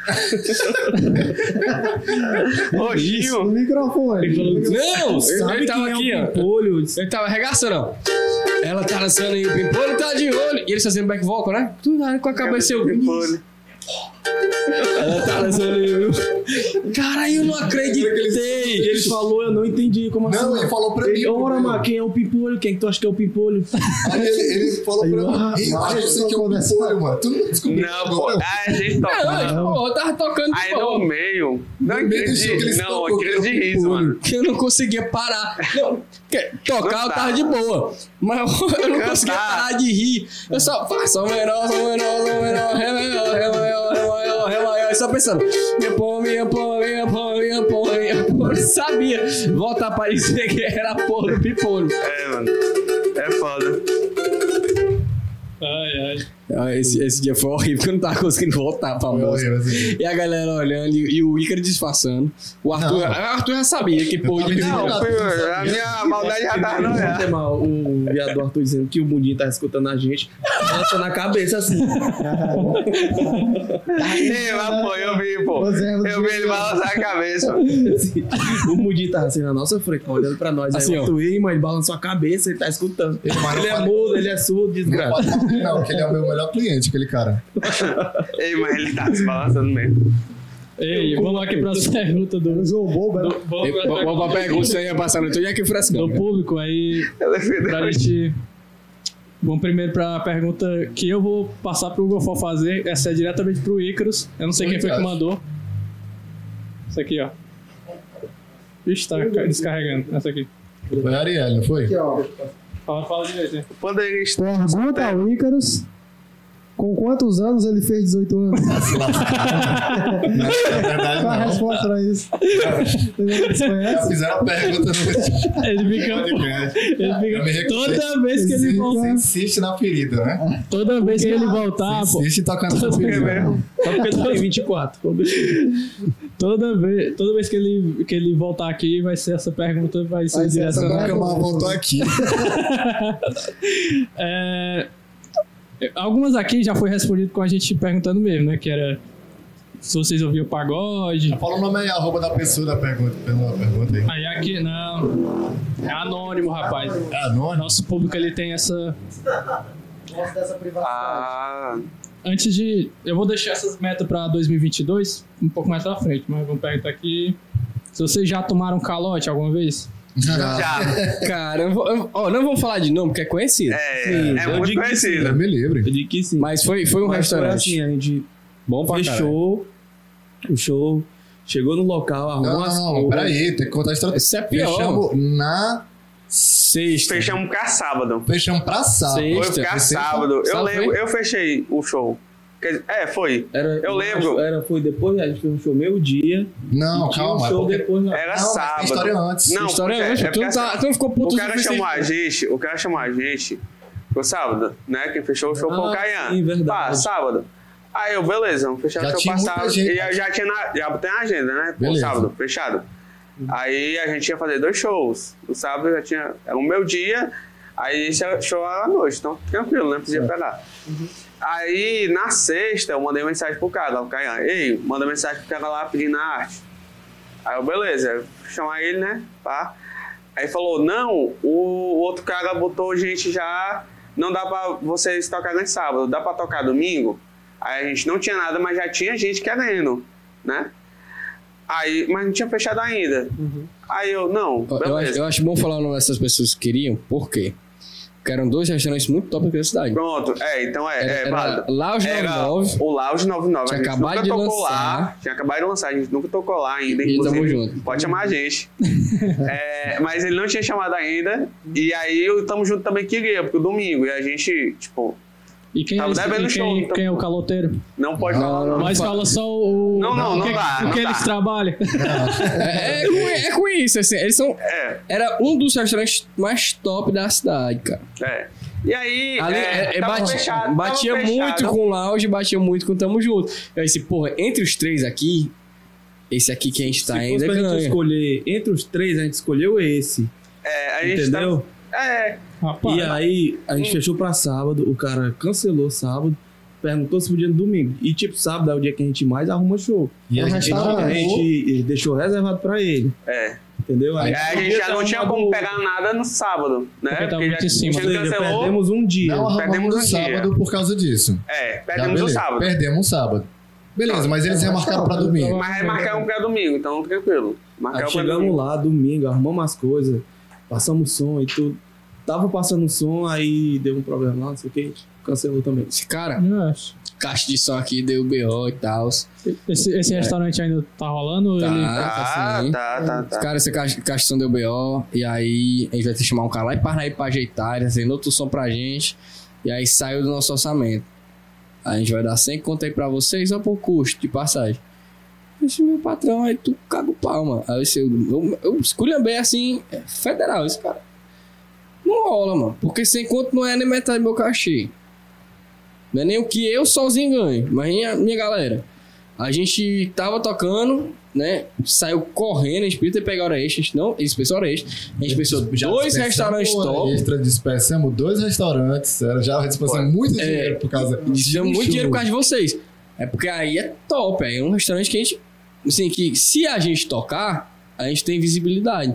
Ô, Gil. No microfone. Não, eu, Sabe ele tava quem aqui, é o ó. Pimpolho? Ele tava arregaçando, ó. Ela tá dançando e o Pimpolho tá de olho. E eles fazendo back vocal, né? Do nada com a cabeça eu... Pimpolho. Ela tá dançando e eu... Cara, eu não acreditei. é Ele falou, eu não entendi como assim. Não, ele falou né? pra mim. Ele, ora, primeiro. mano, quem é o Pimpolho? Quem que tu acha que é o Pimpolho? Aí ele, ele falou Aí, pra mim. ah, Ih, eu ah, acho que eu isso tô aqui é um conversando. pimpolho, mano. Tu não descobriu. Não, pô. Ah, a gente Não, toca. pô, eu tava tocando de Aí no forma. meio. Não meio do show que acredito. eles Não, tocam, aquele de riso, mano. que eu não conseguia parar. Não, que- tocar eu tava Cantar. de boa, mas eu, eu não Cantar. conseguia parar de rir. Eu só faço sol menor, sol menor, sol menor, ré maior, ré maior, ré maior, ré maior. E só pensando, minha pom, minha pom, minha pom, minha pom, minha pom. Eu sabia. Volta a aparecer que era a porra do pipouro. É, mano. É foda. Ah, Esse, esse dia foi horrível, porque eu não tava conseguindo voltar pra Meu música. Deus, assim. E a galera olhando e, e o Ícaro disfarçando. O Arthur, o Arthur já sabia que porra de tava pipouro. Não, filho, a minha maldade já tá no Não tem mal o viado do Arthur dizendo que o Mundinho tá escutando a gente. Nossa, na cabeça assim. Ei, pô, eu vi, pô. Reserva Eu do vi ele balançar a cabeça. assim. O Mundinho tá assim na nossa frente, olhando pra nós. Assim, aí ó. o Arthur, ei, mas ele balançou a cabeça, ele tá escutando. Mas Ele não é pode- mudo, ele é surdo, não desgraça. pode falar que Não, que ele é o meu melhor cliente, aquele cara. Ei, mas ele tá se balançando mesmo. Ei, vamos aqui para a pergunta do, Usou o bobo, né? era- Vou pra pergunta, você ia passar no teu dia que frescão. do público. Aí Eu defendo pra gente. Vamos primeiro pra pergunta que eu vou passar pro Gofó fazer. Essa é diretamente pro Icarus. Eu não sei quem foi que mandou. Isso aqui, ó. Ixi, tá ca- descarregando. Essa aqui. Foi a Ariel, não foi? Aqui, ó. Fala, fala direito, hein? Poderia estar. Pergunta ao Ícaros com quantos anos ele fez 18 anos. Na é verdade, Qual a não. resposta pra isso? Você Já conhece? fizeram a pergunta no último Ele fica. podcast. Ele Eu me fica recusei. toda vez que ele voltar. Você insiste na ferida, né? Toda vez que ele voltar, Ah, pô. Insiste em tocar na ferida. Só porque tu tem 24. Vamos deixar. Toda vez, toda vez que, ele, que ele voltar aqui, vai ser essa pergunta, vai ser Vai ser essa direcionada. Caraca, mas voltou aqui. É, algumas aqui já foi respondido com a gente perguntando mesmo, né? Que era se vocês ouviam pagode. Fala o nome aí, arroba da pessoa da pergunta. Pela pergunta aí. Aí aqui, não. É anônimo, rapaz. Ah, não? Não. Nosso público ele tem essa. Gosto dessa privacidade. Ah, Antes de. Eu vou deixar essas metas pra 2022 um pouco mais pra frente, mas vamos perguntar aqui. Se vocês já tomaram calote alguma vez? já. Cara, eu vou- eu- ó, não vou falar de nome, porque é conhecido. né? É, Sim, é eu muito digo que Deus conhecido. Me livre. Eu digo que sim. Mas foi, foi um Mas foi restaurante. assim, a gente Bom pra caralho. fechou o show. Chegou no local, arrumou Não, as não, não, coisas. peraí, tem que contar a história. Isso é pior. Fechamos na. Sexta. Fechamos pra sábado. Fechamos pra sábado. Sim. Foi Sexta, ficar foi sexta? sábado. Eu Sábado lembro, foi? eu fechei o show. Quer dizer, É, foi. Era, Eu lembro. Era, foi depois, a gente fez um show meio-dia. Não, e tinha um calma. é show porque- depois. Era Não, mas tem sábado. história antes. Não, História porque- hoje. é tu, porque não tá- assim, tu não ficou puto O o cara suficiente. chamou a gente, o cara chamou a gente no sábado, né? Quem fechou o show foi o Ah, Caian. sim, verdade. Ah, sábado. Aí eu, beleza, vamos fechar Já o show tinha pra muita sábado. gente. E eu já tinha na, já botei na agenda, né? Pô, Beleza. sábado, fechado. Aí a gente ia fazer dois shows. O sábado já tinha. Era o meu dia, aí esse era show era à noite, então tranquilo, né? Podia pegar. Uhum. Aí na sexta eu mandei mensagem pro cara, lá, o Caian. Ei, manda mensagem pro cara lá pedindo a arte. Aí eu, beleza, chamar ele, né? Pá. Aí falou, não, o outro cara botou gente já. Não dá pra vocês tocarem sábado, dá pra tocar domingo? Aí a gente não tinha nada, mas já tinha gente querendo, né? Aí, mas não tinha fechado ainda. Aí eu, não, Uhum. Eu- Eu acho, beleza. eu acho bom falar o nome dessas pessoas que queriam, por quê? Porque eram dois restaurantes muito top aqui da cidade. Pronto, é, então é, Era- é era válido. Lounge Era 99. O Lounge 99. Tinha a gente acabado nunca de tocou lá. lançar. Tinha acabado de lançar, a gente nunca tocou lá ainda. E tamo inclusive, junto. Pode chamar a gente. É, mas ele não tinha chamado ainda. E aí o Tamo Junto também queria, porque o domingo. E a gente, tipo, E quem, Tava é, esse- devendo e show, quem, então. quem é o caloteiro? não pode falar. Não. Mas fala só o. Não, não, o não que, dá, o não que dá. eles trabalham. É, é, com, é com isso, assim. Eles são. É, Era um dos restaurantes mais top da cidade, cara. é. E aí. Ali, é, é, tava bate- fechado, tava batia fechado. muito com o Lounge, batia muito com o Tamo Junto. Eu disse, porra, entre os três aqui, esse aqui que a gente tá Se fosse ainda pra gente ganha. escolher entre os três, a gente escolheu esse. É, a gente tava- Entendeu? É, Rapaz, E aí, a gente fechou pra sábado, o cara cancelou sábado, perguntou se podia no domingo. E tipo, sábado é o dia que a gente mais arruma show. E a Então, gente restaurante. a gente deixou reservado pra ele, é. entendeu? Aí a gente tá já não tinha como pegar nada no sábado, né? Porque tava já- muito em cima. já Ou seja, cancelou. perdemos um dia. não arrumamos Perdemos no um dia. sábado por causa disso. É, Tá, perdemos o beleza. sábado. Perdemos um sábado. Beleza, mas eles remarcaram pra domingo. Mas remarcaram pra domingo, então tranquilo. Aí Marcaram pra chegamos domingo. lá, domingo, arrumamos as coisas, passamos som e tudo. Tava passando som, aí deu um problema lá, não sei o que, cancelou também. Esse cara, é. caixa de som aqui, deu BO e tal. esse, esse É. restaurante ainda tá rolando? Tá, Ele... tá Tá, assim. tá, tá, tá. Cara, essa caixa, caixa de som deu BO, e aí a gente vai ter que chamar um cara lá em Parnaíba pra ajeitar, ele tá fazendo outro som pra gente, e aí saiu do nosso orçamento. A gente vai dar 100 conto aí pra vocês, só por custo de passagem. Esse meu patrão, aí tu caga o pau, mano. Aí eu, disse, eu, eu, eu esculhambei assim, é federal, esse cara. Não rola, mano, porque 100 conto não é nem metade do meu cachê. Não é nem o que eu sozinho ganho, mas minha, minha galera. A gente tava tocando, né? Saiu correndo, a gente podia ter pegado hora extra, a gente não, eles pensou hora extra. A gente pensou dois dispensamos restaurantes hora top. Extra, dispensamos dois restaurantes. Era já dispensamos muito É, dinheiro por causa de um Damos muito show. dinheiro por causa de vocês. É porque aí é top, aí é um restaurante que a gente. Assim, que se a gente tocar, a gente tem visibilidade.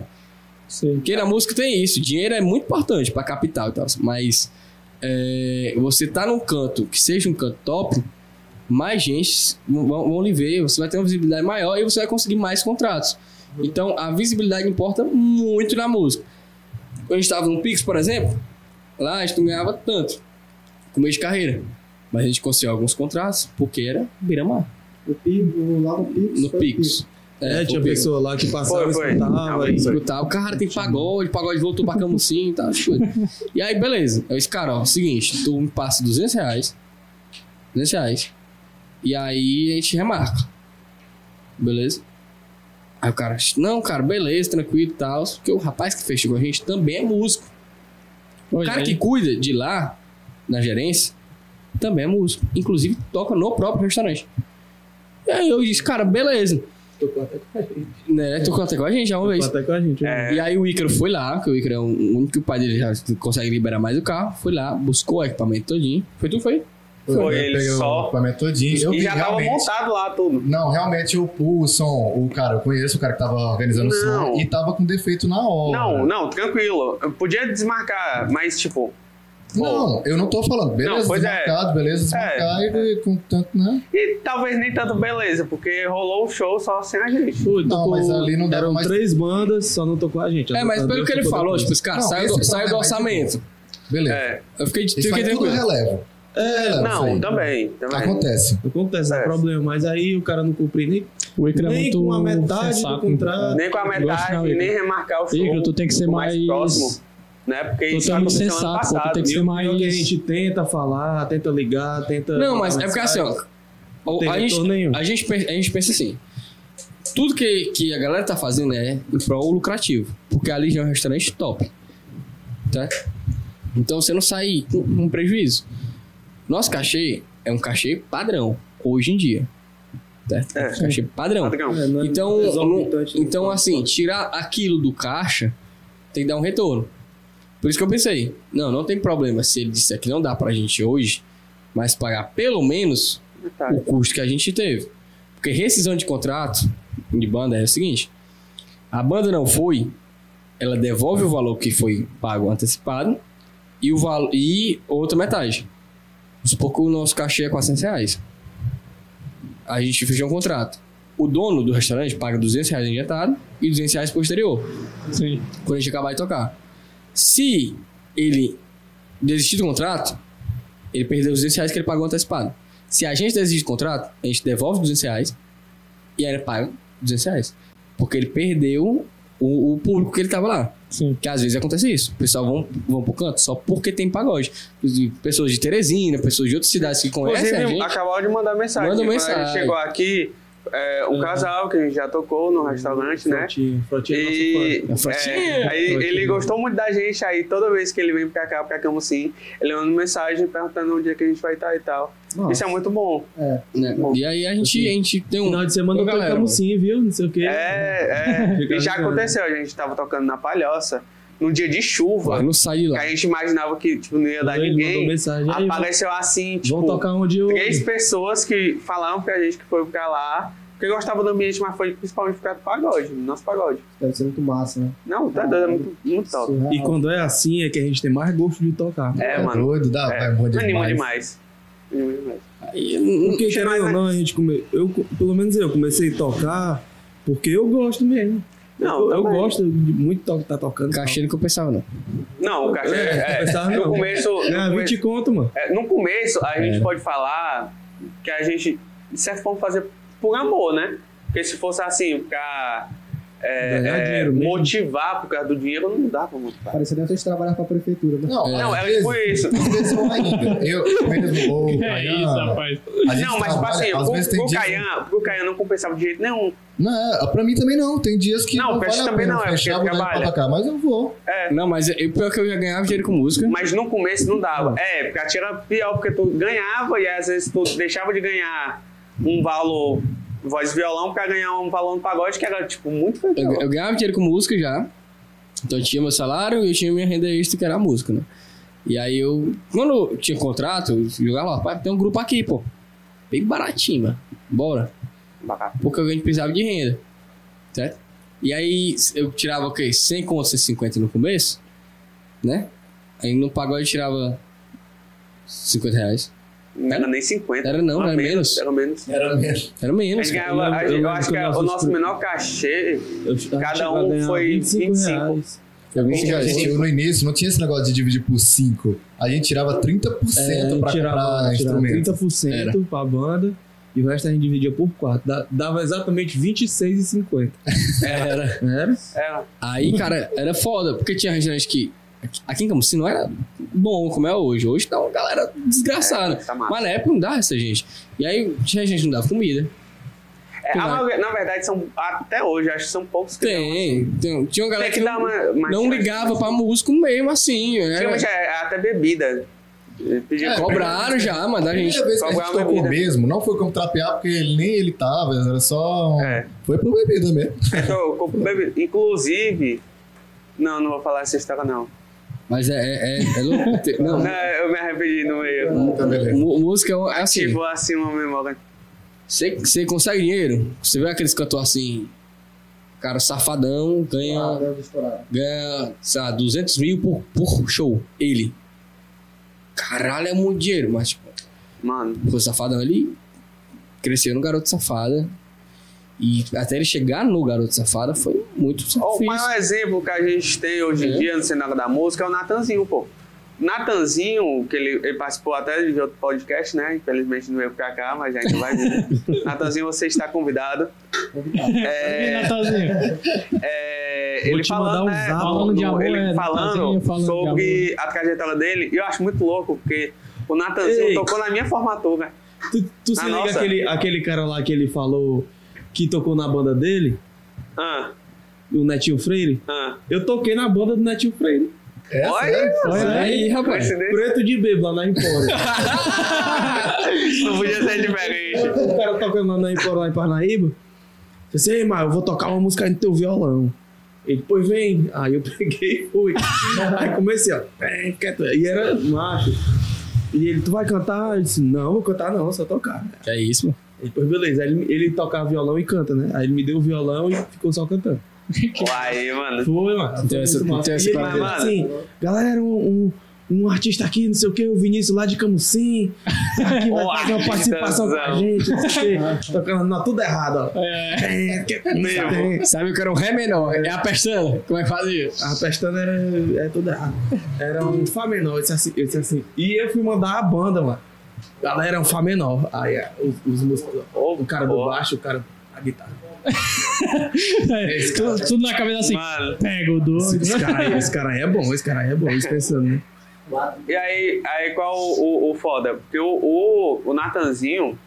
Sei. Porque na música tem isso, dinheiro é muito importante pra capital e tal, mas é, você tá num canto que seja um canto top, mais gente vão, vão lhe ver, você vai ter uma visibilidade maior e você vai conseguir mais contratos. Então a visibilidade importa muito na música. Quando a gente tava no Pix, por exemplo, lá a gente não ganhava tanto, começo de carreira. Mas a gente conseguiu alguns contratos, porque era beira-mar, O Pix, o- lá no Pix. no foi o Pix. É, foi tinha o Pix. pessoa lá que passava, Foi, foi. escutava. Não, e- foi. escutar. O cara tem pagode, pagode voltou pra camusim e tal. essas coisas. E aí, beleza. Eu disse, cara, ó, seguinte, tu me passa 200 reais. 200 reais. E aí a gente remarca. Beleza? Aí o cara, não, cara, beleza, tranquilo e tal. Porque o rapaz que fechou com a gente também é músico. O Olha cara é. aí. que cuida de lá, na gerência, também é músico. Inclusive, toca no próprio restaurante. E aí eu disse, cara, beleza. Tocou até com a gente. Né, tocou até com a gente já uma vez. Tocou até com a gente. né? É, E aí o Ícaro foi lá, que o Ícaro é um- o único que o pai dele já consegue liberar mais o carro, foi lá, buscou o equipamento todinho. Foi tu, foi? Foi Eu ele peguei O só. equipamento todinho. Eu e vi já tava realmente. montado lá tudo. Não, realmente o, o som, o cara, eu conheço o cara que tava organizando o Não. som e tava com defeito na hora. Não, não, tranquilo. Eu podia desmarcar, mas tipo. Não, eu não tô falando. Beleza, Não, pois é. desmarcado, beleza, desmarcar e com tanto, né? E talvez nem tanto beleza, porque rolou o show só sem a gente. Foi, Não, tocou- mas ali não dava Eram mais- três bandas, só não tocou a gente. É, mas pelo que ele falou, tipo, esse cara, Não, saiu esse do, saiu do problema é orçamento. Beleza. É. Eu fiquei, Isso fiquei aí tudo tranquilo. relevo. Tá É, relevo, isso Não, aí. também. também. tipo, Acontece. Acontece, dá É. problema. Mas aí o cara não cumpriu nem. O Icaro é Nem muito com a metade do sensato. contrato. Nem com a Eu gosto, não, metade, Igor. nem remarcar o show. Icaro, tu tem que ser o mais... mais próximo. Né? Porque Tu isso tá muito aconteceu ano sensato, pô. Tu tem que viu? ser mais... Pior que a gente tenta falar, tenta ligar, tenta. Não, mas é mandar porque assim, mensagem. ó. o- tem A gente, retorno nenhum. a, gente, pe- a gente pensa assim. Tudo que, que a galera tá fazendo é em prol lucrativo. Porque ali já é um restaurante top. Tá? Então você não sai com com um prejuízo. Nosso cachê é um cachê padrão, hoje em dia. Certo? É. Cachê padrão. Padrão. É, não é Então, exorbitante, né? não- então não. assim, tirar aquilo do caixa tem que dar um retorno. Por isso que eu pensei, não, não tem problema se ele disser que não dá pra gente hoje, mas pagar pelo menos Metade. o custo que a gente teve. Porque rescisão de contrato de banda é o seguinte: a banda não foi, ela devolve o valor que foi pago antecipado e, o valo, e outra metade. Vamos supor que o nosso cachê é 400 reais. A gente fechou um contrato. O dono do restaurante paga 200 reais injetado e 200 reais posterior Sim. quando a gente acabar de tocar. Se ele desistir do contrato, ele perdeu os 200 reais que ele pagou antecipado. Se a gente desistir do contrato, a gente devolve os 200 reais e aí ele paga 200 reais. Porque ele perdeu o, o público que ele tava lá. Sim. Que às vezes acontece isso. O pessoal vão, vão pro canto só porque tem pagode. Inclusive, pessoas de Teresina, pessoas de outras cidades que conhecem a Inclusive, gente. acabaram de mandar mensagem. né? Manda Quando a gente mensagem. chegou aqui, é, um casal que a gente já tocou no restaurante, né? Frotinho, Frotinho é nosso E fã. É frotinha. é, aí Frotinha. ele gostou muito da gente, aí toda vez que ele vem pra cá, pra Camusim, ele manda mensagem perguntando onde é que a gente vai estar e tal. Isso é muito bom. né? E aí a gente, a gente tem um. Final de semana Ô, eu galera, tocamos mano. sim, viu? Não sei o quê. É, é. Fica E já ligado. aconteceu, a gente tava tocando na palhoça, num dia de Vai, chuva, um não sai de que lá. a gente imaginava que tipo, não ia dar Ele mandou ninguém. mensagem aí. vão- Apareceu assim, Vão tipo, tocar onde eu. três pessoas que falaram pra gente que foi pra lá, porque gostava do ambiente, mas foi principalmente por causa do pagode, do nosso pagode. Deve ser muito massa, né? Não, tá doido, é muito, muito top. Surreal. E quando é assim é que a gente tem mais gosto de tocar. É, É mano. doido, dá, É, é bom demais. anima demais. Anima demais. Aí, não- Porque querendo ou não, a gente come... eu, pelo menos eu comecei a tocar porque eu gosto mesmo. Não, tá eu, eu também. gosto de muito to tá tocando. cachê não compensava, não. Não, o cachê. É, É, pensava no não. começo. No, Ganhar come- 20 conto, mano. é, no começo, a gente pode falar que a gente, de certa forma, fazer por amor, né? Porque se fosse assim, pra. é, Ganhar é, dinheiro mesmo. motivar por causa do dinheiro não dá pra motivar. Pareceria até de trabalhar pra prefeitura, né? Não, Não, às é vezes- tipo isso. às vezes eu ainda. Eu mesmo, ou o É isso, Caian, rapaz. a gente Não, mas tipo trabalha, assim, às vezes pro, tem pro, dias- Caian, pro Caian não compensava de jeito nenhum. Não, é, pra mim também não. Tem dias que. Não, não pra gente vale a também pena não, é porque fechar a boneca trabalha. pra tocar, mas eu vou. Não, mas eu, pior que eu já ganhava dinheiro com música. Mas no começo não dava. É, porque a tia era pior, porque tu ganhava e às vezes tu deixava de ganhar um valor voz e violão pra ganhar um valor no pagode que era, tipo, muito Eu, feijão. eu ganhava dinheiro com música já. Então eu tinha meu salário e eu tinha minha renda extra, que era a música, né? E aí eu, quando eu tinha contrato, eu jogava lá, "Pai, tem um grupo aqui, pô. Bem baratinho, mano. Bora. Barato. Porque eu gente precisava de renda. Certo? E aí eu tirava o quê? 100 conto, 150 no começo, né? Aí no pagode eu tirava 50 reais. Não era nem 50. Era não, era menos. Era menos. Era mesmo. Era A menos. gente cara. ganhava, a gente- eu lembro acho que que é eu a- o assisti- nosso menor cachê Eu- a gente Cada chegou um a ganhar foi 25. reais. Eu vim Porque, chegar- gente, eu, no início não tinha esse negócio de dividir por 5. A gente tirava 30% pra É, tirava, comprar tirava instrumento. 30% Era. pra banda e o resto a gente dividia por 4. Dava exatamente 26,50. Era. Era? era. Aí, cara, era foda, porque tinha restaurante que. Aqui em Camusim não era bom como é hoje. Hoje tá uma galera desgraçada. É, tá massa. Mas na época não dava essa gente. E aí tinha gente que não dava comida. É, a Verdade. maioria- na verdade, são até hoje, acho que são poucos que dão. Tem, tem. Tinha uma galera Tem que, que dar uma. uma não ligava pra músico mesmo, assim. era- Antigamente é até bebida. Pedia É, cobraram já, mas A a gente. primeira vez que só a gente ganhava tocou bebida. mesmo, não foi como trapear, porque ele- nem ele tava, era só. um- É. Foi pro bebida mesmo. Eu compro bebida. Inclusive. Não, não vou falar essa história, não. Mas é, é, é, é louco. Tem- Não, Não, eu me arrependi no meio. Tá beleza. mu- música é assim. Ativou assim uma memória. Você você consegue dinheiro, você vê aqueles cantores assim. Cara, safadão, ganha. Ah, deve estourar. ganha, sei lá, 200 mil por, por show. Ele. Caralho, é muito dinheiro, mas tipo, Mano, o safadão ele cresceu no garoto safada. E até ele chegar no garoto safada foi muito ó, o difícil. maior exemplo que a gente tem hoje em É. dia no cenário da música é o Natanzinho, pô. Natanzinho, que ele, ele participou até de outro podcast, né? Infelizmente não veio pra cá, mas ainda vai vir. Natanzinho, você está convidado. Ei, É, Natanzinho. é, Vou ele te mandar um falando, né, zap. no- Falando de no- amor, ele é, falando Natanzinho falando de sobre a trajetória dele, e eu acho muito louco, porque o Natanzinho Ei. tocou na minha formatura. Tu, tu se Ah, liga nossa. aquele, aquele cara lá que ele falou que tocou na banda dele, Ah, o Netinho Freire? ah. Eu toquei na banda do Netinho Freire. É, sério? Olha, né? Olha aí, rapaz. Preto de bebo lá na Empora. Não podia ser diferente. o cara tocando lá na Empora, lá em Parnaíba. Eu disse, ei, mas eu vou tocar uma música aí no teu violão. Ele, pois vem. Aí eu peguei e fui. aí comecei, ó. "É, quieto." E era macho. E ele, tu vai cantar? Eu disse, não, vou cantar não, só tocar. Que é isso, mano. Ele, pois beleza. Aí ele, ele tocava violão e canta, né? Aí ele me deu o violão e ficou só cantando. Uai, mano. Foi, mano. Tem essa- Foi muito massa. tem essa E ele parada. falava assim, galera, um, um, um artista aqui, não sei o que, o Vinícius lá de Camusim, tá aqui vai Ô, fazer uma participação com a artistazão. gente, não sei o quê. Tocando na tudo errado, ó. É, que- Meu. Sabe o que era um ré menor? É a pestana. Como é que fazia? A pestana era, é tudo errado. Era um Fá menor, eu disse, assim, eu disse assim. E eu fui mandar a banda, mano. Galera, é um Fá menor. Aí é, os, os músicos, ó, o cara do Ó. baixo, o cara da guitarra. É, tudo, tudo na cabeça assim. Mano. Pega o doido. Esse cara, aí, esse cara aí é bom, esse cara aí é bom, isso pensando, né? E aí, aí qual o, o- o foda? Porque o, o, o Natanzinho,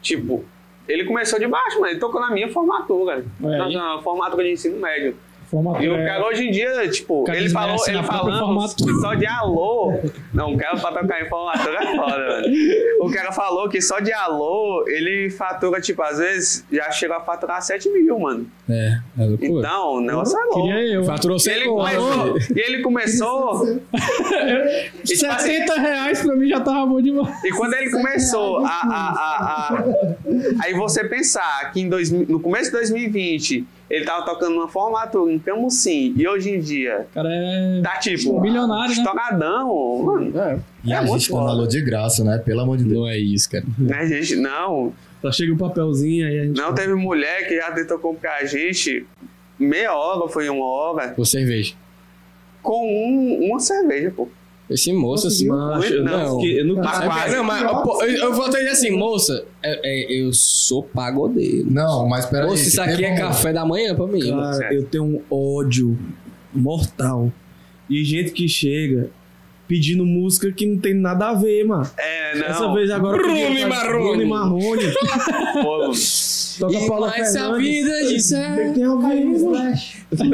tipo, ele começou de baixo, mas ele tocou na minha formatura. Olha aí. Na, na formatura de ensino médio. Formatura E o é- cara hoje em dia, tipo, cara ele falou, desmerece ele na própria falando formatura. só de alô. Não, o cara pra tocar em formatura é foda, velho. O cara falou que só de alô, ele fatura, tipo, às vezes já chegou a faturar 7 mil, mano. É, é loucura. Então, o negócio é louco. Queria eu. Faturou E ele 100 começou, conto. e ele começou E, tipo assim, 70 reais pra mim já tava bom demais. E quando ele começou a, a- a- a- Aí você pensar que em dois, mil- no começo de 2020 ele tava tocando uma formatura em Camusim e hoje em dia O cara é. tá tipo. Milionário, né? Estouradão, Hum. mano. E É a muito gente foda. falou de graça, né? Pelo amor de Deus. Não é isso, cara. Né, gente? Não. Só chega um papelzinho aí a gente. Não teve mulher que já tentou comprar a gente meia hora, foi uma hora, Por cerveja. com um- uma cerveja, pô. Esse moço, assim. Macho, eu Não. não, fiquei- eu assim, Tá, não Mas é Sabe, quase. É Não, mas pô, eu, eu voltei assim, moça, é- é, eu sou pagodeiro. Não, mas peraí. Moça, isso aqui é café da manhã pra mim. Cara, é certo. eu tenho um ódio mortal de gente que chega pedindo música que não tem nada a ver, mano. É, Essa não. vez agora. Bruno pediu e pra Marrone. Bruno e Marrone. Pô, Toca E Paula mais a Fernandes. vida disso é, Tem né? alguém.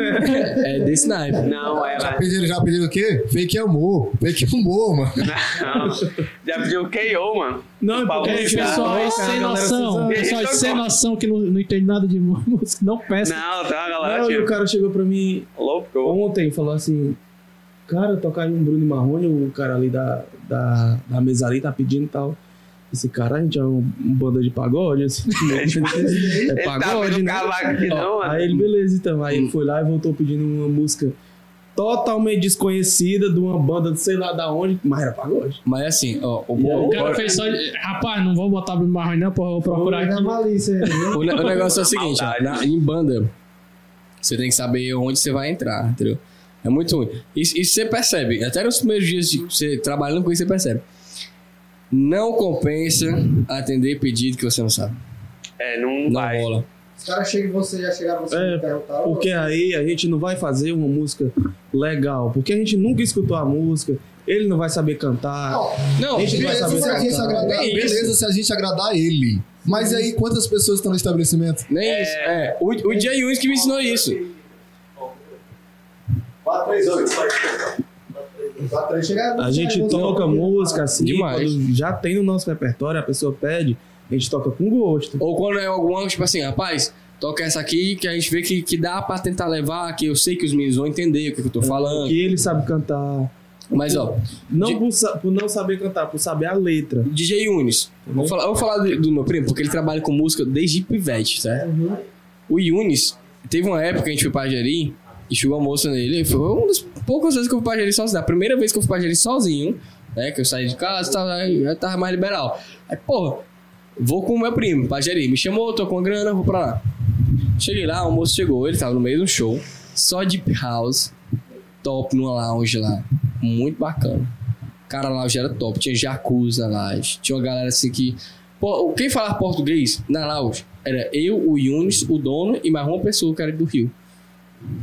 é desse naipe. não, é, Já ela. pediram, já pediram o quê? Fake amor. Fake amor, mano. Não. Já pediu KO, mano. Não, é Paulo porque Fernandes. Pessoal Não, cara, é sem a galera noção. precisa- precisa- Pessoal sem noção que não, não entende nada de música. Não peça. Não, tem uma galera, Não, e o tipo, cara chegou pra mim louco. ontem e falou assim. Cara, tocar aí um Bruno e Marrone, o cara ali da, da, da mesa ali tá pedindo e tal. Esse cara, a gente é um, um banda de pagode. Assim, é tipo Ele tá pagode, vendo né? cavaco aqui, não, Ó, mano. aí ele, beleza, então. Aí Hum. ele foi lá e voltou pedindo uma música totalmente desconhecida de uma banda de sei lá da onde, mas era pagode. Mas assim, ó, o, O o, cara fez só. de- Rapaz, não vou botar Bruno Marrone, não, porra. Vou procurar Na aqui. malícia né? aí, viu? o ne- o negócio é o seguinte, ó, na- em banda, você tem que saber onde você vai entrar, entendeu? É muito ruim. Isso, isso você percebe, até nos primeiros dias de você trabalhando com isso, você percebe. Não compensa atender pedido que você não sabe. É, não, Não vai. rola. Os caras chegam em você, já chegaram você É, e perguntaram. Porque aí a gente não vai fazer uma música legal, porque a gente nunca escutou a música, ele não vai saber cantar. Não, Não, A gente vai beleza, saber se a gente tocar. agradar, É isso. beleza se a gente agradar ele. Mas aí, quantas pessoas estão no estabelecimento? nem isso. É, o, o Jay Yunes que me ensinou isso. 438. 438. Chegaram, A gente toca música assim, Demais. quando já tem no nosso repertório, a pessoa pede, a gente toca com gosto. Ou quando é alguma, tipo assim, rapaz, toca essa aqui que a gente vê que, que dá pra tentar levar, que eu sei que os meninos vão entender o que, que eu tô falando. Que ele sabe cantar. Mas, ó, Não De- por, sa- por não saber cantar, por saber a letra. DJ Yunis. Vou falar, eu vou falar do, do meu primo, porque ele trabalha com música desde pivete, certo? O Yunis, teve uma época que a gente foi pra Jeri e chegou a moça nele. e Foi uma das poucas vezes que eu fui pra Jeri sozinho. A primeira vez que eu fui pra Jeri sozinho, né? Que eu saí de casa, tava, aí eu tava mais liberal. Aí, porra, vou com o meu primo pra Jeri. Me chamou, tô com grana, vou pra lá. Cheguei lá, o moço chegou, ele tava no meio de um show, só deep house, top numa lounge lá. Muito bacana. Cara, a lounge era top. Tinha jacuzzi na lounge. Tinha uma galera assim que. Pô, quem falava português na lounge era eu, o Yunis, o dono e mais uma pessoa que era do Rio.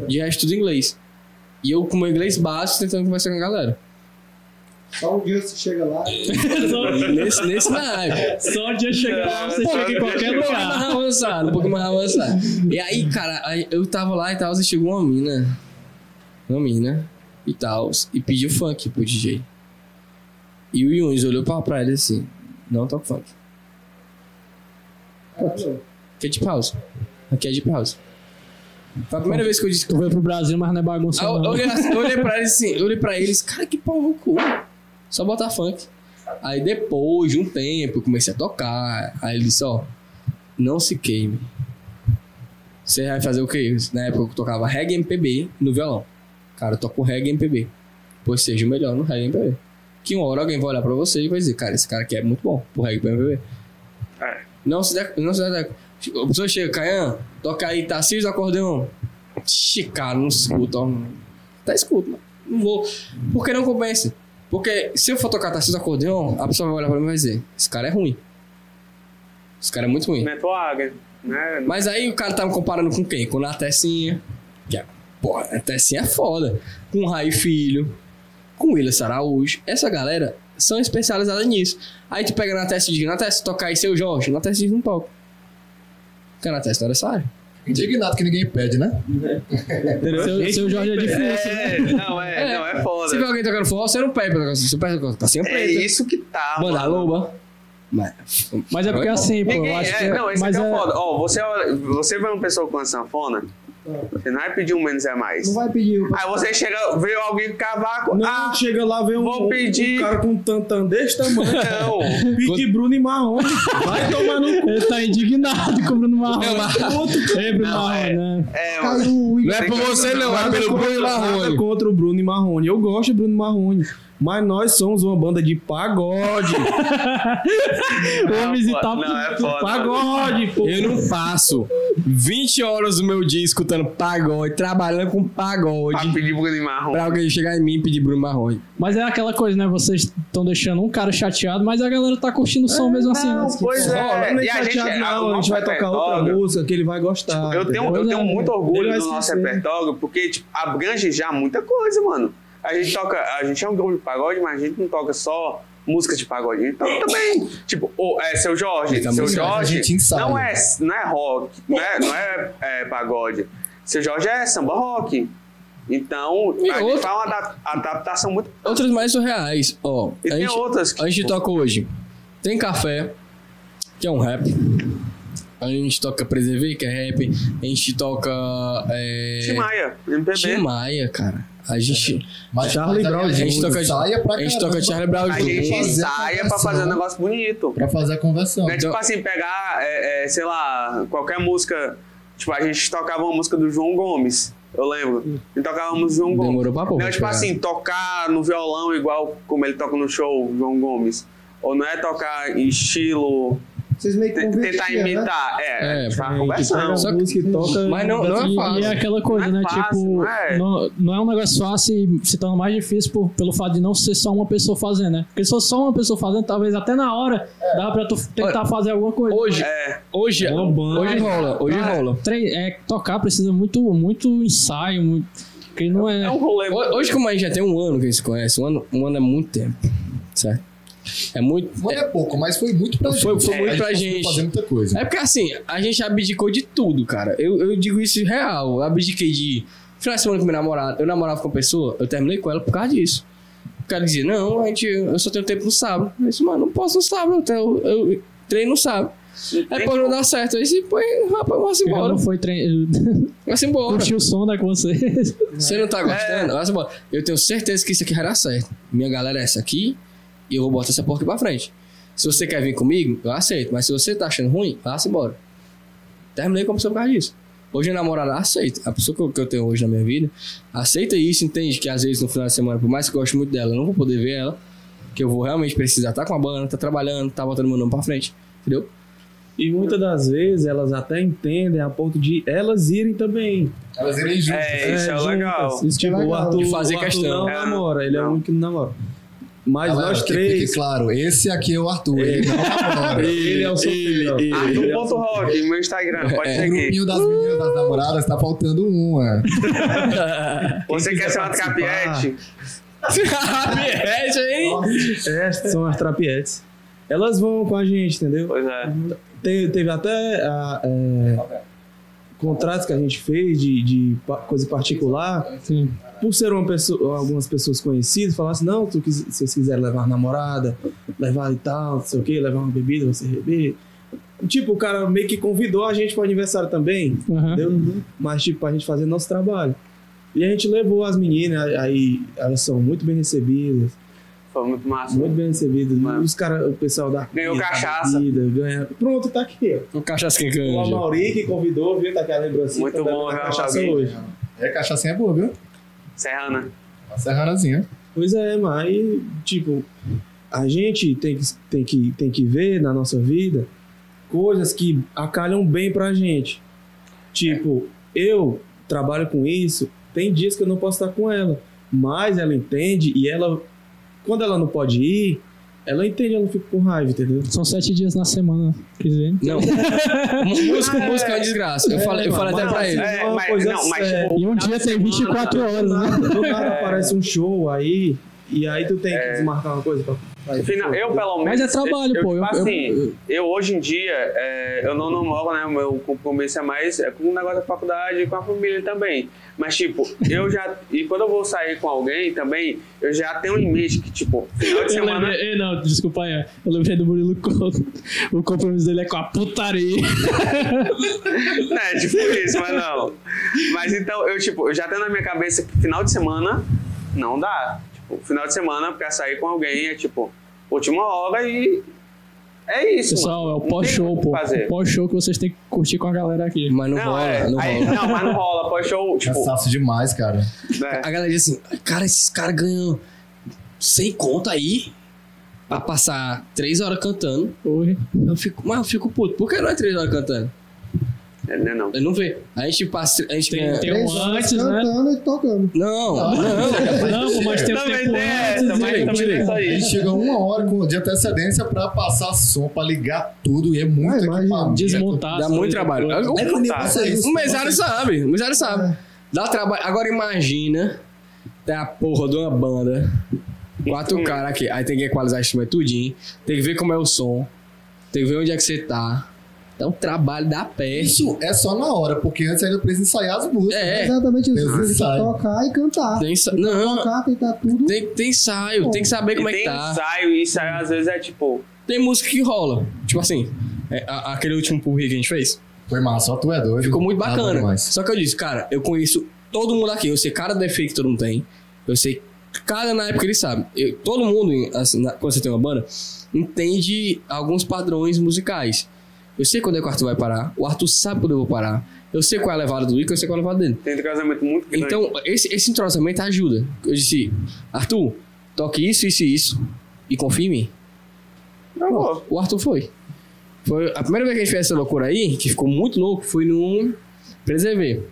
De resto, tudo em inglês. E eu, com meu inglês básico, tentando conversar com a galera. Só um dia você chega lá. Nesse, nesse naipe. Só o dia chegar lá, você Pô, chega em eu qualquer Um pouco mais lugar. avançado, um pouco mais avançado. E aí, cara, aí eu tava lá e tal, e chegou uma mina. Uma mina e tal, e pediu funk pro DJ. E o Yunis olhou pra, pra ele assim: Não toco funk. Que é de house. Aqui é de house. Foi a primeira vez que eu disse Tu veio pro Brasil, mas não é bagunça. Ah, Aí eu, eu não. olhei, assim, eu olhei pra eles assim, eu olhei pra eles, cara, que pau no cu. Só botar funk. Aí depois de um tempo eu comecei a tocar. Aí ele disse, ó, não se queime. Você vai fazer o quê? Na época eu tocava reggae MPB no violão. Cara, eu toco reggae MPB. Pois seja o melhor no reggae MPB. Que uma hora alguém vai olhar pra você e vai dizer, cara, esse cara aqui é muito bom pro reggae MPB. É. Não se dá, não se dá. A pessoa chega, Caian, toca aí, Tarcísio, acordeon. Ixi, cara, não escuta. ó. Tá escuto, mano. Não vou. Porque não compensa. Porque se eu for tocar Tarcísio Acordeon, a pessoa vai olhar pra mim e vai dizer: Esse cara é ruim. Esse cara é muito ruim. Neto Águia, né? Mas aí o cara tá me comparando com quem? Com o Natessinha. Que é, porra, Natessinha é foda. Com o Rai Filho. Com o Willis Araújo. Essa galera são especializadas nisso. Aí tu pega na testa e diz, na testa tocar aí seu Jorge, na testa diz não toca. Porque é na testa não era essa área. Indignado que ninguém pede, né? Seu, seu Jorge é difícil. É, né? não, é, não, é Se vê foda. alguém tocando forró, você não pega pra tocar. assim, Você pega pra tocar tá sem um É preta. isso que tá. Manda a mano. loba. Mas é porque assim, pô, Ninguém, eu acho é, que. não, esse mas aqui é, é- o foda. Ó, você, você vê uma pessoa com uma sanfona, você não vai pedir um menos é mais. Não vai pedir o. Aí você chega, vê alguém com cavaco, Não, ah, chega lá, vem um, vou um- pedir. um cara com um tantan desse tamanho. não. Pique Bruno e Marrone. Vai tomar no cu. Ele tá indignado com o Bruno Marrone. Ei, Bruno Não, é. Marrone, né? É, mano. Caiu o Não é por você não, é pelo Bruno Nada Marrone. contra o Bruno e Marrone. Eu gosto de Bruno e Marrone. Mas nós somos uma banda de pagode. Vou visitar foda. Não, é foda. Pagode, pô. Eu não passo 20 horas do meu dia escutando pagode, trabalhando com Pra pagode, pedir Bruno e Marrom. pra alguém chegar em mim e pedir Bruno Marrone. Mas é aquela coisa, né? Vocês estão deixando um cara chateado, mas a galera tá curtindo o som mesmo assim. né? Pois Ó, é, não é e a gente, chateado, a- não. o A gente vai nosso tocar outra repertório- Tipo, música que ele vai gostar. Eu tenho, um eu Pois tenho é. muito Ele orgulho assim, vai do nosso esquecer. repertório, porque tipo, abrange já muita coisa, mano. A gente toca, a gente é um grupo de pagode, mas a gente não toca só música de pagode, a gente toca também. Tipo, o- é, seu Jorge, Muita seu música, a Jorge gente ensaia. não é, não é rock, não é, não é, é, pagode. Seu Jorge é samba rock. Então, E a gente outro- faz uma adap- adaptação muito. Outras mais surreais, ó. E A tem gente, outras que. a gente toca hoje. Tem café, que é um rap. A gente toca Preservei, que é rap. A gente toca. É... Tim Maia, MPB. Tim Maia, cara. A gente. Mas Charlie mas Brown a gente toca saia pra a gente caramba toca Charlie Brown A Jr. gente fazer ensaia pra adaptação. fazer um negócio bonito. pra fazer a conversão. Não é tipo assim, pegar, é, é, sei lá, qualquer música. Tipo, a gente tocava uma música do João Gomes, eu lembro. A gente tocava uma música do João Gomes. Demorou pra pouco. Não é tipo cara. assim, tocar no violão igual como ele toca no show, João Gomes. Ou não é tocar em estilo. Vocês meio que te- Tentar convertiam, né? imitar. É, É, é, tipo, uma Pega conversão. a Só que- música e toca. Mas não, não é E- fácil. E é aquela coisa, Não é né? fácil, tipo, não é? Não, não é um negócio fácil e se torna mais difícil por- pelo fato de não ser só uma pessoa fazendo, né? Porque se fosse só uma pessoa fazendo, talvez até na hora dava pra tu tentar fazer alguma coisa. Hoje, É, hoje, Bombando. hoje rola, hoje Cara, rola. tre- é, tocar precisa muito, muito ensaio, muito, porque não é. é um rolê. Ho- Hoje, como a gente já tem um ano que a gente se conhece, um ano, um ano é muito tempo, certo? É muito. Um ano é pouco, mas foi muito pra Foi- gente. foi muito A pra conseguiu gente. fazer muita coisa. É porque assim, a gente abdicou de tudo, cara. Eu, eu digo isso real. Eu abdiquei de. Final de semana com meu namorado, eu namorava com uma pessoa, eu terminei com ela por causa disso. O cara dizia, não, a gente, eu só tenho tempo no sábado. Eu disse, mano, não posso no sábado, eu, eu, eu treino no sábado. Aí, pô, não dá certo. Eu disse, pô, rapaz, vamos porque embora. não foi trein... Vamos embora. curtir o som né, com vocês. Você não tá gostando? Olha só, eu tenho certeza que isso aqui vai dar certo. Minha galera é essa aqui e eu vou botar essa porra aqui pra frente. Se você quer vir comigo, eu aceito. Mas se você tá achando ruim, vá-se embora. Terminei com a pessoa por causa disso. Hoje a namorada aceita. A pessoa que eu, que eu tenho hoje na minha vida aceita isso, entende que às vezes no final de semana, por mais que eu goste muito dela, eu não vou poder ver ela. Que eu vou realmente precisar estar tá com a banda, tá trabalhando, tá botando meu nome pra frente. Entendeu? E muitas das vezes elas até entendem a ponto de elas irem também. Elas irem juntas. É, isso é, legal. Isso, tipo, É legal. o Arthur, De fazer o Arthur questão. não É, namora, ele é o não. único que não namora. Mas Galera, nós que três. Fique claro, esse aqui é o Arthur. Ele não namora. Ele é o solteiro. Ele, Ah, ele é o solteiro. Arthur.rock, meu Instagram, pode É, seguir. grupinho das meninas das namoradas, tá faltando uma. Você quer ser uma participar? trapiete? Viete, hein? É, são as trapietes. Elas vão com a gente, entendeu? Pois é. Teve, teve até ah, é, contratos que a gente fez de, de pa- coisa particular. Sim. Por ser uma pessoa, algumas pessoas conhecidas, falaram assim, não, tu, quis- se vocês quiserem levar a namorada, levar e tal, não sei o quê, levar uma bebida, você beber. Tipo, o cara meio que convidou a gente pro aniversário também, Aham. entendeu? Mas, tipo, pra gente fazer nosso trabalho. E a gente levou as meninas, aí elas são muito bem recebidas. Foi muito massa. Muito bem recebido. Mano. Os cara, o pessoal da Ganhou comida, cachaça. bebida, ganha... Pronto, tá aqui. ó. O cachaça que O ganha. Amauri que convidou, viu? Tá aqui a lembrancinha. Muito tá bom, bebendo né, cachaça Amauri? hoje. É, cachaçinha é boa, viu? Serrana. Uma serranazinha. Pois é, mas aí, tipo, a gente tem que, tem, que, tem que ver na nossa vida coisas que acalham bem pra gente. Tipo, eu trabalho com isso, tem dias que eu não posso estar com ela, mas ela entende e ela, quando ela não pode ir, ela entende, ela não fica com raiva, entendeu? São sete dias na semana, quer dizer. Não. Mu- música, música é uma desgraça. Eu falei, eu falei até mas- pra ele. É, É uma mas, coisa não, mas séria. tipo, E um na dia tem semana- 24 horas, Do né? nada, do nada É. aparece um show aí, e aí tu tem que desmarcar uma coisa pra. pra- Final, eu, pelo menos. Mas é trabalho, eu, pô. Eu, Eu- tipo eu- assim, eu, hoje em dia, é, eu não namoro, né? O meu compromisso é mais é com o negócio da faculdade e com a família também. Mas, tipo, eu já. E quando eu vou sair com alguém também, eu já tenho um limite que, tipo, final de Eu semana. lembrei, eh, não, desculpa aí. eh, Eu lembrei do Murilo Couto. O compromisso dele é com a putaria. É, tipo isso, mas não. Mas então, eu, tipo, eu já tenho na minha cabeça que final de semana não dá. Tipo, final de semana pra sair com alguém é, tipo, última hora e. É isso. Pessoal, é mano. o Não tem pós-show, o que pô. fazer. O pós-show que vocês têm que curtir com a galera aqui. Mas não, Não, rola, é, não aí- rola. não, mas não rola. Pós-show, tipo. Cansaço demais, cara. né? A galera diz assim, cara, esses caras ganham 100 conto aí pra passar 3 horas cantando. Oi. Eu fico, mas eu fico puto. Por que não é 3 horas cantando? É, né, não. Eu não vê. A gente passa... A gente ganha... Tem, tem Três um horas antes, né? Cantando e tocando. Não, não. Não, pô, mas tem um Também tempo tem essa, antes. mas né? também tem essa aí. Ele chega uma hora com de antecedência pra passar som, pra ligar tudo e é muito Ah, imagina. equipamento. Desmontar. Dá sabe? muito trabalho. Depois- O- Tá. É O mesário sabe, o mesário sabe. É. Dá trabalho. Agora imagina ter a porra de uma banda. Quatro caras aqui. Aí tem que equalizar instrumento tudinho. Tem que ver como é o som. Tem que ver onde é que você tá. Dá um trabalho da peste. Isso é só na hora, porque antes ainda precisa ensaiar as músicas. É. Exatamente isso. Deus Tem um que sabe. tocar e cantar. Tem ensa... Não, Tocar, tentar tudo. tem, tem ensaio, tem que saber E como é que tem tá. ensaio, e ensaio às vezes é tipo. Tem música que rola. Tipo assim, é, a- aquele último purri que a gente fez. Foi massa, só tu é doido. Ficou muito Tá bom bacana. demais. Só que eu disse, cara, eu conheço todo mundo aqui. Eu sei cada defeito que todo mundo tem. Eu sei cada na época que ele sabe. Eu- todo mundo, assim, na- quando você tem uma banda, entende alguns padrões musicais. Eu sei quando é que o Arthur vai parar. O Arthur sabe quando eu vou parar. Eu sei qual é a levada do Ica, eu sei qual é a levada dele. Tem um casamento muito grande. Então, esse, esse entrosamento ajuda. Eu disse, Arthur, toque isso, isso e isso. E confia em mim. eu vou. O Arthur foi. Foi a primeira vez que a gente fez essa loucura aí, que ficou muito louco, foi no Preserver.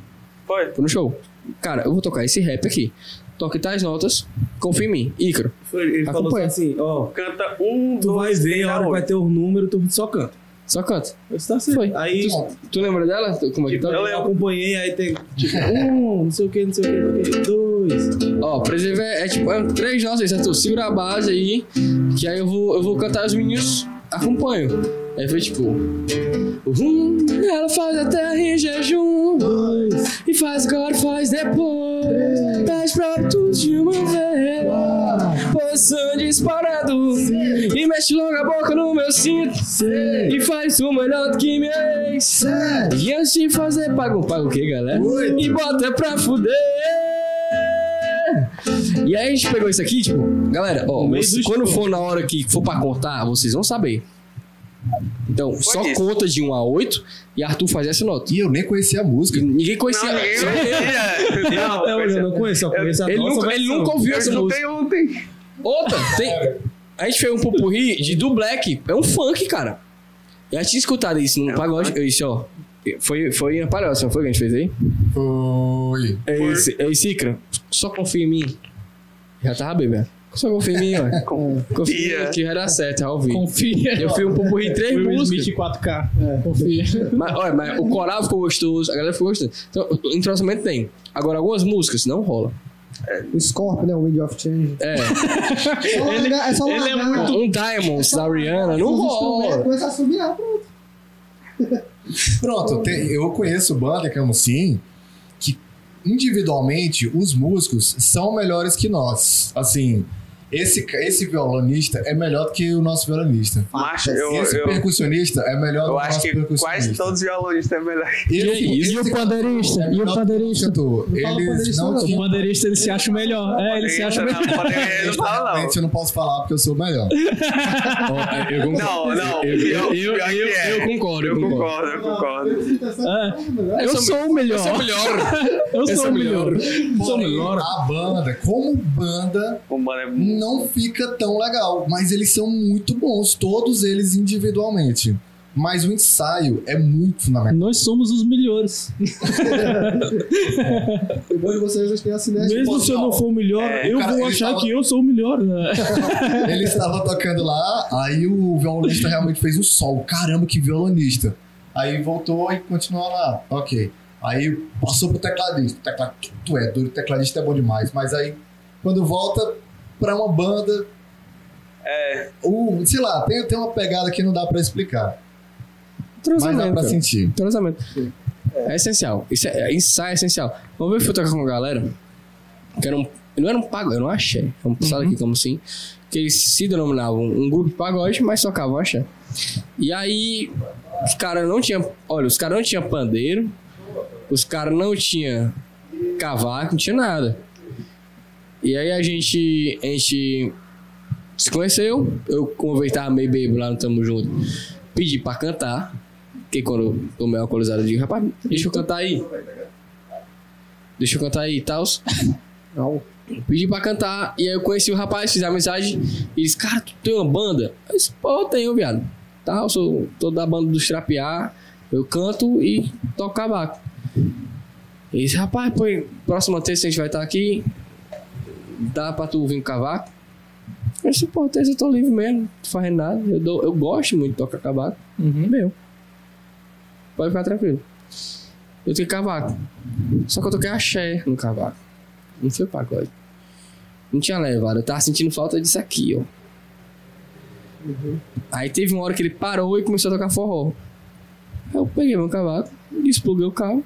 Foi. Fui no show. Cara, eu vou tocar esse rap aqui. Toque tais notas, confia em mim. Ícaro. Foi, ele falou Acompanha. assim, ó. Canta um, Tu vai dois, ver, três, a hora que vai oito. ter o número, tu só canta. Só canta. Eu disse, tá certo. Foi. Aí Tu lembra dela? Tu- Como é que tá? Eu eu lembro. acompanhei, aí tem tipo, um, não sei o que, não sei o que, dois. Ó, Preserver é tipo é três notas, Arthur. Segura a base aí, que aí eu vou, eu vou cantar os meninos acompanham. Aí foi tipo. Um, ela faz a terra em jejum. Dois. E faz agora, faz depois. Pede pra tudo de uma vez. Posição disparado. E mexe logo a boca no meu cinto. E faz o melhor do que me ex. E antes de fazer, paga um paga o que, galera? E bota pra fuder. E aí a gente pegou isso aqui, tipo, galera, ó, meio você- do quando show. for na hora que for pra contar, vocês vão saber. Então, só isso. conta de 1 a 8 e Arthur faz essa nota. E eu nem conhecia a música. Ninguém conhecia. Não, ninguém vai ver. Eu Não, até hoje eu não conheço, eu conheço a ele, nossa nunca, ele versão. nunca ouviu Eu essa música. escutei ontem. Outra, tem. A gente fez um pupurri de do Black. É um funk, cara. Eu já tinha escutado isso no É um pagode. funk. Isso, ó. Foi, foi na palhoça, não foi o que a gente fez aí? Foi. É esse, é esse Icra. Só confia em mim. Já tava bebendo. Só confia em mim, ó. Confia em Confia. mim que vai dar certo, ao vivo. Confia. Eu fui um pouco em três Will músicas. Smith 4K. Confia. Mas, olha, mas o coral ficou gostoso, a galera ficou gostosa. Então, o entrosamento tem. Agora, algumas músicas não rola. O Scorpion, né? O Wind of Change. É. É só largar, é só ele é largar. muito- Um Diamonds da Rihanna não Os instrumentos rola. Começa a subir, ah, pronto. Pronto, tem- eu conheço banda que é assim, que individualmente os músicos são melhores que nós. Assim, esse, ca- esse violonista é melhor do que o nosso violonista. Mas eu, esse eu, percussionista é melhor do que eu o acho nosso que quase percussionista. todos os violonistas é melhor. Esse- E o esse pandeirista? é E melhor o do que pandeirista? cantor. fala Eles pandeirista, não não. O tinham. pandeirista ele se acha o melhor. É, ele se acha o Não, melhor. pode- não fala não. Realmente eu não posso falar porque eu sou o melhor. Ó, eu concordo. Não, não. Eu, eu, pior- eu, pior que eu- é. eu concordo, eu Eu concordo. concordo, eu concordo. Eu sou o melhor. Eu sou melhor. Eu sou o melhor. Porém, a banda, como banda, O mano é muito. não fica tão legal, mas eles são muito bons, todos eles individualmente. Mas o ensaio é muito fundamental. Nós somos os melhores. O bom de vocês, vocês têm a cinética. Mesmo se eu não for o melhor, É, eu cara, vou ele achar tava- que eu sou o melhor. né? Ele estava tocando lá, aí o violonista realmente fez um sol. Caramba, que violonista. Aí voltou e continuou lá. Ok. Aí passou pro tecladista. O teclado, tu, tu é doido, o tecladista é bom demais. Mas aí, quando volta pra uma banda. É. O, sei lá, tem, tem uma pegada que não dá pra explicar. Mas dá Entrosamento. pra cara. sentir. Entrosamento. É essencial. Isso é, é- ensaio é essencial. Uma vez eu fui tocar com uma galera, que era um, não era um pagode, não achei. Vamos passar aqui como assim. Que eles se denominavam um grupo de pagode, mas tocavam axé. E aí, os caras não tinham. Olha, os caras não tinham pandeiro, os caras não tinham cavaco, não tinha nada. E aí a gente, a gente se conheceu, eu conversava meio bebo lá no Tamo Junto, pedi pra cantar, porque quando eu tô meio alcoolizado eu digo, rapaz, deixa eu cantar aí. Deixa eu cantar aí e tal. Pedi pra cantar, e aí eu conheci o rapaz, fiz amizade, e disse, cara, tu tem uma banda? Eu disse, pô, eu tenho, viado. Tá, eu sou todo da banda do Trapear, eu canto e toco cavaco. E disse, rapaz, pô, próxima terça a gente vai estar aqui, dá pra tu vir com cavaco? Eu disse, pô, terça eu tô livre mesmo, não tô fazendo nada, eu, dou, eu gosto muito de tocar cavaco, meu. Pode ficar tranquilo. Eu toquei cavaco. Só que eu toquei axé no cavaco. Não foi pagode. Não tinha levado. Eu tava sentindo falta disso aqui, ó. Uhum. Aí teve uma hora que ele parou e começou a tocar forró. Aí eu peguei meu cavaco, despluguei o carro,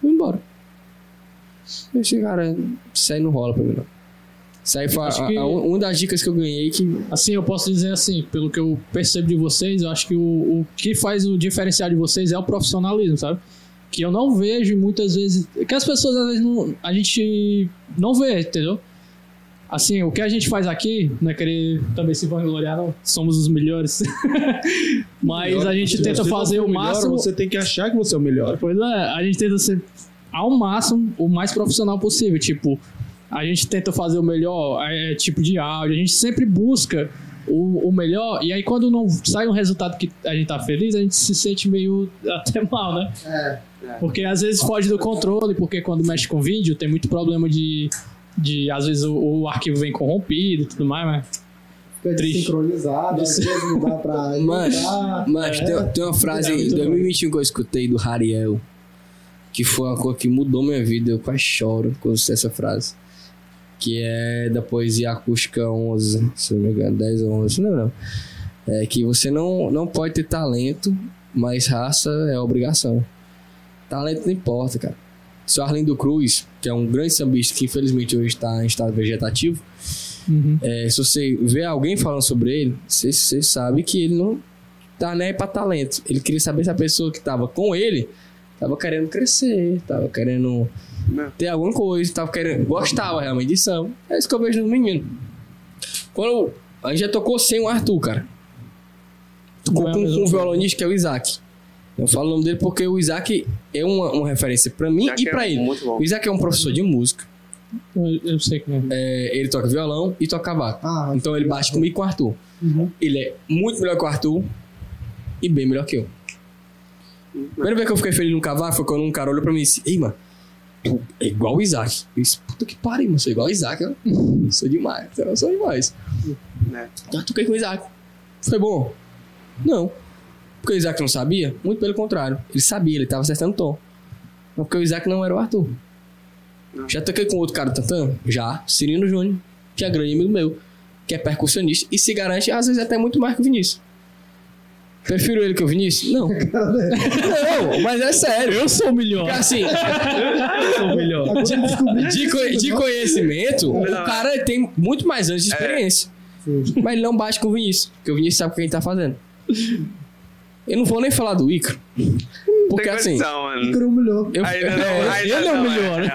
fui embora. Eu disse, cara, isso aí não rola pra mim, não. Isso aí foi a- Acho que- a- a- uma das dicas que eu ganhei que Assim, eu posso dizer assim, pelo que eu percebo de vocês, eu acho que o, o que faz o diferencial de vocês é o profissionalismo, sabe? Que eu não vejo e muitas vezes. Que as pessoas às vezes não. A gente não vê, entendeu? Assim, o que a gente faz aqui, não é querer também se vangloriar, não. Somos os melhores. Mas a gente Se tenta você não fazer for o um melhor, máximo. Você tem que achar que você é o melhor. Pois é, a gente tenta ser ao máximo o mais profissional possível. Tipo, a gente tenta fazer o melhor é, tipo de áudio, a gente sempre busca o, o melhor. E aí, quando não sai um resultado que a gente tá feliz, a gente se sente meio até mal, né? Porque às vezes foge do controle, porque quando mexe com vídeo tem muito problema de. de às vezes o, o arquivo vem corrompido e tudo mais, mas. Fica Triste. desincronizado, às vezes não dá pra Mas, editar. mas tem, tem uma frase em 2021 que eu escutei do Hariel, que foi uma coisa que mudou minha vida. Eu quase choro quando eu escutei essa frase. Que é da poesia acústica 11, se eu não me engano, 10 ou 11, não lembro. não. É que você não, não pode ter talento, mas raça é obrigação. Talento não importa, cara. Seu Arlindo Cruz, que é um grande sambista que infelizmente hoje está em estado vegetativo, é, se você vê alguém falando sobre ele, você, você sabe que ele não tá nem aí pra talento. Ele queria saber se a pessoa que tava com ele tava querendo crescer, tava querendo Não. ter alguma coisa, tava querendo. Gostava realmente de samba. É isso que eu vejo no menino. Quando a gente já tocou sem o Arthur, cara. Tocou Não é a com, mesma com um coisa. violonista que é o Isaac. Eu falo o nome dele porque o Isaac é uma, uma referência pra mim Isaac e é pra ele. muito bom. O Isaac é um professor de música. Eu, eu sei que. não. É, ele toca violão e toca cavaco. Ah, Então ele bate comigo e com o Arthur. Ele é muito melhor que o Arthur e bem melhor que eu. A primeira vez que eu fiquei feliz no cavaco foi quando um cara olhou pra mim e disse: Ei, mano, pu- é igual o Isaac. Eu disse, puta que pariu, mano. Sou igual o Isaac, ó. Sou demais. Eu sou demais. Né? Já toquei com o Isaac. Foi bom? Não. Porque o Isaac não sabia? Muito pelo contrário. Ele sabia, ele tava acertando o tom. Mas porque o Isaac não era o Arthur. Já toquei com outro cara do Tantan? Já. Cirino Júnior, que é grande amigo meu, que é percussionista e se garante, às vezes, até muito mais que o Vinícius. Prefiro ele que o Vinícius? Não. não, mas é sério. Eu sou um o melhor. Assim, Agora eu descobri né? de, que co- de não. conhecimento, o Não. cara tem muito mais anos de experiência. Sim. Mas ele não bate com o Vinícius, porque o Vinícius sabe o que ele tá fazendo. Eu não vou nem falar do Ícaro. Porque Tem assim. condição, mano. Era o melhor. Eu, Ainda não, é, ainda ele é o não, melhor. é,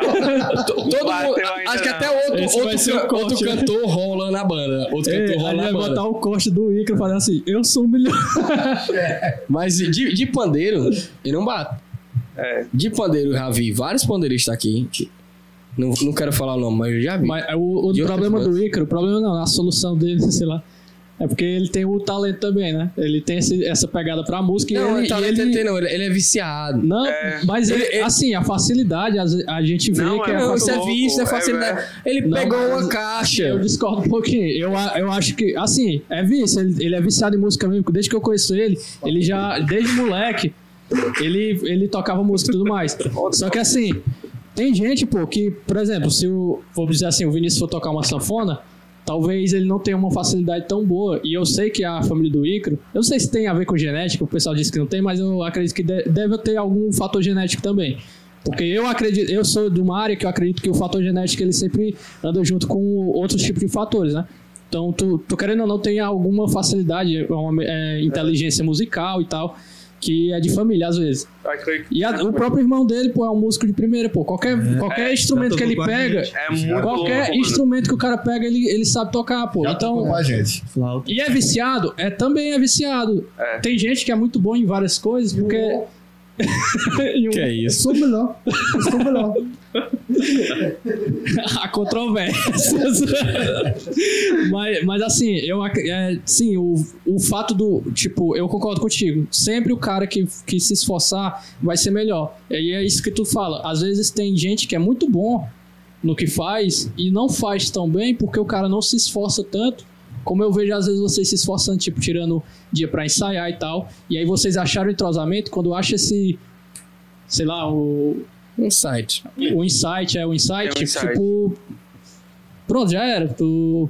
não. To- Todo Bateu mundo, ainda acho que não. até outro, Esse vai outro, ser o can- corte, outro né? cantor rola na banda. Outro É, cantor aí rola na vai banda. botar o corte do Icaro falando assim, eu sou o melhor. Mas de, de pandeiro, eu não bato. É. De pandeiro, eu já vi vários pandeiristas aqui. que- Não, não quero falar o nome, mas eu já vi. Mas é o, o E outras problema do coisas. Ícaro, o problema não, a solução dele, sei lá. É porque ele tem o talento também, né? Ele tem esse- essa pegada pra música não, e ele. ele, e ele... ele- não, ele, ele é viciado. Não, É. mas ele- Ele- ele- assim, a facilidade, às vezes, a gente vê Não, que é a Não, isso é louco, vício, é, é facilidade. Ele Não, pegou mas- uma Eu caixa. discordo um pouquinho. Eu, a- eu acho que, assim, é vício. Ele, ele é viciado em música mesmo. porque Desde que eu conheço ele, ele já, desde moleque, ele, ele tocava música e tudo mais. Só que, assim, tem gente, pô, que, por exemplo, se o, vamos dizer assim, o Vinícius for tocar uma sanfona, talvez ele não tenha uma facilidade tão boa. E eu sei que a família do Icaro, eu não sei se tem a ver com genética, o pessoal diz que não tem, mas eu acredito que de- deve ter algum fator genético também. Porque eu acredito, eu sou de uma área que eu acredito que o fator genético ele sempre anda junto com outros tipos de fatores, né? Então, tu, tu querendo ou não, tem alguma facilidade, uma é, inteligência musical e tal, que é de família às vezes. Eu acredito que- E a- o próprio irmão dele, pô, é um músico de primeira, pô. Qualquer, qualquer instrumento que ele É, tocou com a pega, gente. É muito qualquer louco, mano. instrumento que o cara pega, ele, ele sabe tocar, pô. Já tocou com então, a gente. Flauta. e é viciado? É, também é viciado. É. Tem gente que é muito bom em várias coisas, porque... E um- Que é Eu isso? sou o melhor. Eu sou o melhor. Há controvérsias. mas, mas assim, eu ac- é, sim, o, o fato do. Tipo, eu concordo contigo. Sempre o cara que, que se esforçar vai ser melhor. E aí é isso que tu fala. Às vezes tem gente que é muito bom no que faz e não faz tão bem porque o cara não se esforça tanto. Como eu vejo, às vezes, vocês se esforçando, tipo, tirando dia pra ensaiar e tal. E aí vocês acharam o entrosamento quando acha esse. Sei lá, o, Um site. o insight é o insight, É o insight. tipo. Pronto, já era. Tu...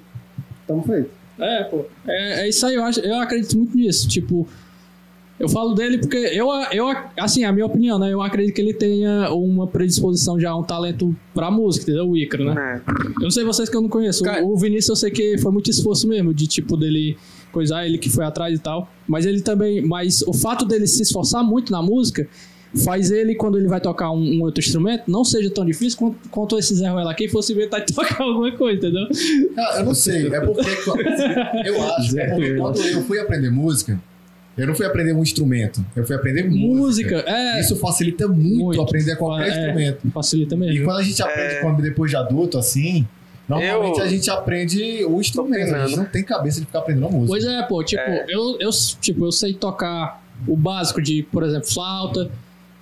Tamo feito. É, pô. É, é isso aí, eu, acho, eu acredito muito nisso. Tipo, eu falo dele porque eu, eu, assim, a minha opinião, né? Eu acredito que ele tenha uma predisposição já, um talento pra música, entendeu? O Icaro, né? É. Eu não sei vocês que eu não conheço. O- Cara- O Vinícius eu sei que foi muito esforço mesmo, de tipo dele coisar, ele que foi atrás e tal. Mas ele também. Mas o fato dele se esforçar muito na música faz ele, quando ele vai tocar um, um outro instrumento, não seja tão difícil quanto, quanto esse Zé Ruela aqui fosse inventar de tocar alguma coisa, entendeu? Ah, eu não sei, é porque. Eu acho, é porque quando eu fui aprender música, eu não fui aprender um instrumento, eu fui aprender música. Música, é. Isso facilita muito, Muito. aprender qualquer É. instrumento. Facilita E mesmo. quando a gente aprende quando depois de adulto, assim, normalmente Eu- a gente aprende o instrumento. A gente não tem cabeça de ficar aprendendo a música. Pois é, pô, tipo, Eu, eu, tipo, eu sei tocar o básico de, por exemplo, flauta,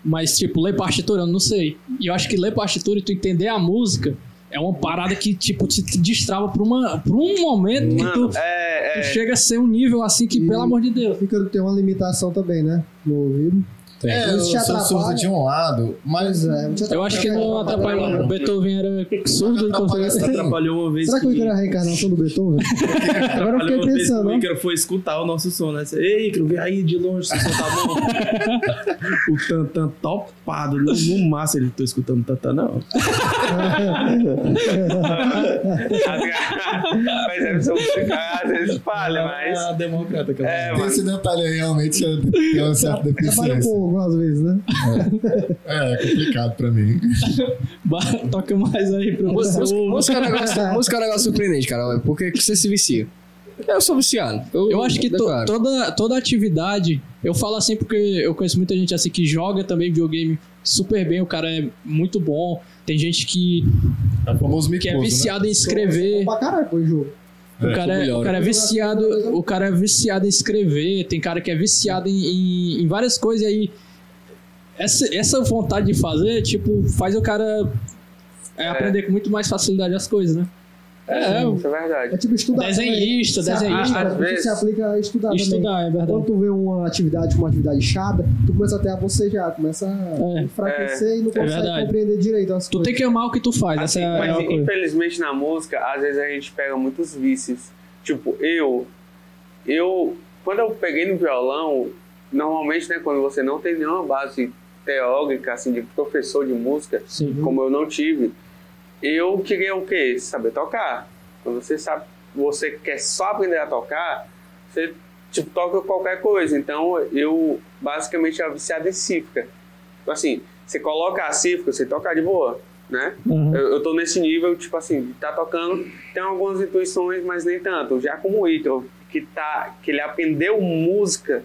mas, tipo, ler partitura, eu não sei. E eu acho que ler partitura e tu entender a música é uma parada que, tipo, te te destrava pra, uma, pra um momento Mano, que tu, é, tu é. chega a ser um nível assim que, E- pelo amor de Deus. Fica tem uma limitação também, né? No ouvido. É, eu Isso te sou surdo atrapalha. de um lado, mas. Pois é, te Eu acho que não atrapalhou. O Beethoven era surdo e Atrapalha conseguiu. essa- Atrapalhou uma vez Será que o que- Icaro é a reencarnação do Beethoven? Agora eu Olha, fiquei uma vez pensando, né? que ó. O Ícaro foi escutar o nosso som, né? Ei, Ícaro, vem aí de longe, se o som tá bom. O Tantan topado. No, no massa ele tô escutando Tantan, não. é, tá mas é preciso ficar, às vezes falha, mas. É a democrata que É, Tem mano. esse detalhe aí, realmente, eu tenho uma certa Trabalha um deficiência. pouco às vezes, né? É, é complicado pra mim. Ba- então, Toca mais aí pra você. Música, música é um negócio, música é um negócio surpreendente, cara. Por que que você se vicia? Eu sou viciado. Eu, Eu acho que to- declaro. toda, toda atividade, eu falo assim porque eu conheço muita gente assim que joga também videogame super bem, o cara é muito bom. Tem gente que, É o famoso que micoso, é né? viciado em escrever. Pra caralho, pô, em jogo. O cara, é, o cara é viciado, o cara é viciado em escrever, tem cara que é viciado em, em- em várias coisas e aí Essa, essa vontade de fazer, tipo, faz o cara é, aprender com muito mais facilidade as coisas, né? É, é Isso é verdade. É tipo estudar. desenhista, Se a- desenhista. às Cara, porque vezes- se aplica a estudar, também. Estudar, é verdade. Quando tu vê uma atividade como uma atividade chata, tu começa até a bocejar, começa a É. enfraquecer e não consegue verdade. compreender direito as Tu coisas. tem que amar o que tu faz, Assim, essa é a mas maior coisa. infelizmente na música, às vezes a gente pega muitos vícios. Tipo, eu. Eu. Quando eu peguei no violão, normalmente, né, quando você não tem nenhuma base teórica, assim, de professor de música, Sim. como eu não tive, eu queria o quê? Saber tocar. Quando você sabe, você quer só aprender a tocar, você tipo, toca qualquer coisa. Então eu basicamente era viciado em cifra. Então, assim, você coloca a cifra, você toca de boa, né? Eu, eu tô nesse nível, tipo assim, de tá tocando, tem algumas intuições, mas nem tanto. Já como o Ítalo, que, tá, que ele aprendeu música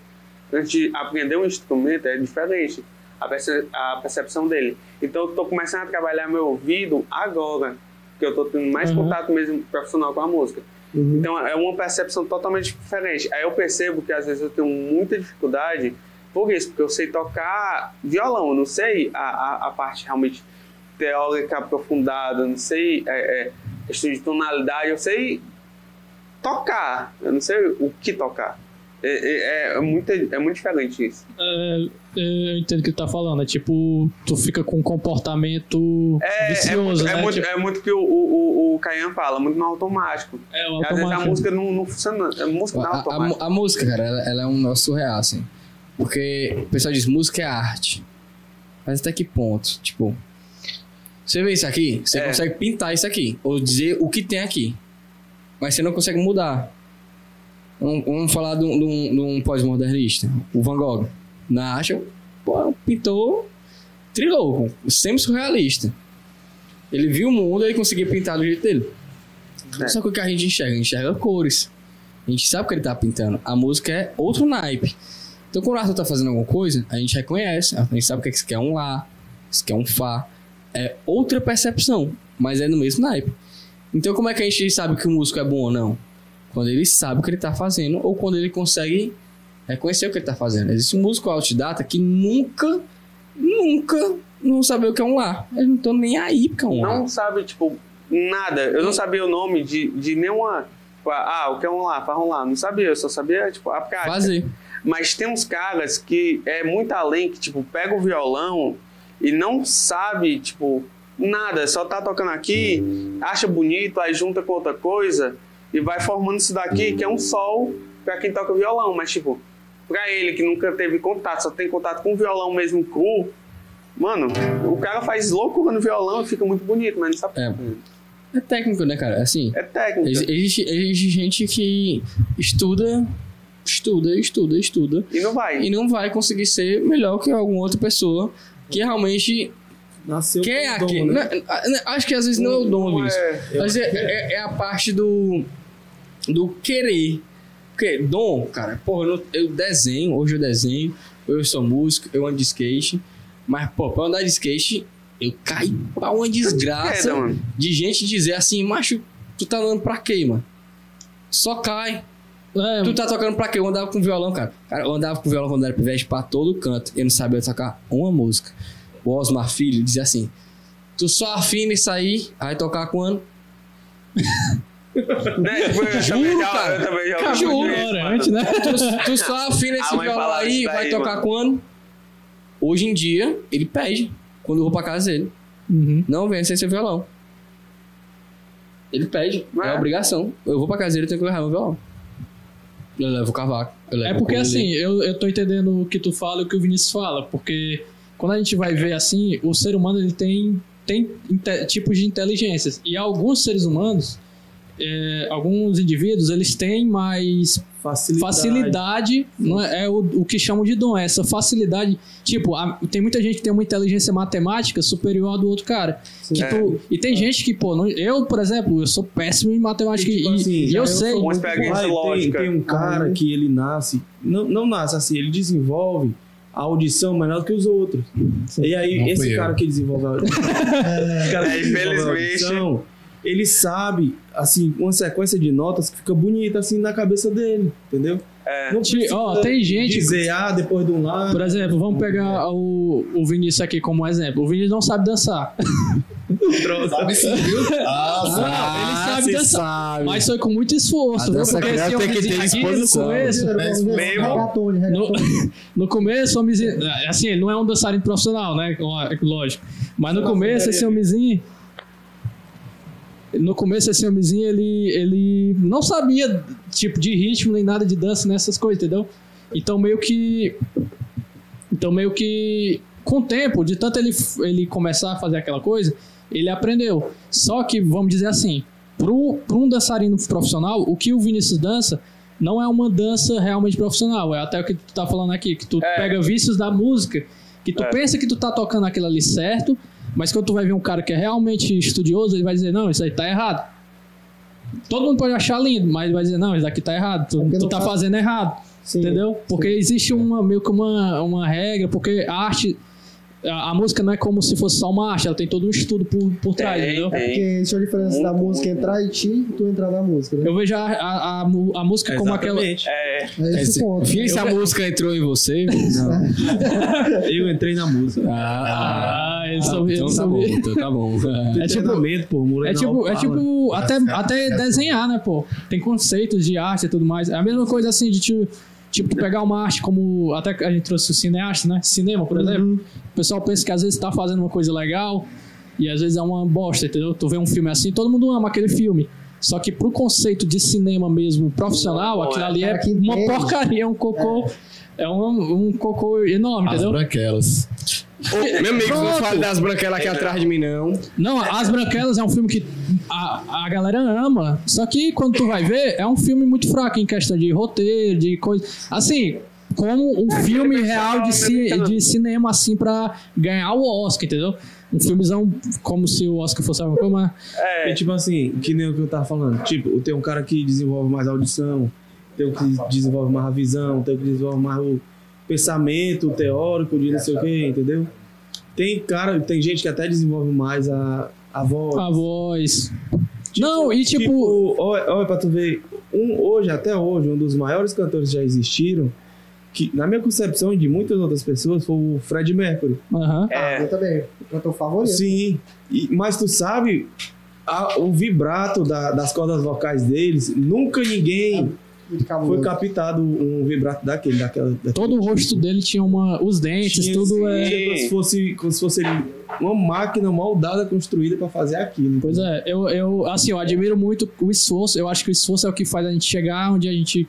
antes de aprender um instrumento, é diferente a, perce- a percepção dele. Então eu tô começando a trabalhar meu ouvido agora, que eu tô tendo mais contato mesmo profissional com a música. Então é uma percepção totalmente diferente. Aí eu percebo que às vezes eu tenho muita dificuldade por isso, porque eu sei tocar violão, eu não sei a, a, a parte realmente teórica aprofundada, eu não sei é, é, estudo de tonalidade, eu sei tocar, eu não sei o que tocar. É, é, é, muito, é muito diferente isso. É, é, eu entendo o que tu tá falando. É tipo, tu fica com um comportamento É, vicioso, é, muito- é né? muito, Tipo, é muito que o, o, o, o Caian fala, muito no automático. é, o Às vezes a automático. música não, não funciona, a música não é A, a mu- automática. a música, cara, ela, ela é um negócio surreal, assim. Porque o pessoal diz música é arte. Mas até que ponto? Tipo, você vê isso aqui, você É. consegue pintar isso aqui, ou dizer o que tem aqui. Mas você não consegue mudar. Vamos, vamos falar de um, de um- de um pós-modernista, o Van Gogh. Na arte, pô, é um pintor trilouco, semi-surrealista. Ele viu o mundo e ele conseguia pintar do jeito dele. É. Só que o que a gente enxerga? A gente enxerga cores. A gente sabe o que ele tá pintando. A música é outro naipe. Então, quando o Arthur tá fazendo alguma coisa, a gente reconhece. A gente sabe o que é que isso quer um Lá, isso quer um Fá. É outra percepção, mas é no mesmo naipe. Então, como é que a gente sabe que o músico é bom ou não? Quando ele sabe o que ele tá fazendo ou quando ele consegue reconhecer o que ele tá fazendo. Existe um músico autodidata que nunca, nunca não sabe o que é um Lá. Eles não estão nem aí pra um Lá. não sabe, tipo, nada. Eu não sabia o nome de, de nenhuma. tipo, Ah, o que é um lá, faz um lá. Não sabia, eu só sabia, tipo, a prática. Fazer. Mas tem uns caras que é muito além, que, tipo, pega o violão e não sabe, tipo, nada, só tá tocando aqui, acha bonito, aí junta com outra coisa e vai formando isso daqui, que é um sol pra quem toca violão. Mas, tipo, pra ele que nunca teve contato, só tem contato com o violão mesmo cru, mano, o cara faz loucura no violão e fica muito bonito, mas não sabe. É. É técnico, né, cara? Assim, É técnica. Ex- Existe, existe gente que estuda, estuda, estuda, estuda E não vai. e não vai conseguir ser melhor que alguma outra pessoa que realmente Nasceu quer com o dom, aquele. né? né? Né? Acho que às vezes não é o dom Não disso. é- Mas é, é- é a parte do, do querer. Porque dom, cara, porra, eu, não- eu desenho, hoje eu desenho, eu sou músico, eu ando de skate, mas, pô, pra eu andar de skate, eu caí pra uma desgraça É, mano. de gente dizer assim, macho, tu tá andando pra quê, mano? Só cai. É, Tu tá tocando pra quê? Eu andava com violão, cara. Cara, eu andava com violão quando era pivete pra todo canto. Eu não sabia tocar uma música. O Osmar Filho dizia assim, tu só afina isso aí, aí tocar quando? Né? Tipo, eu também já- cara. Eu também já Cara, ouvi juro, muito isso, mano. ignorante, né? Tu, tu só afina A esse mãe violão falava aí, isso vai daí, tocar mano. quando? Hoje em dia, ele pede. Quando eu vou pra casa dele. Uhum. Não venha sem seu violão. Ele pede. Mas- É obrigação. Eu vou pra casa dele, eu tenho que levar meu violão. Eu levo o cavaco. Eu Tá levo É porque o ukulele. assim, eu, eu tô entendendo o que tu fala e o que o Vinícius fala, porque quando a gente vai ver assim, o ser humano ele tem, tem inte- tipos de inteligências. E alguns seres humanos, é, alguns indivíduos, eles têm mais Facilidade. facilidade não é, é o, o que chamam de dom, é essa facilidade. Tipo, a- tem muita gente que tem uma inteligência matemática superior à do outro cara. Que É. tu- e tem gente que, pô, não- eu, por exemplo, eu sou péssimo em matemática E, e, tipo, assim, e já eu eu sei. Uhum. sou Uma Vai, experiência tem- lógica. Tem, um cara Aham. que ele nasce, não, não nasce assim, ele desenvolve a audição melhor do que os outros. E aí, Não fui esse eu. cara que desenvolve a audição, É, infelizmente. ele sabe, assim, uma sequência de notas que fica bonita, assim, na cabeça dele, entendeu? É. Não Ti- ó, tem gente- dizer A depois de um lado. Por exemplo, vamos pegar o, o Vinícius aqui como exemplo. O Vinícius não sabe dançar. Sabe sim, viu? Ah, Não, ele sabe se dançar. sabe. Mas foi com muito esforço, A viu? dança Porque criada se eu tem que fizer ter aqui disposição. No começo, mesmo. Regatone, no, regatone. no começo, o homenzinho. Assim, ele não é um dançarino profissional, né? Ó, é Lógico. Mas no começo, esse homenzinho. No começo, esse homenzinho, ele, ele não sabia, tipo, de ritmo nem nada de dança nessas coisas, entendeu? Então, meio que. Então, meio que. Com o tempo, de tanto ele, ele começar a fazer aquela coisa, ele aprendeu. Só que, vamos dizer assim, pro, pro um dançarino profissional, o que o Vinícius dança não é uma dança realmente profissional. É até o que tu tá falando aqui, que tu É. pega vícios da música, que tu É. pensa que tu tá tocando aquilo ali certo, mas quando tu vai ver um cara que é realmente estudioso, ele vai dizer, não, isso aí tá errado. Todo mundo pode achar lindo, mas ele vai dizer, não, isso daqui tá errado, tu, porque tu não tá faz- fazendo errado. Sim. Entendeu? Porque existe uma, meio que uma, uma regra, porque a arte. A, a música não é como se fosse só uma arte, ela tem todo um estudo por, por trás, É. Tem, entendeu? tem. Porque existe a diferença Muito, da música muito. entrar em ti e tu entrar na música, né? Eu vejo a, a, a, mu- a música como aquela. Exatamente. É, É esse o ponto. Fim, se a música entrou em você. Não. Eu entrei na música. Ah, Ah, eu ah, sou eu então tá sou- bom, então tá bom. É tipo. Treinamento, pô, moleque. É tipo, é tipo até, até desenhar, né, pô? Tem conceitos de arte e tudo mais. É a mesma coisa assim de tipo, tipo tu pegar uma arte como. Até que a gente trouxe o cineasta, né? Cinema, por exemplo. O pessoal pensa que às vezes tá fazendo uma coisa legal e às vezes é uma bosta, entendeu? Tu vê um filme assim, todo mundo ama aquele filme. Só que pro conceito de cinema mesmo profissional, Não, aquilo é. ali é Cara, que uma entende. porcaria, é um cocô. É, um, um cocô enorme, As entendeu? branquelas. Meu amigo, não fale das branquelas aqui É, não. atrás de mim, não. Não, As Branquelas é um filme que a, a galera ama, só que quando tu vai ver, é um filme muito fraco em questão de roteiro, de coisa. Assim, como um filme real de, ci- de cinema, assim, pra ganhar o Oscar, entendeu? Um filmezão como se o Oscar fosse alguma coisa, mas É é. tipo assim, que nem o que eu tava falando. Tipo, tem um cara que desenvolve mais a audição, tem o que desenvolve mais a visão, tem o que desenvolve mais o pensamento teórico de não sei o quê, entendeu? Tem cara, tem gente que até desenvolve mais a, a voz. a voz. Não, e tipo- Olha, olha pra tu ver, um, hoje, até hoje, um dos maiores cantores que já existiram, que na minha concepção e de muitas outras pessoas, foi o Fred Mercury. Aham. é. Eu também. Eu tô favorito. Sim, e- mas tu sabe, a- o vibrato da- das cordas vocais deles, nunca ninguém foi Muito cabuloso. captado um vibrato daquele, daquela. daquele. tipo. Todo o rosto dele tinha uma. Os dentes, Tinha- tudo é. tinha Como se fosse, como se fosse uma máquina moldada, construída pra fazer aquilo. Pois é, eu, eu, assim, eu admiro muito o esforço. Eu acho que o esforço é o que faz a gente chegar onde a gente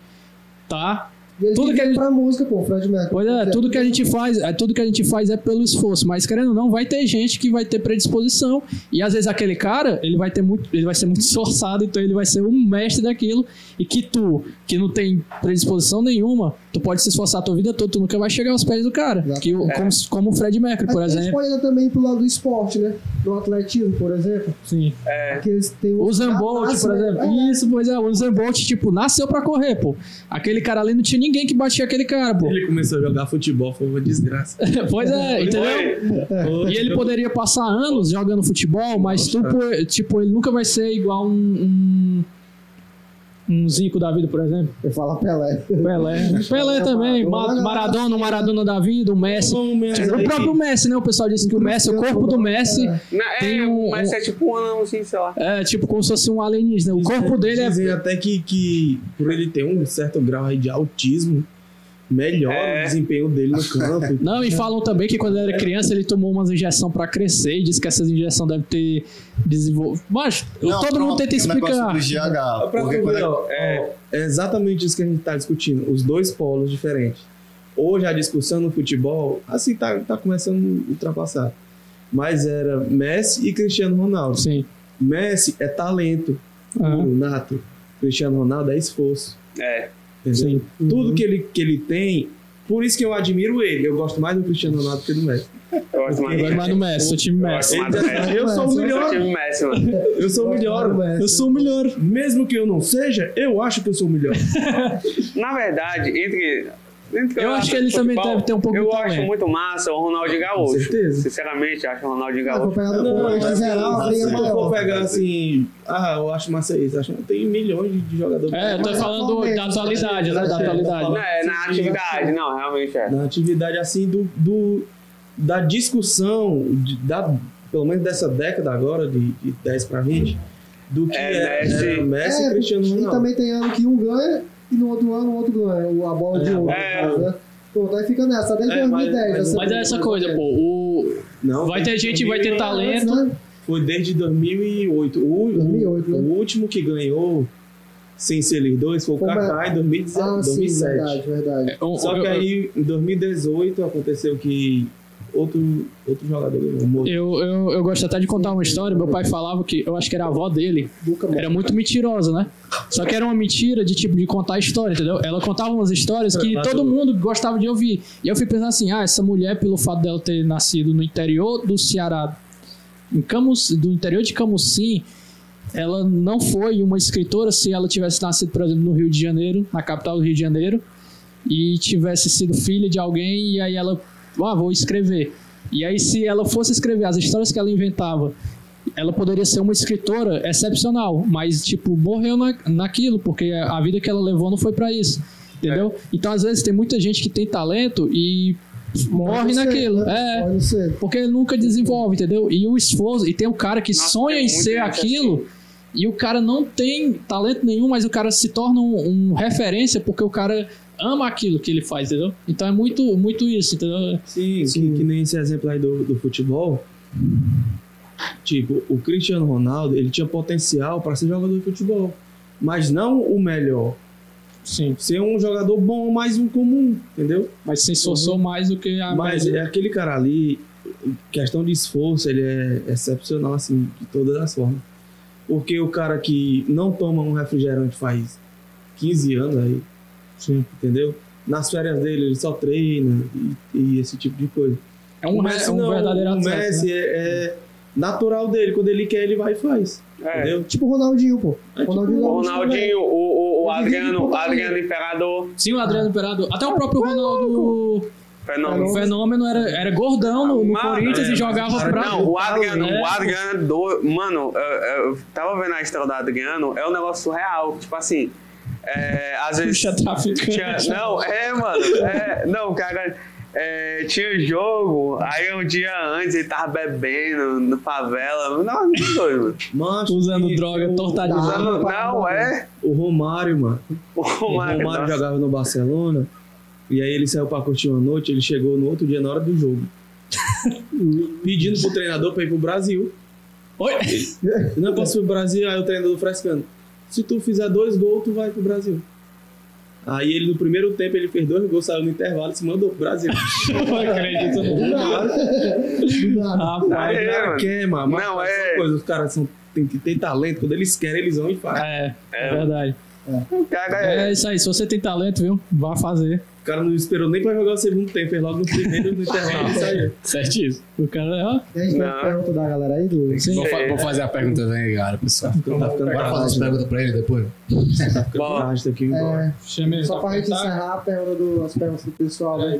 tá. E ele Tudo tem que ele- pra música, pô, Fred Mercury. Pois é, tudo que a gente faz, é, tudo que a gente faz é pelo esforço, mas querendo ou não, vai ter gente que vai ter predisposição. E às vezes aquele cara, ele vai ter muito, ele vai ser muito esforçado, então ele vai ser um mestre daquilo. E que tu, que não tem predisposição nenhuma, tu pode se esforçar a tua vida toda, tu nunca vai chegar aos pés do cara. Exato. Que, o- como, como o Fred Mercury, por a gente exemplo. pode ainda também pro lado do esporte, né? Do atletismo, por exemplo. Sim. É. Porque eles têm O Zambolt, por exemplo. Isso, pois né? é, o Zambolt, tipo, nasceu pra correr, pô. Aquele cara ali não tinha ninguém que batia aquele cara, pô. Ele começou a jogar futebol, foi uma desgraça. Pois é, entendeu? E ele poderia passar anos jogando futebol, mas tu, pô, tipo, ele nunca vai ser igual um, um, um Zico da vida, por exemplo. Eu falo Pelé. Pelé. Pelé também, Ma- Maradona, o Maradona da vida, o Messi. Tipo, Pelo menos O é aí, próprio Messi, né? O pessoal disse que o Messi, o corpo do Messi Na- é, Tem um- mas é tipo um anãozinho, sei lá. é tipo como se fosse um alienígena. O corpo dele é. dizem até que, que por ele ter um certo grau aí de autismo, melhora É. o desempenho dele no campo. É. Não, e falam também que quando ele era criança ele tomou umas injeções pra crescer e disse que essas injeções devem ter desenvolvido. Mas Não, todo pronto, mundo tenta o negócio explicar. do GH. Pra tu Porque quando ver, é ó, ó, é... exatamente isso que a gente tá discutindo, os dois polos diferentes. Hoje a discussão no futebol, assim, tá, tá começando a ultrapassar. Mas era Messi e Cristiano Ronaldo. Sim. Messi é talento, Ah, puro, nato. Cristiano Ronaldo é esforço. É. Entendeu? sim. Tudo que ele, que ele tem, por isso que eu admiro ele. Eu gosto mais do Cristiano Ronaldo que do Messi. Eu gosto É. mais do Agora vai Messi. no Messi, seu time Eu Messi. gosto mais do Ele- Messi. eu sou o Eu Messi. sou melhor, time Messi, mano. eu sou o melhor. Messi. Eu sou o melhor. Mesmo que eu não seja, eu acho que eu sou o melhor. Na verdade, entre Dentro do Eu acho que ele de também futebol, deve ter um pouco Eu de acho talento. muito massa o Ronaldinho Gaúcho. certeza. Sinceramente, acho o Ronaldinho Ah, Gaúcho. Acompanhado Não, por mas este geral, a se briga é eu for maior. pegar assim, ah, eu acho massa isso. Acho, tem milhões de- de jogadores. É, eu tô Mas falando atualmente, da atualidade, né? Da é, atualidade. Não, é na atividade, não, realmente é. na atividade assim do, do da discussão de- da pelo menos dessa década agora de, de 10 para 20 do que É, é, Messi. era Messi e Cristiano e Ronaldo. também tem ano que um ganha e no outro ano o outro ganha. o- A bola de ouro. é. no caso, né? Pronto, aí fica nessa, desde É, mas- 2010. mas- Mas é essa né, coisa, pô. O... Não, Vai foi ter de gente que vai ter 2000, talento. Né? Foi desde 2008. O, o- 2008, né? o último que ganhou sem ser eles dois foi o Foi uma- Kaká em é 2017. Ah, sim, 2007. verdade, verdade. o- Só eu- que aí em 2018 aconteceu que outro outro jogador ganhou. Mo- Eu, eu, eu gosto até de contar uma história. Meu pai falava que eu acho que era a avó dele. Nunca mais. Era muito mentirosa, né? Só que era uma mentira de tipo de contar história, entendeu? Ela contava umas histórias que todo mundo gostava de ouvir. E eu fui pensando assim: ah, essa mulher, pelo fato dela ter nascido no interior do Ceará, em Camus, do interior de Camusim, ela não foi uma escritora se ela tivesse nascido, por exemplo, no Rio de Janeiro, na capital do Rio de Janeiro, e tivesse sido filha de alguém, e aí ela, ah, vou escrever. E aí, se ela fosse escrever as histórias que ela inventava, ela poderia ser uma escritora excepcional, mas, tipo, morreu na, naquilo, porque a vida que ela levou não foi pra isso. Entendeu? Então, às vezes, tem muita gente que tem talento e morre Pode ser, naquilo. né? É. Pode ser. Porque ele nunca desenvolve, entendeu? E o esforço, e tem um cara que Nossa, sonha tem em muita ser gente aquilo, e o cara não tem talento nenhum, mas o cara se torna um, um referência porque o cara ama aquilo que ele faz, entendeu? Então é muito, muito isso, entendeu? Sim, Que, que nem esse exemplo aí do, do futebol. Tipo, o Cristiano Ronaldo, ele tinha potencial para ser jogador de futebol, mas não o melhor. Sim. Ser um jogador bom, mas um comum, entendeu? Mas se esforçou mais do que a mas média. é aquele cara ali, questão de esforço, ele é excepcional, assim, de todas as formas. Porque o cara que não toma um refrigerante faz 15 anos aí, Sim. entendeu? Nas férias dele, ele só treina e- e esse tipo de coisa. é um, O re- Messi é um não, verdadeiro O atleta. Messi né? é, é natural dele. Quando ele quer, ele vai e faz. É. Entendeu? Tipo o Ronaldinho, pô. tipo Ronaldinho O Gaúcho né? também. Ronaldinho, o, o, o Ele vive Adriano, por o aí. Adriano Imperador, Sim, o Adriano Imperador. Até o próprio Ronaldo fenômeno. o Fenômeno era, era gordão no, no Mano, Corinthians é, e jogava pra. Não, o Adriano, né? o Adriano, do, mano, eu, eu tava vendo a história do Adriano, é um negócio surreal, tipo assim, é, às vezes... Puxa, traficante. Tinha- não, é, mano, é, não, cara, é, tinha jogo, aí um dia antes ele tava bebendo na favela, não, não doido, mano. Mas Usando e droga, o, tortadinho. Não, Tá, não, é... um O Romário, mano. O O Mário, Romário nossa. jogava no Barcelona. E aí ele saiu pra curtir uma noite. Ele chegou no outro dia, na hora do jogo. pedindo pro treinador pra ir pro Brasil. Oi? Não, posso ir pro Brasil. Aí o treinador frescando. Se tu fizer dois gols, tu vai pro Brasil. Aí ele, no primeiro tempo, ele fez dois gols, saiu no intervalo e se mandou pro Brasil. Não acredito. Do nada. Aí É, o cara mano. quer, mano. Mas Não, faz é- uma Coisa, os caras são, tem, que ter talento. Quando eles querem, eles vão e fazem. É, é verdade. O cara é- É isso aí, se você tem talento, viu? Vá fazer. O cara não esperou nem pra jogar o segundo tempo. Fez logo no primeiro, no intervalo e saiu. Certíssimo. O cara, ó, E a gente tem Não. a pergunta da galera aí do. sim. Vou, fa- vou fazer a pergunta da negada, pessoal. Tá ficando Bora fazer as coragem, perguntas pra ele depois? tá ficando Bom. coragem, tem que ir embora. É, chama ele É. só pra gente encerrar a pergunta do, as perguntas do pessoal aí.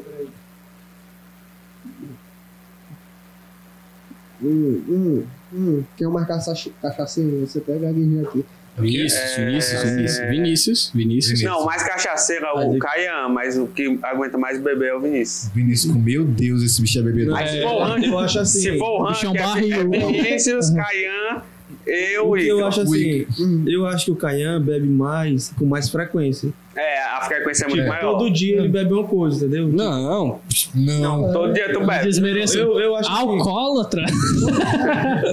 Hum, hum, hum. Quem eu marcar sachi- cachaçinho, você pega a guerrinha aqui. Vinícius, Vinícius, Vinícius. Vinícius, Vinícius. Não, mais cachaceiro é o Caian, É mas o que aguenta mais beber é o Vinícius. Vinícius, com- meu Deus, esse bicho é bebedor. Mas se É, for o ranking, Eu acho assim. se for o ranking, bichão é- é barril. Vinícius, Caian, eu o que e... eu acho assim, Hum. eu acho que o Caian bebe mais, com mais frequência. É, a frequência é muito maior. tipo, Todo dia ele bebe uma coisa, entendeu? Tipo, Não, Não, Todo dia tu bebe. Desmereça. Eu, eu acho que Alcoólatra?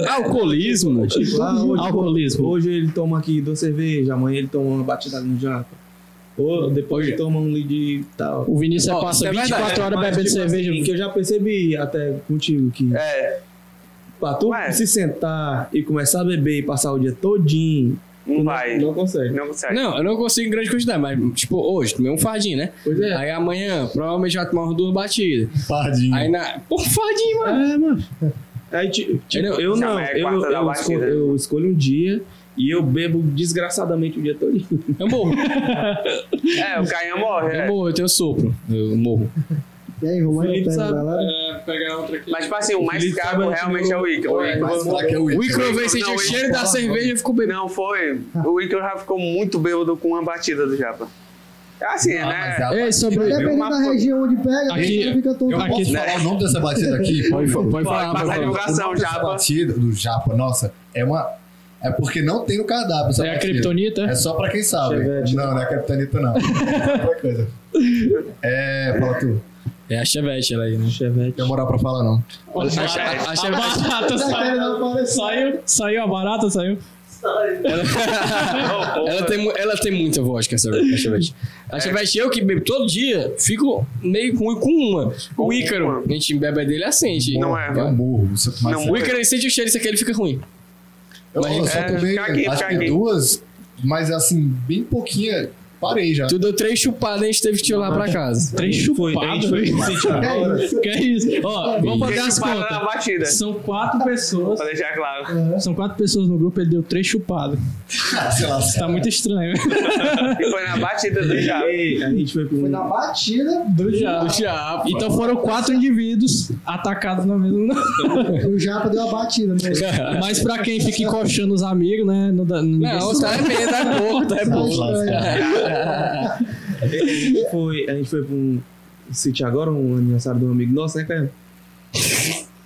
alcoolismo. tipo, ah, hoje, Alcoolismo. hoje ele toma aqui duas cervejas, amanhã ele toma uma batida no japa. Ou depois Hoje- ele toma um litro de tal. O Vinícius Ó, passa isso é 24 verdade, horas Mas, bebendo tipo cerveja. assim, que eu já percebi até contigo que É, pra tu Ué. se sentar e começar a beber e passar o dia todinho, tu não vai. não consegue. Não consegue. Não, eu não consigo em grande quantidade, mas, tipo, hoje, tomei um fardinho, né? Pois é. Aí amanhã, provavelmente vai tomar umas duas batidas. fardinho. Aí na. Pô, fardinho, mano. É, mano. Aí, ti- tipo, Ele- eu Chama não, é eu, quarta da né? eu, batida. escolho, eu escolho um dia e E eu bebo desgraçadamente o dia todo. Eu morro, É, o Caio morre. eu é. morro, eu tenho sopro. Eu morro. E aí, Romário, Felipe pega sabe- é. galera. pegar outra aqui. Mas, tipo assim, o mais Felipe caro Sabatini realmente é o Icaro. tipo, O Icaro- é O Icaro veio Não, sentir o o cheiro da cerveja e ficou bebendo. Não, foi. O Icaro já ficou muito bêbado com uma batida do Japa. É assim, Ah, né? Ei, sobre. Dependendo uma da foto. região onde pega, Aqui- ele fica todo. Eu Aqui- posso falar o nome dessa batida aqui? Pode, Pode passar a divulgação, Essa Japa. batida do Japa, nossa, é uma. É porque não tem no cardápio. Essa É a batida. Kryptonita? É só pra quem sabe. Chevette. Não, não é a Kryptonita, não. É outra coisa. É, fala tu. É a Chevette ela aí, né? Tem moral pra falar, não. A, A a Chevette. barata saiu. Saiu, saiu a barata, saiu. Tá Ela tem, mu- ela tem muita vodka, essa a Chevette. A Chevette, eu que bebo todo dia, fico meio ruim com uma. O Ícaro, a gente bebe a dele e acende. Não é. Eu morro. um Você mais Não, O Ícaro ele sente o cheiro, isso aqui ele fica ruim. Eu, eu só É, tomei, fica aqui, acho fica que aqui. duas, mas assim, bem pouquinha. Parei já. Tu deu três chupadas e a gente teve que te levar pra casa. Três chupados. né? Que isso? Ó, vamos fazer Deixa as o parada na contas. batida. São quatro pessoas. Pra deixar claro. São quatro pessoas no grupo, ele deu três chupadas. Ah, Sei lá. Tá muito estranho. E foi na batida do Japa. E a gente foi um, pro. Foi na batida Do diabo. Então foram quatro indivíduos atacados na mesma. o Japa deu a batida. Né? Mas pra quem fica encoxando os amigos, né? Não, dá- ninguém Não, tá é meio, tá pouco, tá é pouco. A gente foi, a gente foi pra um sítio agora, um aniversário de um amigo nosso, né, Caiano?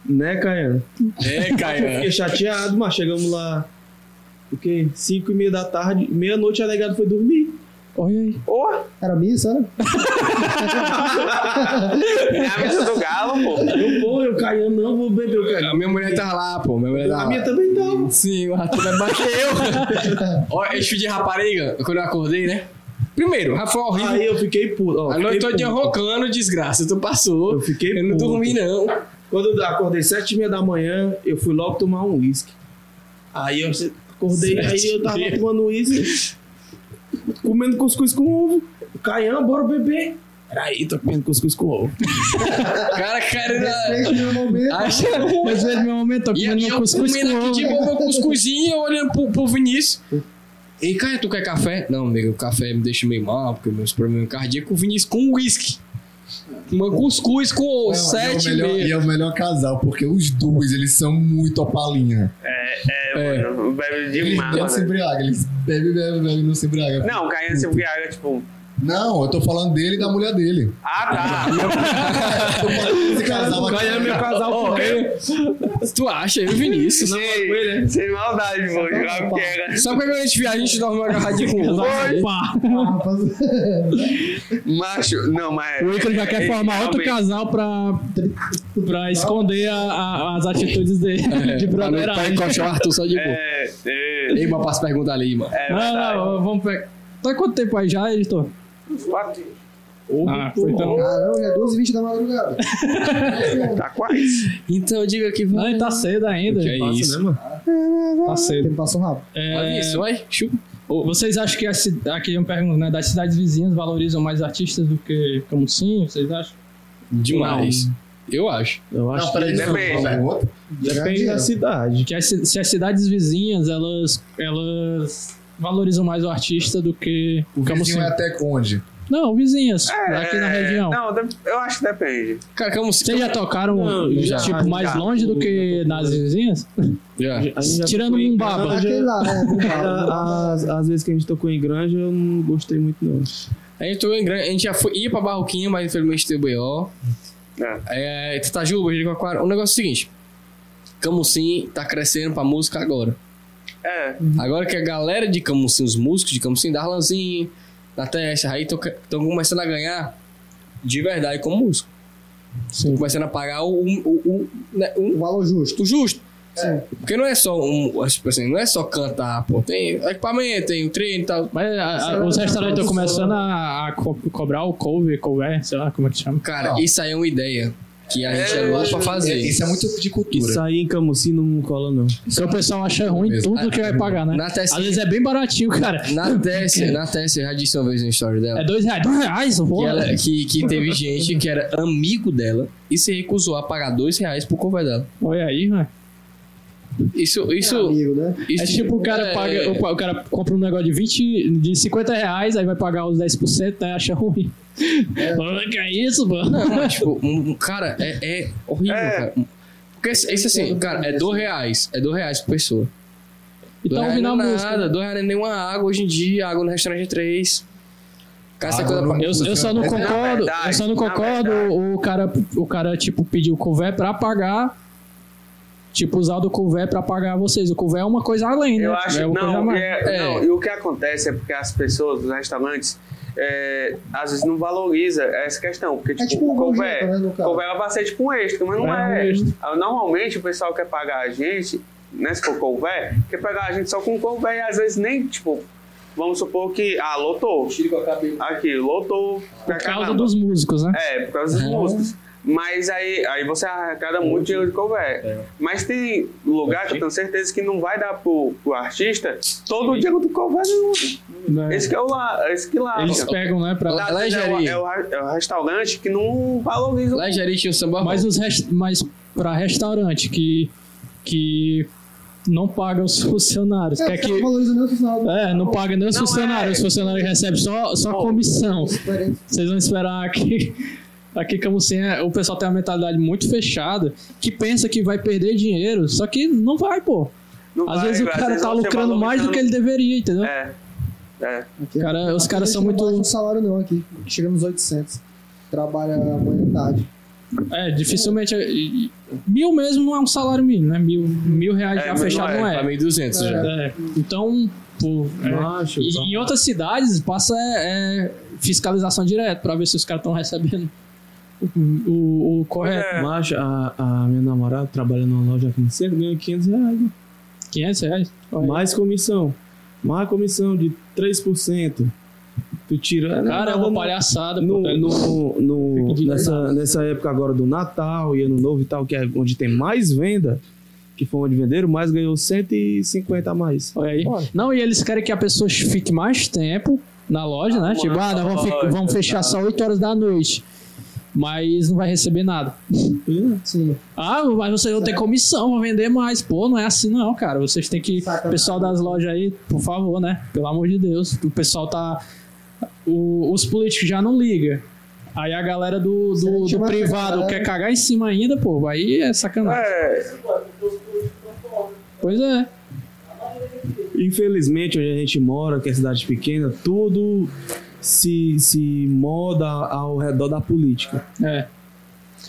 né, Caiano? É, Caio. Fiquei chateado, mas chegamos lá. O quê? 5 e meia da tarde, meia-noite, a negada foi dormir. Olha aí. Ô, Era missa, né? era? é a mesa do Galo, pô. Eu, pô, eu Caiano, não vou beber o A Caiano. minha mulher tava lá, pô. Minha mulher tava A lá. minha também tava. Sim, o rato vai bater eu. Ó, eixo de rapariga, quando eu acordei, né? Primeiro, Rafael horrível. Aí eu fiquei puto. ó, a noite fiquei todo dia puto. roncando, desgraça. Tu passou. Eu fiquei Eu não puto. dormi, não. Quando eu acordei sete e meia da manhã, eu fui logo tomar um uísque. Aí eu acordei, aí eu tava tomando uísque, comendo cuscuz com ovo. Caian, bora beber. Peraí, tô comendo cuscuz com ovo. Cara, cara. Respeite meu momento. Acha... Mas ele meu momento, tô E comendo aí meu eu cuscuz comendo com aqui ovo. de boa meu cuscuzinho, eu olhando pro, pro Vinícius. Ei, cara, tu quer café? Não, amigo, o café me deixa meio mal, porque meus problemas cardíacos. é O Vinícius com uísque. Uma cuscuz com Não, ovo, e é o sete melhor- meia. E é o melhor casal, porque os dois, eles são muito opalinha. É, mano, bebe Eles demais. não se né? embriagam, eles bebem, bebem, bebem, não se embriagam. Não, o Caio se embriaga, tipo. Não, eu tô falando dele e da mulher dele. Ah, tá. Eu tô falando desse casal aqui. é é é casal Ó, Tu acha? Eu e é o Vinícius. Sem, sem maldade, pô. Jogava que era. Sabe quando a gente viaja, a gente dorme uma agarradinha com o Oi. Pá. Macho, não, mas. O Icaro já é, quer formar outro realmente. casal pra, pra esconder a- a- as atitudes dele de É, Pra brotheragem. encoxar o Arthur só de boa. É, é, Ei, mas passa pergunta ali, mano. é Não, verdade. não, vamos pegar. Tá quanto tempo aí já, editor? Quatro. Ah, foi então. Caramba, já é 12h20 da madrugada. Tá quase. Então diga que Não, ele tá cedo ainda. Que é Passa, isso. né, mano? Tá cedo. Ele passou rápido. É, Olha isso, vai, chupa. Ô, Vocês acham que a ci- aqui eu pergunto, né, das cidades vizinhas valorizam mais artistas do que Camusim? Vocês acham? Demais. Eu acho. Eu Não, peraí, que- não, Depende, não, né? um outro. Depende assim, da cidade. Que as ci- se as cidades vizinhas elas elas valorizam mais o artista do que O o Camusim? vizinho é até onde? Não, vizinhas É, aqui na região. Não, de- eu acho que depende. Cara, como se. Vocês já tocaram Não, já, tipo já, mais já. longe do que nas vizinhas? Já. A gente já Tirando tocou em Mumbaba. Granja. Aquele lá, né? Não fala, A- As, as vezes que a gente tocou em granja, eu não gostei muito, não. A gente, tocou em Gran- a gente já foi, ia pra Barroquinha, mas infelizmente teve BO. É. É, Tatajuba, Jericoacoara. O negócio é o seguinte: Camusim tá crescendo pra música agora. É. Uhum. Agora que a galera de Camusim, os músicos de Camusim, Darlanzinho, na testa, aí estão começando a ganhar de verdade como músico. Estão começando a pagar o, o, o, né, não. o- O valor justo. o justo. Sim. Porque não é só um. tipo assim, não é só cantar, pô. Tem equipamento, tem o treino e tal. Mas a- a- os restaurantes estão começando a, a co- cobrar o couve, couve, sei lá como é que chama. Cara, Não. isso aí é uma ideia que a gente é louco pra fazer. Isso é muito de cultura. Isso aí em Camusim não cola, não. Porque o pessoal acha ruim Mesmo. tudo que vai pagar, né? Na Às testa, vezes é bem baratinho, cara. na testa, na testa, eu já disse uma vez na história dela. É né? dois reais. Dois reais, eu vou. que, ela- é que- que teve gente que era né? amigo dela e se recusou a pagar dois reais pro cover dela. Olha aí, velho. Isso, Meu isso. amigo, né? isso É tipo o cara é- paga, o, pa- o cara compra um negócio de 20, de 50 reais, aí vai pagar os 10%, né? Acha ruim. Ah, que é isso, mano? Não, mas, tipo, um, um- cara, é, é horrível, É. cara. Porque esse esse assim, cara, é dois reais. É dois reais por pessoa. Então dois ouvindo a reais não é música. nada, dois reais não é nenhuma água hoje em dia, água no restaurante é três. Cara, essa Água coisa. no- pra- Eu, eu só não Na concordo, é verdade, eu só não na concordo verdade. o cara, o cara tipo pediu o couvert pra pagar tipo usar do couvert pra pagar vocês. O couvert é uma coisa além, né? Eu É acho uma coisa a não, mais. é, É. não, e o que acontece é porque as pessoas, os restaurantes, é, às vezes não valoriza essa questão. Porque, É tipo, tipo o um couvé, gorjeta, né, no caso. couvé ela vai ser tipo um extra, mas não É, um é. extra. Ah, Normalmente o pessoal quer pagar a gente, né, se for couvé, quer pagar a gente só com couvé e às vezes nem, tipo, vamos supor que, ah, lotou. Aqui, lotou. pra Por caramba. causa dos músicos, né? É, por causa dos músicos. Mas aí, aí você arrecada muito dinheiro de couvert. É. Mas tem lugar que eu tenho certeza que não vai dar pro, pro artista todo o dinheiro do couvert nenhum. Esse que é o lá, esse que lá. Né? Eles ó. pegam, né, pra... Lá- Às vezes é, o, Lingerie. é, o, ra- é o restaurante que não valoriza. Lá em Jari tinha um samba Mas rock. os rest... mas para restaurante que que não paga os funcionários, É, quer os caras que valorizam nem o final. é, não paga nem os Não, funcionários, é. os funcionários recebem só só Pô. comissão. Diferente. Vocês vão esperar aqui. Aqui, como assim, é- o pessoal tem uma mentalidade muito fechada que pensa que vai perder dinheiro, só que não vai, pô. Não Às vai, vezes o às cara vezes é tá você lucrando mais do que ele deveria, entendeu? né? É. É. Aqui, Cara, os aqui caras a gente são não muito- baixa o salário não aqui. Chega nos 800. Trabalha amanhã à tarde. É, dificilmente. e- e- Mil mesmo não é um salário mínimo, né? Mil, mil reais É, já mas não fechado é, não Pra é. 1.200 Tá já. É, Então, pô. é. Macho, E, em outras cidades passa é, é, fiscalização direta pra ver se os caras estão recebendo o, o- o correto. É. Macho, a, a minha namorada trabalha numa loja aqui em Cerro, ganha 500 reais. 500 reais? Olha. Mais comissão. Mais comissão de 3%. Tu tira. Cara, é nada, uma não. palhaçada, pô. no, tá no, no- Fica de nessa, nessa época agora do Natal e Ano Novo e tal, que é onde tem mais venda, que foi onde venderam, mais ganhou 150 a mais. Olha aí. Olha. Não, e eles querem que a pessoa fique mais tempo na loja, né? Ah, tipo, ah, mano, nós vamos, fi- lógico, vamos fechar tá. só 8 horas da noite. Mas não vai receber nada. Sim. Ah, mas vocês vão ter comissão, vão vender mais. Pô, não é assim não, cara. Vocês têm que. Sacanagem. Pessoal das lojas aí, por favor, né? Pelo amor de Deus. O pessoal tá. o- os políticos já não ligam. Aí a galera do, Você do, do chama a privado galera. quer cagar em cima ainda, pô. Aí é sacanagem. É. Pois é. Infelizmente, onde a gente mora, que é cidade pequena, tudo se, se moda ao redor da política. É.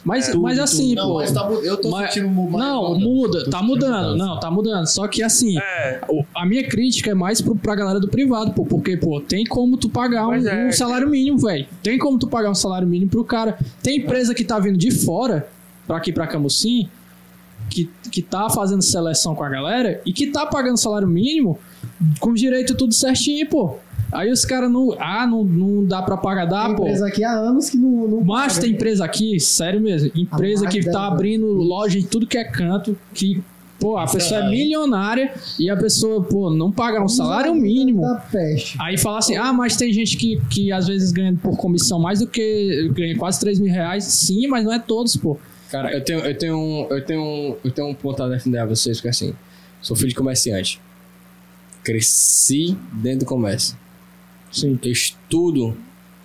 Mas, tudo, mas assim, É. Não, pô. mas tá, mu- eu tô Mas- sentindo mu- mais Não, mudança. muda, Tô tá sentindo mudando. mudança. Não, tá mudando. Só que assim, É. o- a minha crítica é mais pro, pra galera do privado, pô. Porque, pô, tem como tu pagar um, Pois é, um salário mínimo, velho. Tem como tu pagar um salário mínimo pro cara. Tem empresa que tá vindo de fora, pra aqui pra Camusim, que, que tá fazendo seleção com a galera e que tá pagando salário mínimo com direito tudo certinho, pô. Aí os caras não. Ah, não, não dá pra pagar, dá, Tem Ah, pô. empresa aqui há anos que não. não Mas paga. tem empresa aqui, sério mesmo, empresa A que mais tá dela. abrindo loja em tudo que é canto, que, pô, a pessoa é milionária e a pessoa, pô, não paga um salário mínimo. Da peste. Aí fala assim, ah, mas tem gente que, que às vezes ganha por comissão mais do que ganha quase 3 mil reais. Sim, mas não é todos, pô. Cara, eu tenho, eu tenho, um- eu tenho, um- eu tenho um ponto a defender a vocês, que é assim, sou filho de comerciante. Cresci dentro do comércio. Sim. Eu estudo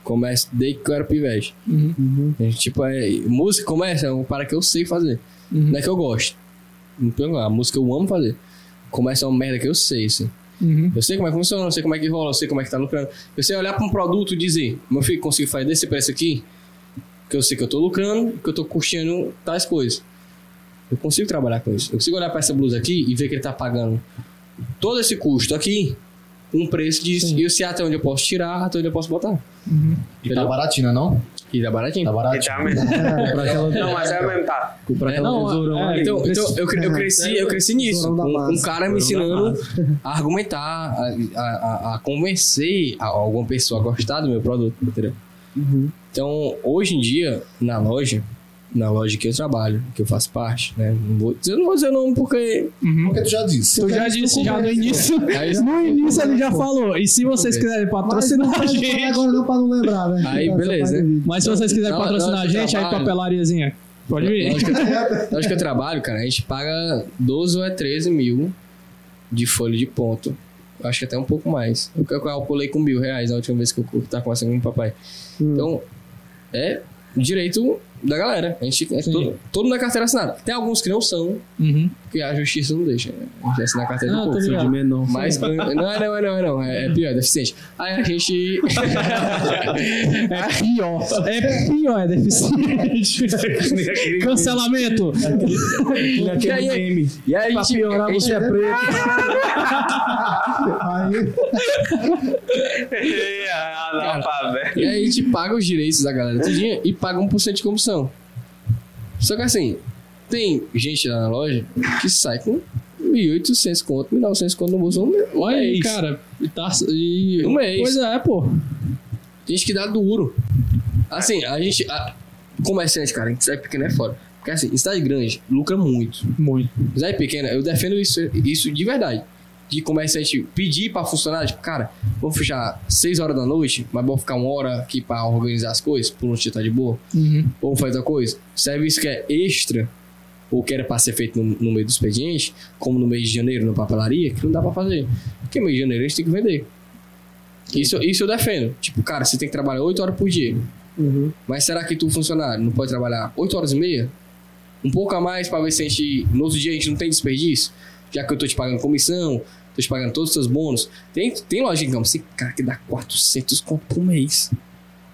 comércio desde que eu era pivete. Uhum. É, Tipo, é, música e comércio é um para que eu sei fazer. Uhum. Não é que eu gosto. Não tem lugar. A música eu amo fazer. Comércio é uma merda que eu sei, assim. Uhum. Eu sei como é que funciona, eu sei como é que rola, eu sei como é que tá lucrando. Eu sei olhar pra um produto e dizer, meu filho, consigo fazer desse preço aqui? Que eu sei que eu tô lucrando, que eu tô custeando tais coisas. Eu consigo trabalhar com isso. Eu consigo olhar pra essa blusa aqui e ver que ele tá pagando todo esse custo aqui, um preço disso. E eu sei até onde eu posso tirar, até onde eu posso botar. né? E tá baratinho, não? E dá baratinho. Tá E baratinho. tá mesmo. Pra aquela, Não, mas é mesmo, tá. pra aquela Não, tesoura lá. É, então, então eu, cre- eu cresci, eu cresci nisso. Tesourão da Um, massa. um cara me ensinando a argumentar, a, a- a- a convencer a- alguma pessoa a gostar do meu produto, entendeu? Então, hoje em dia, na loja, na loja que eu trabalho, que eu faço parte, né? Não vou, eu não vou dizer o nome porque. Porque tu já disse. Tu já disse já no início. No início ele já falou. E se vocês quiserem patrocinar a Mas não pode falar gente. agora não pra não lembrar, né? Aí, Essa beleza. parte do vídeo. Mas se vocês quiserem Não, patrocinar não, a gente, aí trabalho. papelariazinha. Pode vir. Lógico que, eu, lógico que eu trabalho, cara, a gente paga 12 ou é 13 mil de folha de ponto. Eu Acho que até um pouco mais. Eu eu calculei com mil reais a última vez que eu tava conversando com o papai. Hum. Então, é direito da galera. A gente é Sim. todo, todo na carteira assinada. Tem alguns que não são, Uhum. que a justiça não deixa. né? A gente assina a carteira Ah, do tô povo. ligado. menor. Mas não, é não, é não, é não. É, é pior, é deficiente. Aí a gente. É pior. É pior, é deficiente. Cancelamento. e aí, E aí a gente. a é gente- é Aí, Analfabeto. E aí a gente paga os direitos da galera tudinha e paga 1% de comissão. Só que assim, tem gente lá na loja que sai com 1.800 conto, 1.900 conto no bolso. no mês. Olha aí, cara. E tá, e... Um mês. Pois é, pô. Tem gente que dá duro. Assim, a gente. A, comerciante, cara, em cidade pequena é foda. Porque assim, em cidade grande, lucra muito. Muito. Em cidade pequena, eu defendo isso, isso de verdade. De comerciante pedir pra funcionário, tipo, cara, vamos fechar 6 horas da noite, mas vamos ficar uma hora aqui pra organizar as coisas, por onde tá de boa. Uhum. ou faz outra coisa, serviço que é extra, ou que era para ser feito no, no meio do expediente, como no mês de janeiro na papelaria, que não dá para fazer. Porque mês de janeiro a gente tem que vender. Isso, isso eu defendo. Tipo, cara, você tem que trabalhar 8 horas por dia. Uhum. Mas será que tu, funcionário, não pode trabalhar 8 horas e meia? Um pouco a mais para ver se a gente. No outro dia a gente não tem desperdício? Já que eu tô te pagando comissão, tô te pagando todos os seus bônus. Tem, tem loja em campo, esse cara que dá 400 conto por mês.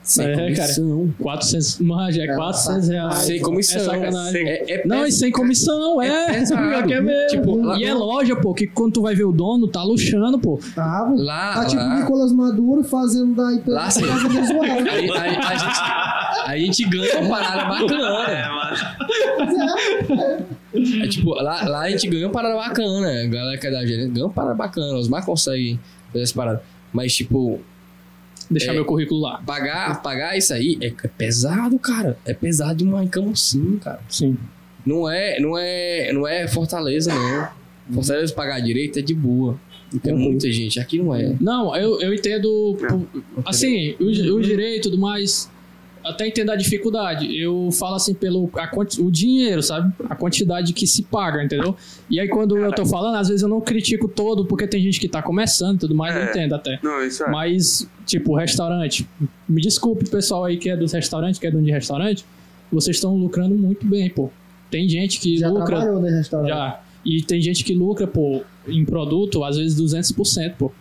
Sem É, cara. comissão. 400, mas é 400 reais. Sem comissão. É sacanagem. É, é Não, e sem comissão, é. é pesado. Pior que é mesmo. Tipo, lá e é no- loja, pô, que quando tu vai ver o dono, tá luxando, pô. tava. Lá, Tá tipo lá. Nicolas Maduro fazendo da empresa Lá, sim. da Venezuela. A, a- a gente, a gente ganha uma parada bacana. É, tipo, lá, lá a gente ganha uma parada bacana. A galera que é da gerência ganha uma parada bacana. Os mais conseguem fazer essa parada. Mas, tipo, Deixar É. meu currículo lá. pagar, pagar isso aí é pesado, cara. É pesado de uma encama sim, cara. Sim. Não é, não é, não é Fortaleza, não. Fortaleza pagar direito é de boa. Tem muita gente. Aqui não é. Não, eu, eu entendo. É, pô, Assim, o, di- o direito e tudo mais. Até entendo a dificuldade. Eu falo assim pelo a, quanti- o dinheiro, sabe? A quantidade que se paga, entendeu? E aí, quando eu tô falando, às vezes eu não critico todo, porque tem gente que tá começando e tudo mais, eu É. entendo até. Não, isso é. Mas, tipo, restaurante. Me desculpe, pessoal aí que é dos restaurantes, que é dono de restaurante. Vocês estão lucrando muito bem, pô. Tem gente que Já lucra. trabalhou no restaurante. Já. E tem gente que lucra, pô, em produto, às vezes 200%, pô.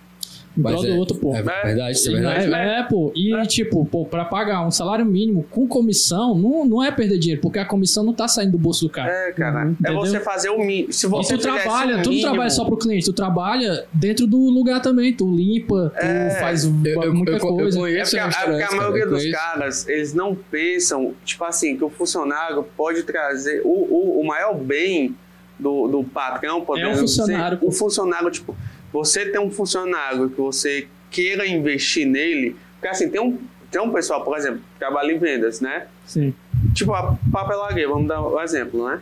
Em Mas é- produto, pô. É verdade, isso é Sim, verdade. é, é, pô. E, tipo, pô, pra pagar um salário mínimo com comissão, não, não é perder dinheiro, porque a comissão não tá saindo do bolso do cara. É, cara. É Entendeu? você fazer o mínimo. Se E você tu fizesse trabalha, o tu não mínimo- trabalha é só pro cliente, tu trabalha dentro do lugar também, tu limpa, tu faz eu- muita eu- eu coisa. É porque, conheço é porque restaurantes, a cara, maioria eu dos conheço. caras, eles não pensam, tipo assim, que o funcionário pode trazer o, o, o maior bem do, do patrão, É um podemos dizer, funcionário, pô. O funcionário, tipo, você tem um funcionário que você queira investir nele, porque assim, tem um, tem um pessoal, por exemplo, que trabalha em vendas, né? Sim. Tipo, a papelaria, vamos dar um exemplo, né?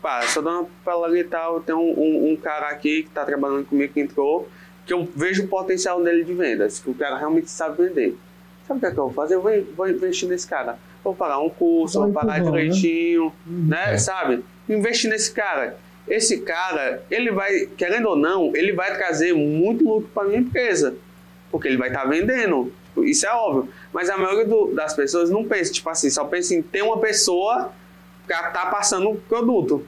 Pá, eu sou dono da papelaria e tal, tem um, um- um cara aqui que tá trabalhando comigo que entrou, que eu vejo o potencial dele de vendas, que o cara realmente sabe vender. Sabe o que, é que eu vou fazer? Eu vou, vou investir nesse cara. Vou pagar um curso, Vai vou pagar empurrando, né? Uhum. direitinho, né? É. Sabe? Investir nesse cara. Esse cara, ele vai, querendo ou não, ele vai trazer muito lucro para minha empresa. Porque ele vai estar vendendo. Isso é óbvio. Mas a maioria do- das pessoas não pensa, tipo assim, só pensa em ter uma pessoa pra tá passando o produto.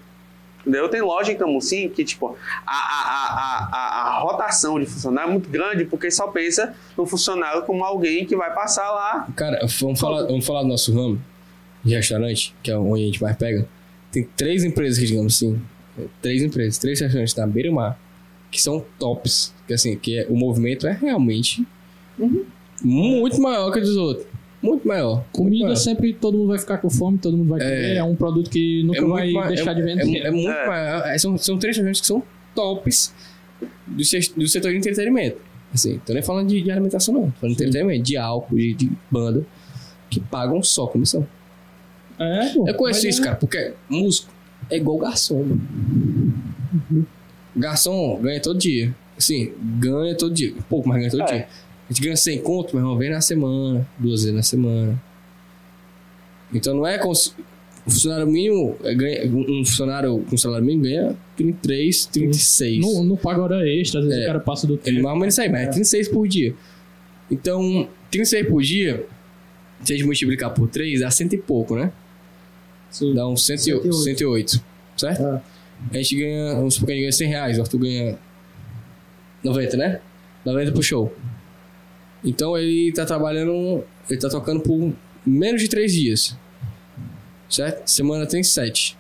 Entendeu? Tem loja em Camusim que, tipo, a, a, a, a, a, a rotação de funcionário é muito grande porque só pensa no funcionário como alguém que vai passar lá. Cara, vamos falar, vamos falar do nosso ramo de restaurante, que é onde a gente mais pega. Tem três empresas que, digamos assim, três empresas, três restaurantes na beira-mar, que são tops. Que assim, que é- o movimento é realmente muito maior que dos outros. Muito maior. muito Comida maior. sempre todo mundo vai ficar com fome, todo mundo vai É. comer. É um produto que nunca vai muito ma- deixar é- de vender. É, é muito É. maior. É, São, são três restaurantes que são tops do, se- do setor de entretenimento. Assim, tô nem falando de, de alimentação, não. Tô falando de entretenimento, de álcool, de, de banda, que pagam só comissão. É, pô. um- Eu conheço Mas isso, é- cara, porque músico é igual garçom, mano. Garçom ganha todo dia. Assim, ganha todo dia. Pouco, mas ganha todo É. dia. A gente ganha 100 conto, mas uma vez na semana, duas vezes na semana. Então não é como se- O funcionário mínimo eh, ganha. Um funcionário com salário mínimo ganha 33, 36. Não, não paga hora extra, às vezes É. o cara passa do Ele tempo. mais ou menos isso aí, mas é 36 por dia. Então, 36 por dia, se a gente multiplicar por 3, dá cento e pouco, né? Dá uns 108, 108. 108 certo? É. A gente ganha, vamos supor que a gente ganha 100 reais, o Arthur ganha 90, né? 90 pro show. Então ele tá trabalhando, ele tá tocando por menos de 3 dias, certo? Semana tem 7.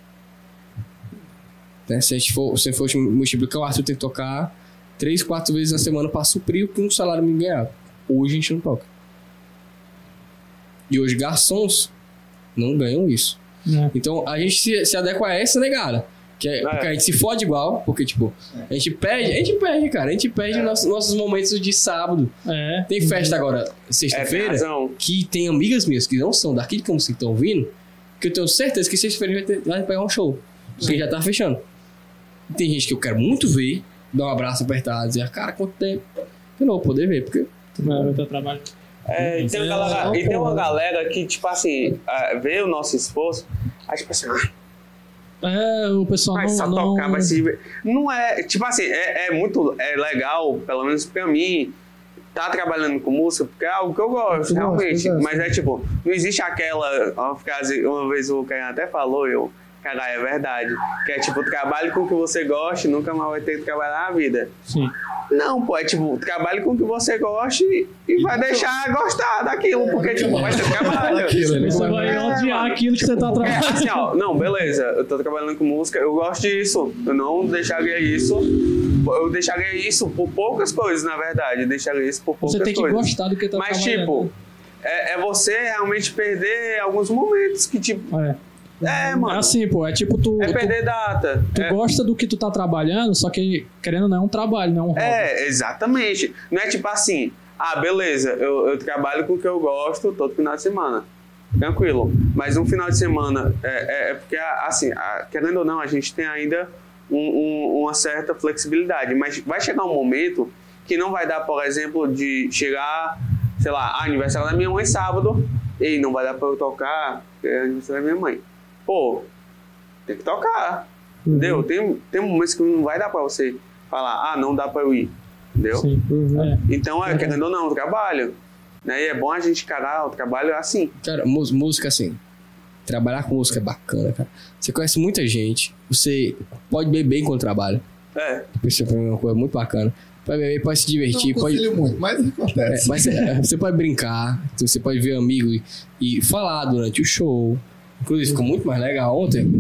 Né? Se a gente for, se for multiplicar, o Arthur tem que tocar três, quatro vezes na semana pra suprir o que um salário mínimo ganhava. Hoje a gente não toca. E hoje garçons não ganham isso. É. Então a gente se, se adequa a essa negada. Que é, É. porque a gente se fode igual, porque, tipo, a gente perde, a gente perde, cara. A gente É. perde nossos, nossos momentos de sábado. É. Tem festa agora, É, tem sexta-feira, razão. que tem amigas minhas que não são daqui de Campos que estão vindo, que eu tenho certeza que sexta-feira vai, ter- vai pegar um show. Porque já tá fechando. E tem gente que eu quero muito ver, dar um abraço apertado, dizer, cara, quanto tempo. Eu não vou poder ver, porque Vai ter trabalho. É, e tem, uma galera, e tem uma galera que, tipo assim, ah, vê o nosso esforço, aí tipo assim, ah, É, o pessoal vai não. só não... tocar, vai se divertir. Não é, tipo assim, é, é muito é legal, pelo menos pra mim, tá trabalhando com música, porque é algo que eu gosto, Tu gosta, realmente. exato. Mas é tipo, não existe aquela uma frase, uma vez o Caio até falou, eu, caralho, é verdade. Que é tipo, trabalhe com o que você goste, nunca mais vai ter que trabalhar na vida. Sim. Não, pô, é tipo, trabalhe com o que você goste e, e vai deixar gostar daquilo, porque tipo, vai ser é trabalho. Você vai É, odiar mano. aquilo que você tá É, trabalhando. assim, ó, não, beleza, eu tô trabalhando com música, eu gosto disso, eu não deixaria isso, eu deixaria isso por poucas coisas, na verdade, eu deixaria isso por poucas Você tem que coisas. gostar do que tá Mas, trabalhando. tipo, é, é você realmente perder alguns momentos que, tipo, É. é, É mano, assim, pô, é tipo tu. é tu- perder data. Tu é- gosta do que tu tá trabalhando, só que querendo ou não é um trabalho, não é um hobby. É, exatamente. Não é tipo assim, ah, beleza, eu, eu trabalho com o que eu gosto todo final de semana. Tranquilo. Mas um final de semana é, é- é porque, ah, assim, ah, querendo ou não, a gente tem ainda um- um- uma certa flexibilidade. Mas vai chegar um momento que não vai dar, por exemplo, de chegar, sei lá, ah, aniversário da minha mãe sábado, e não vai dar pra eu tocar, porque é aniversário da minha mãe. Pô, tem que tocar. Entendeu? Tem, tem momentos que não vai dar pra você falar, ah, não dá pra eu ir. Entendeu? Sim. É. Então, é, querendo ou não, eu trabalho. Né? E é bom a gente encarar o trabalho assim. Cara, mu- música assim. Trabalhar com música é bacana, cara. Você conhece muita gente. Você pode beber enquanto trabalha. É, Isso é uma coisa muito bacana. Pode beber, pode se divertir, não pode. aconselho muito, mas tipo, É, acontece. mas é, você pode brincar, você pode ver amigo e, e falar durante o show. Inclusive, ficou muito mais legal ontem.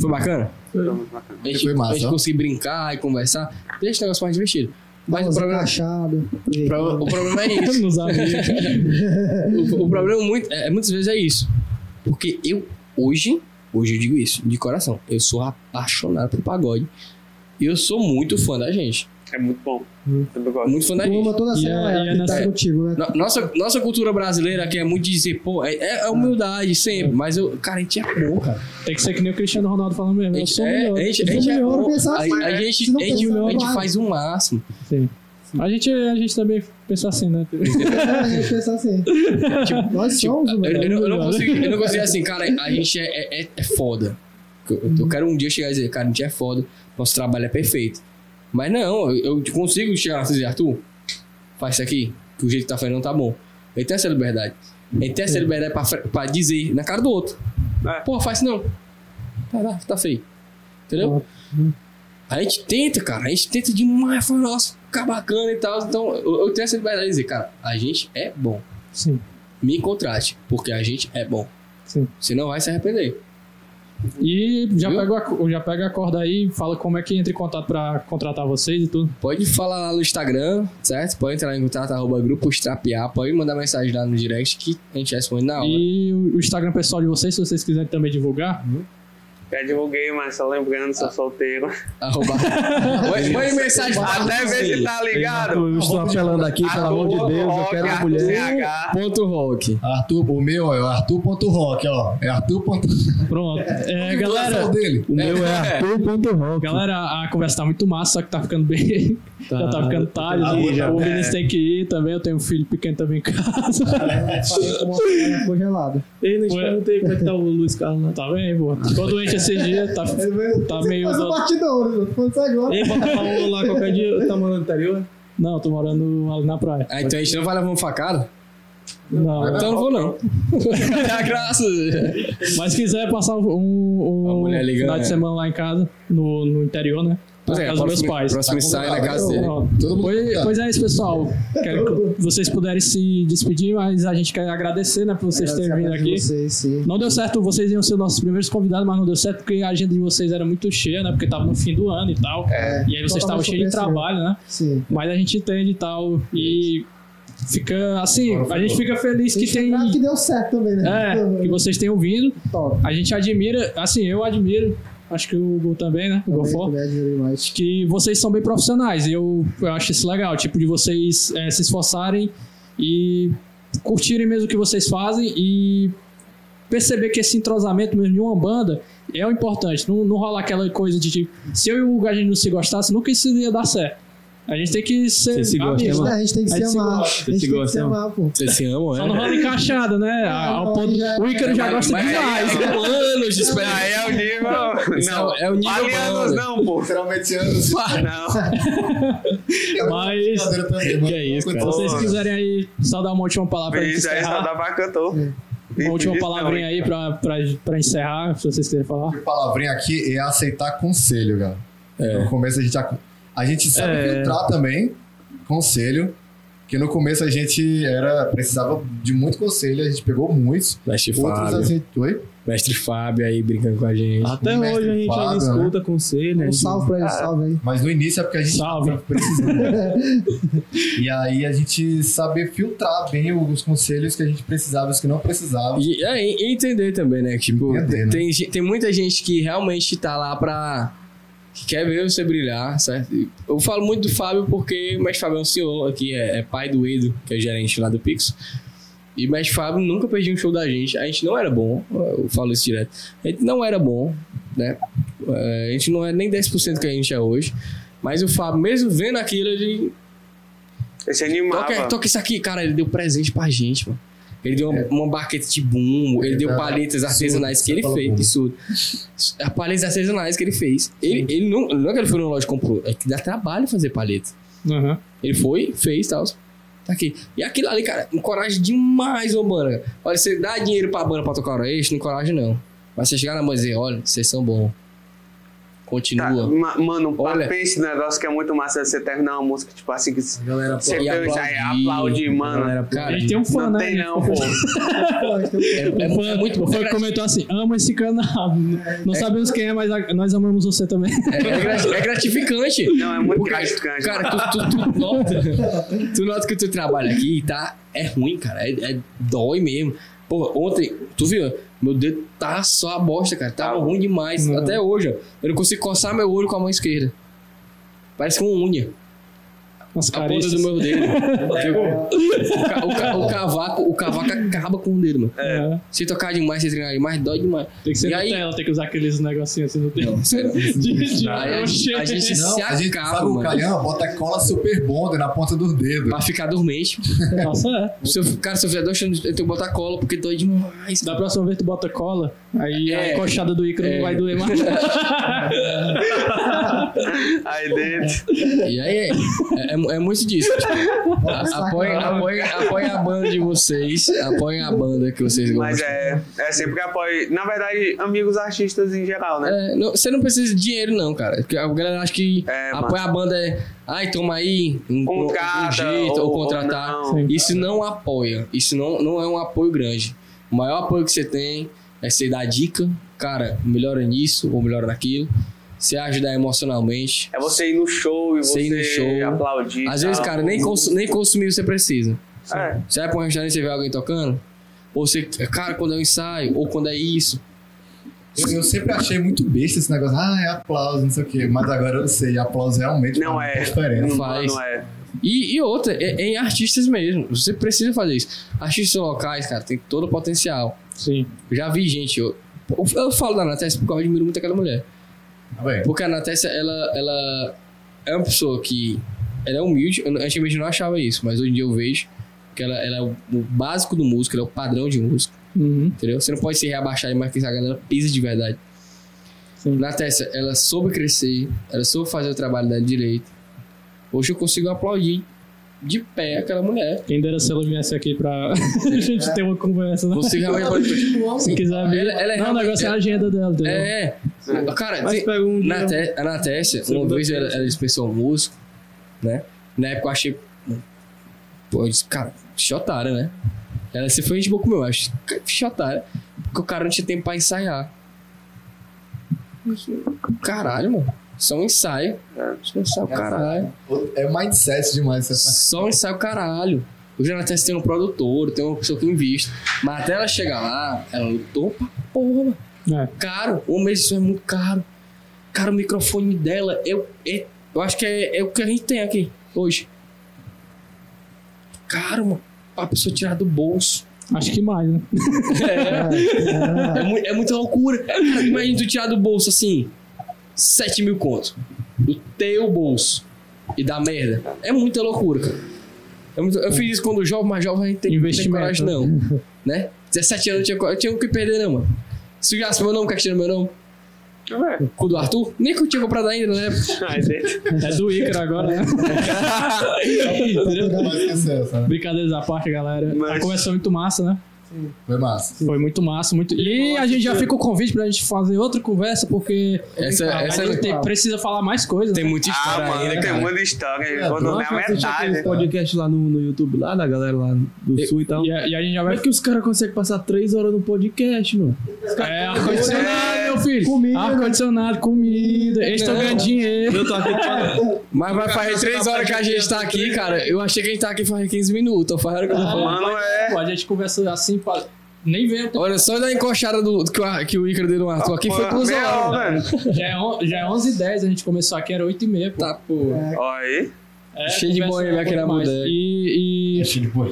Foi bacana? então, bacana. A gente, Foi massa, a gente ó. conseguiu brincar e conversar. Deixa o negócio mais divertido. Mas o problema, Cachada. pro- o problema é isso. Nos amigos. O, o problema muito, é, muitas vezes é isso. Porque eu, hoje, hoje eu digo isso, de coração. Eu sou apaixonado por pagode. E eu sou muito fã da gente. É muito bom. Também gosto. Muito fã da gente. Turma toda E essa é- e é galera que tá nessa- contigo, né? No- Nossa, nossa cultura brasileira aqui é muito dizer, pô, é, é humildade sempre, mas eu, cara, a gente é bom, cara. Tem que ser que nem o Cristiano Ronaldo falando mesmo. A Eu gente, sou é, melhor. a gente, Eu a sou gente é melhor, bom. pensar A, assim, a né? gente, Se não a gente, pensar, a gente vai. faz o máximo. Sim. A gente, a gente também pensa assim, né? É, eu penso assim. Nós somos o Eu, eu Tipo, não- eu não Melhor. consigo, eu não consigo assim, cara, a gente é, é, é foda. Eu, eu quero um dia chegar e dizer, cara, a gente é foda, nosso trabalho é perfeito. Mas não, eu eu consigo chegar e dizer, Arthur, faz isso aqui, que o jeito que tá fazendo não tá bom. Ele tem essa liberdade. Ele tem essa liberdade pra, fre- pra dizer na cara do outro. É. Pô, faz isso não. Tá, tá, tá feio. Entendeu? A gente tenta, cara, a gente tenta demais, fala, nossa, fica bacana e tal. Então, eu, eu tenho essa liberdade de dizer, cara, a gente é bom Sim. me contrate, porque a gente é bom. Sim. Você não vai se arrepender. E já Viu? pega, o ac- já pega a corda aí, fala como é que entra em contato pra contratar vocês e tudo. Pode falar lá no Instagram, certo? Pode entrar em contato, arroba grupo Strapear, pode mandar mensagem lá no direct que a gente responde na hora. E o o Instagram pessoal de vocês, se vocês quiserem também divulgar. Já divulguei, mas só lembrando, sou solteiro. Arroba. Mãe- Mãe, mensagem pra Até ver se tá ligado. Eu estou apelando aqui, pelo amor de Deus, eu quero uma mulher. Ponto rock. Arthur, o meu é o Arthur.rock, ó. É Arthur. ponto- Pronto. É, Que galera, duração dele. O meu é Arthur.rock. Galera, a conversa tá muito massa, só que tá ficando bem. já tá ficando tarde. tá bom, já. o Vinícius tem que ir também. Eu tenho um filho pequeno também em casa. Falei com uma panela congelada. Ei, não te perguntei como é que tá o Luiz Carlos. lá. Tá bem, pô. Ficou doente esses dias. É Tá, tá meio. Faz o batidão, né? Quando sai agora. Ei, bota pra um lá qualquer dia. Tá morando no interior? Não, tô morando ali na praia. Ah, então a gente não vai levar uma facada? Não, Então eu não vou, não. É Dá graça. Então, mas se quiser passar um, um A mulher liga, final é. de semana lá em casa, no, no interior, né? Na Pois é, casa dos meus próximo- pais. Tá Próximo ensaio na casa dele. Pronto. Todo mundo Pois, tá. pois é isso, pessoal. Quero que vocês puderem se despedir, mas a gente quer agradecer, né, por É, vocês terem vindo Agradecer a aqui. Vocês, sim. Não deu certo, vocês iam ser nossos primeiros convidados, mas não deu certo porque a agenda de vocês era muito cheia, né? Porque tava no fim do ano e tal. E aí vocês estavam cheios de trabalho, né? Sim. Mas a gente entende e tal. E fica assim, a gente fica feliz que tem. Ah, que deu certo também, né? É, que vocês tenham vindo. Top. A gente admira, assim, eu admiro, acho que o Hugo também, né? O Também, Gofó. também admiro demais. Acho que vocês são bem profissionais. Eu, eu acho isso legal, tipo, de vocês eh, se esforçarem e curtirem mesmo o que vocês fazem e perceber que esse entrosamento mesmo de uma banda é o importante. Não, não rola aquela coisa de tipo, se eu e o Hugo a gente não se gostasse, nunca isso ia dar certo. A gente tem que ser Vocês se amigo. gostam, É, a gente tem que A se gente se amar. A gosta, se gente tem que gosta, se não. amar, pô. Vocês se Só amam, não é é? rola encaixada, né? Ao ponto- o Ícaro é já gosta Mas- demais. mas- Anos de Ah, esperar. é o nível. Isso Não, é o nível Alianos banda. não, pô. Literalmente é anos. Não. Mas- Que é isso, Se vocês quiserem aí só dar uma última palavra pra Isso aí encerrar. só dá pra cantor. Uma última é palavrinha aí pra, pra, pra encerrar, se vocês querem falar. palavrinha aqui é aceitar conselho, cara. No começo a gente ac- a gente sabe É. filtrar também conselho, que no começo a gente era precisava de muito conselho, a gente pegou muitos. Mestre Outros assim. a Fábio. gente Oi? Mestre Fábio aí brincando com a gente. Até Mestre hoje a gente ainda Fábio, né? escuta conselho. a Um gente- salve pra ele, salve aí. Mas no início é porque a gente né? Salve. e aí a gente saber filtrar bem os conselhos que a gente precisava, os que não precisava. E, é, e entender também, né? Tipo, Entender, né? tem, ge- tem muita gente que realmente tá lá pra. que quer ver você brilhar, certo? E Eu falo muito do Fábio porque o Mestre Fábio é um senhor aqui, é, é pai do Edo, que é o gerente lá do Pix. E o Mestre Fábio nunca perdia um show da gente. A gente não era bom, eu falo isso direto. A gente não era bom, né? É, A gente não é nem 10% que a gente é hoje. Mas o Fábio, mesmo vendo aquilo, ele Esse animal. Toca, toca isso aqui, cara. Ele deu presente pra gente, mano. Ele deu uma, uma baqueta de bumbo, ele Ele deu dá- paletas artesanais que ele falou fez. bumbo. Isso. As paletas artesanais que ele fez. Ele, ele não, não é que ele foi no loja e comprou, é que dá trabalho fazer paleta. Aham. Ele foi, fez e tal. Tá aqui. E aquilo ali, cara, encoraja demais uma banda. cara. Olha, você dá dinheiro pra banda pra tocar hora extra, não encoraja não. Mas você chegar na banda e dizer, olha, vocês são bons. Tá, Continua. ma- mano, pa- Olha. pensa no negócio que é muito massa você terminar uma música, tipo assim, que você Galera, E pensa aí, aplaudir. aplaudir, mano. A Cara, gente tem um fã, Não né? tem não, pô. é, é, O fã, é muito bom. o fã que comentou assim: ama esse canal. Não sabemos quem é, mas a- nós amamos você também. É, é grati- é gratificante. Não, é muito Porque, gratificante. Cara, tu, tu- tu nota, tu nota que tu trabalha aqui e tá. É ruim, cara. É, é- dói mesmo. Porra, ontem, tu viu? Meu dedo tá só a bosta, cara. Tava ruim demais. Até hoje, ó. Eu não consigo coçar meu olho com a mão esquerda. Parece com unha. As A ponta caretas. do meu dedo. É. o, ca- o ca- o cavaco, o cavaco acaba com o dedo, mano. É. Se tocar demais, se treinar demais, dói demais. Tem que E ser aí- Nutella, tem que usar aqueles negocinhos assim no tempo. Não, sério. Aí oh, a, gente- a gente Oxê. se Não, a gente acaba, sabe o mano. Calhão, bota cola super bonder na ponta dos dedos. Pra ficar dormente. Nossa, é. Se eu, cara, se eu fizer dois eu tenho que botar cola, porque dói demais. Da próxima vez tu bota cola, aí É. a coxada do Ícaro É. não vai doer mais. Aí dentro. E aí, é, é, é muito disso. Tipo, a- apoiem, apoiem, apoiem a banda de vocês. Apoiem a banda que vocês Mas gostam. é, é sempre apoio. Na verdade, amigos artistas em geral, né? É, não- você não precisa de dinheiro, não, cara. Porque a galera acha que É, mano. apoia a banda é. Ai, toma aí, um, Contrata, um jeito, ou, ou- ou contratar. não. Sim. Isso não apoia. Isso não, não é um apoio grande. O maior apoio que você tem é você dar dica, cara, melhora nisso ou melhora naquilo. Você ajudar emocionalmente. É você ir no show e Você ir no você show. aplaudir. Às vezes, tal. cara, nem, consu- nem consumir você precisa. É. Você vai pra um restaurante e você vê alguém tocando? Ou você, cara, quando é um ensaio, ou quando é isso. Eu, eu sempre achei muito besta esse negócio. Ah, é aplauso, não sei o quê. Mas agora eu sei, aplauso realmente Não faz é. muita diferença. Não, faz. não é. E, e outra, é, é em artistas mesmo. Você precisa fazer isso. Artistas locais, cara, tem todo o potencial. Sim. Eu já vi gente. Eu, eu, eu falo da Natécia porque eu admiro muito aquela mulher. Tá bem. Porque a Natécia, ela, ela é uma pessoa que. Ela é humilde. Eu, antigamente eu não achava isso, mas hoje em dia eu vejo que ela, ela é o, o básico do músico, ela é o padrão de músico. Uhum. Entendeu? Você não pode se reabaixar demais porque a galera pisa de verdade. Sim. Na Tessa, ela soube crescer, ela soube fazer o trabalho dela direito. Hoje eu consigo aplaudir de pé aquela mulher. Quem dera se ela viesse aqui pra a gente ter uma conversa, né? Consigo realmente aplaudir. Se quiser abrir. Ela- ela é não, o realmente- negócio é a né? agenda dela, entendeu? É, cara, Mas tem- pega um na dia. te, a Natécia, uma vez ela, ela dispensou um músico, né? Na época eu achei. Pô, eu disse, cara, chotara, né? Ela se foi gente boa comigo, eu acho. "Cara, que Chotara. Porque o cara não tinha tempo pra ensaiar. Eu disse, Caralho, mano. Só um ensaio. Só um ensaio, caralho. É mindset demais essa Só um ensaio, caralho. Hoje a Natécia tem um produtor, tem uma pessoa que investe. Mas até ela chegar lá, ela lutou pra porra, mano É. caro. O mês isso é muito caro. Cara, o microfone dela, eu, é- eu acho que é, é o que a gente tem aqui hoje. Caro, mano. A pessoa tirar do bolso. Acho que mais, né? É, mu- é muita loucura. Cara, imagina tu tirar do bolso assim, 7 mil conto. Do teu bolso. E dar merda. É muita loucura, cara. É muito- eu fiz isso quando jovem, mas jovem a gente tem que ter Investimento, coragem, né? não. Né? 17 anos eu tinha, co- eu tinha o que perder, não, mano. Sujasse meu nome, quer que tira meu nome? É. Com o do Arthur? Nem que eu tinha comprado ainda, né? Aí dentro. É do Icra agora, né? Não vai esquecer essa, né? Brincadeiras à parte, galera. Mas- A conversa foi muito massa, né? Foi massa. Foi muito massa, muito. E a gente já fica o convite pra gente fazer outra conversa, porque Essa, É, essa a gente tem- precisa falar mais coisas. né? tem muita Ah, história mano, ainda, tem cara. muita história. É, Eu vou Eu dar acho a que assiste aquele metade. um podcast lá no, no YouTube, lá da galera lá do Eu- Sul e tal. E, a, e a gente já Como vai. é que os caras conseguem passar três horas no podcast, mano? É, né? ar-condicionado, meu filho. Comida, Ar-condicionado, comida. Eles estão Não. ganhando dinheiro. Eu tô aqui tipo, Mas vai fazer três horas que a gente tá aqui, cara. Eu achei que a gente tá aqui faz 15 minutos. ó, Faz hora que eu tô falando. Mano, é. Pô, a gente conversa assim, pá, nem vê. o tempo. Olha só da encoxada do, do que, o, Ar- que o Ícaro deu no Arthur. Aqui foi Pô, duas meia horas. hora, mano. Já é, on- já é 11h10, a gente começou aqui, era 8h30. Pô. Tá, pô. Olha aí. É, Cheio de conversa boêmio aqui na demais. bodega. E, e Cheio de boa.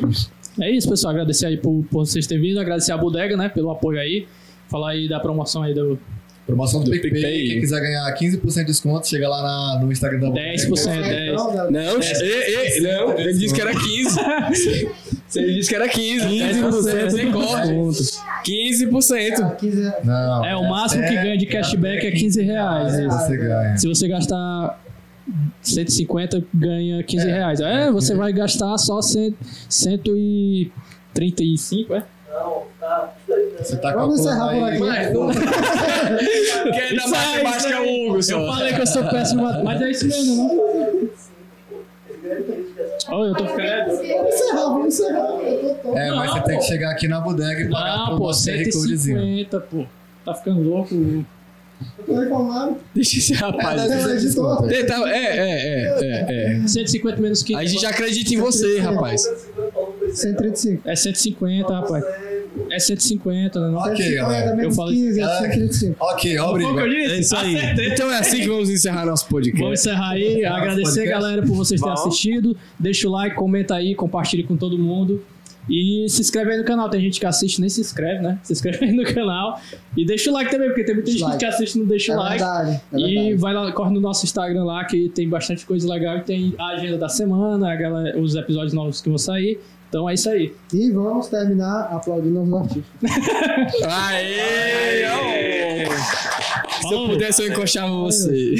é isso, pessoal. Agradecer aí por, por vocês terem vindo, agradecer a bodega, né, pelo apoio aí. Falar aí da promoção aí do Promoção do, Do PicPay. PicPay. Quem quiser ganhar 15% de desconto, chega lá na- no Instagram da 10%, 10. Não, ei, ei, não, ele disse que era 15. Você disse que era 15. 15%. Sem corte. 15%. Não. É, o máximo que ganha de cashback é 15 reais. É, Você ganha. Se você gastar 150, ganha 15 reais. É, você vai gastar só 100, 135, é? Não, tá. Você tá Vamos encerrar calculando por aí. aqui. Quem é da Isso aí, matemática é o Hugo, Eu só. falei que eu sou péssimo, mas é isso mesmo, né? Olha, eu tô ficando... Vamos encerrar, vamos encerrar. Eu tô tonto. É, mas Não, você tem pô. que chegar aqui na bodega e pagar Não, por Ah, pô, você recodezinho. 150, pô. Tá ficando louco. Eu tô reclamando. Deixa esse rapaz. Tem um editor. Tenta- É, é, é, é, é. 150 menos 15. A gente acredita em você, rapaz. 135. É 150, rapaz. É 150, né? Não? Ok, galera. menos falei- 15, é Ah. 135. Ok, obrigado. disse? É isso aí. Então é assim que vamos encerrar nosso Vamos podcast. encerrar aí. Agradecer, podcast. galera, por vocês terem Bom. assistido. Deixa o like, comenta aí, compartilhe com todo mundo. E se inscreve aí no canal. Tem gente que assiste e nem se inscreve, né? Se inscreve aí no canal. E deixa o like também, porque tem muita gente Like. que assiste e não deixa É o like. verdade. É E verdade. vai lá, corre no nosso Instagram lá, que tem bastante coisa legal. E tem a agenda da semana, a galera- os episódios novos que vão sair. Então é isso aí. E vamos terminar aplaudindo os artistas. Aê! ó. Se eu Falou. pudesse, eu encoxava você.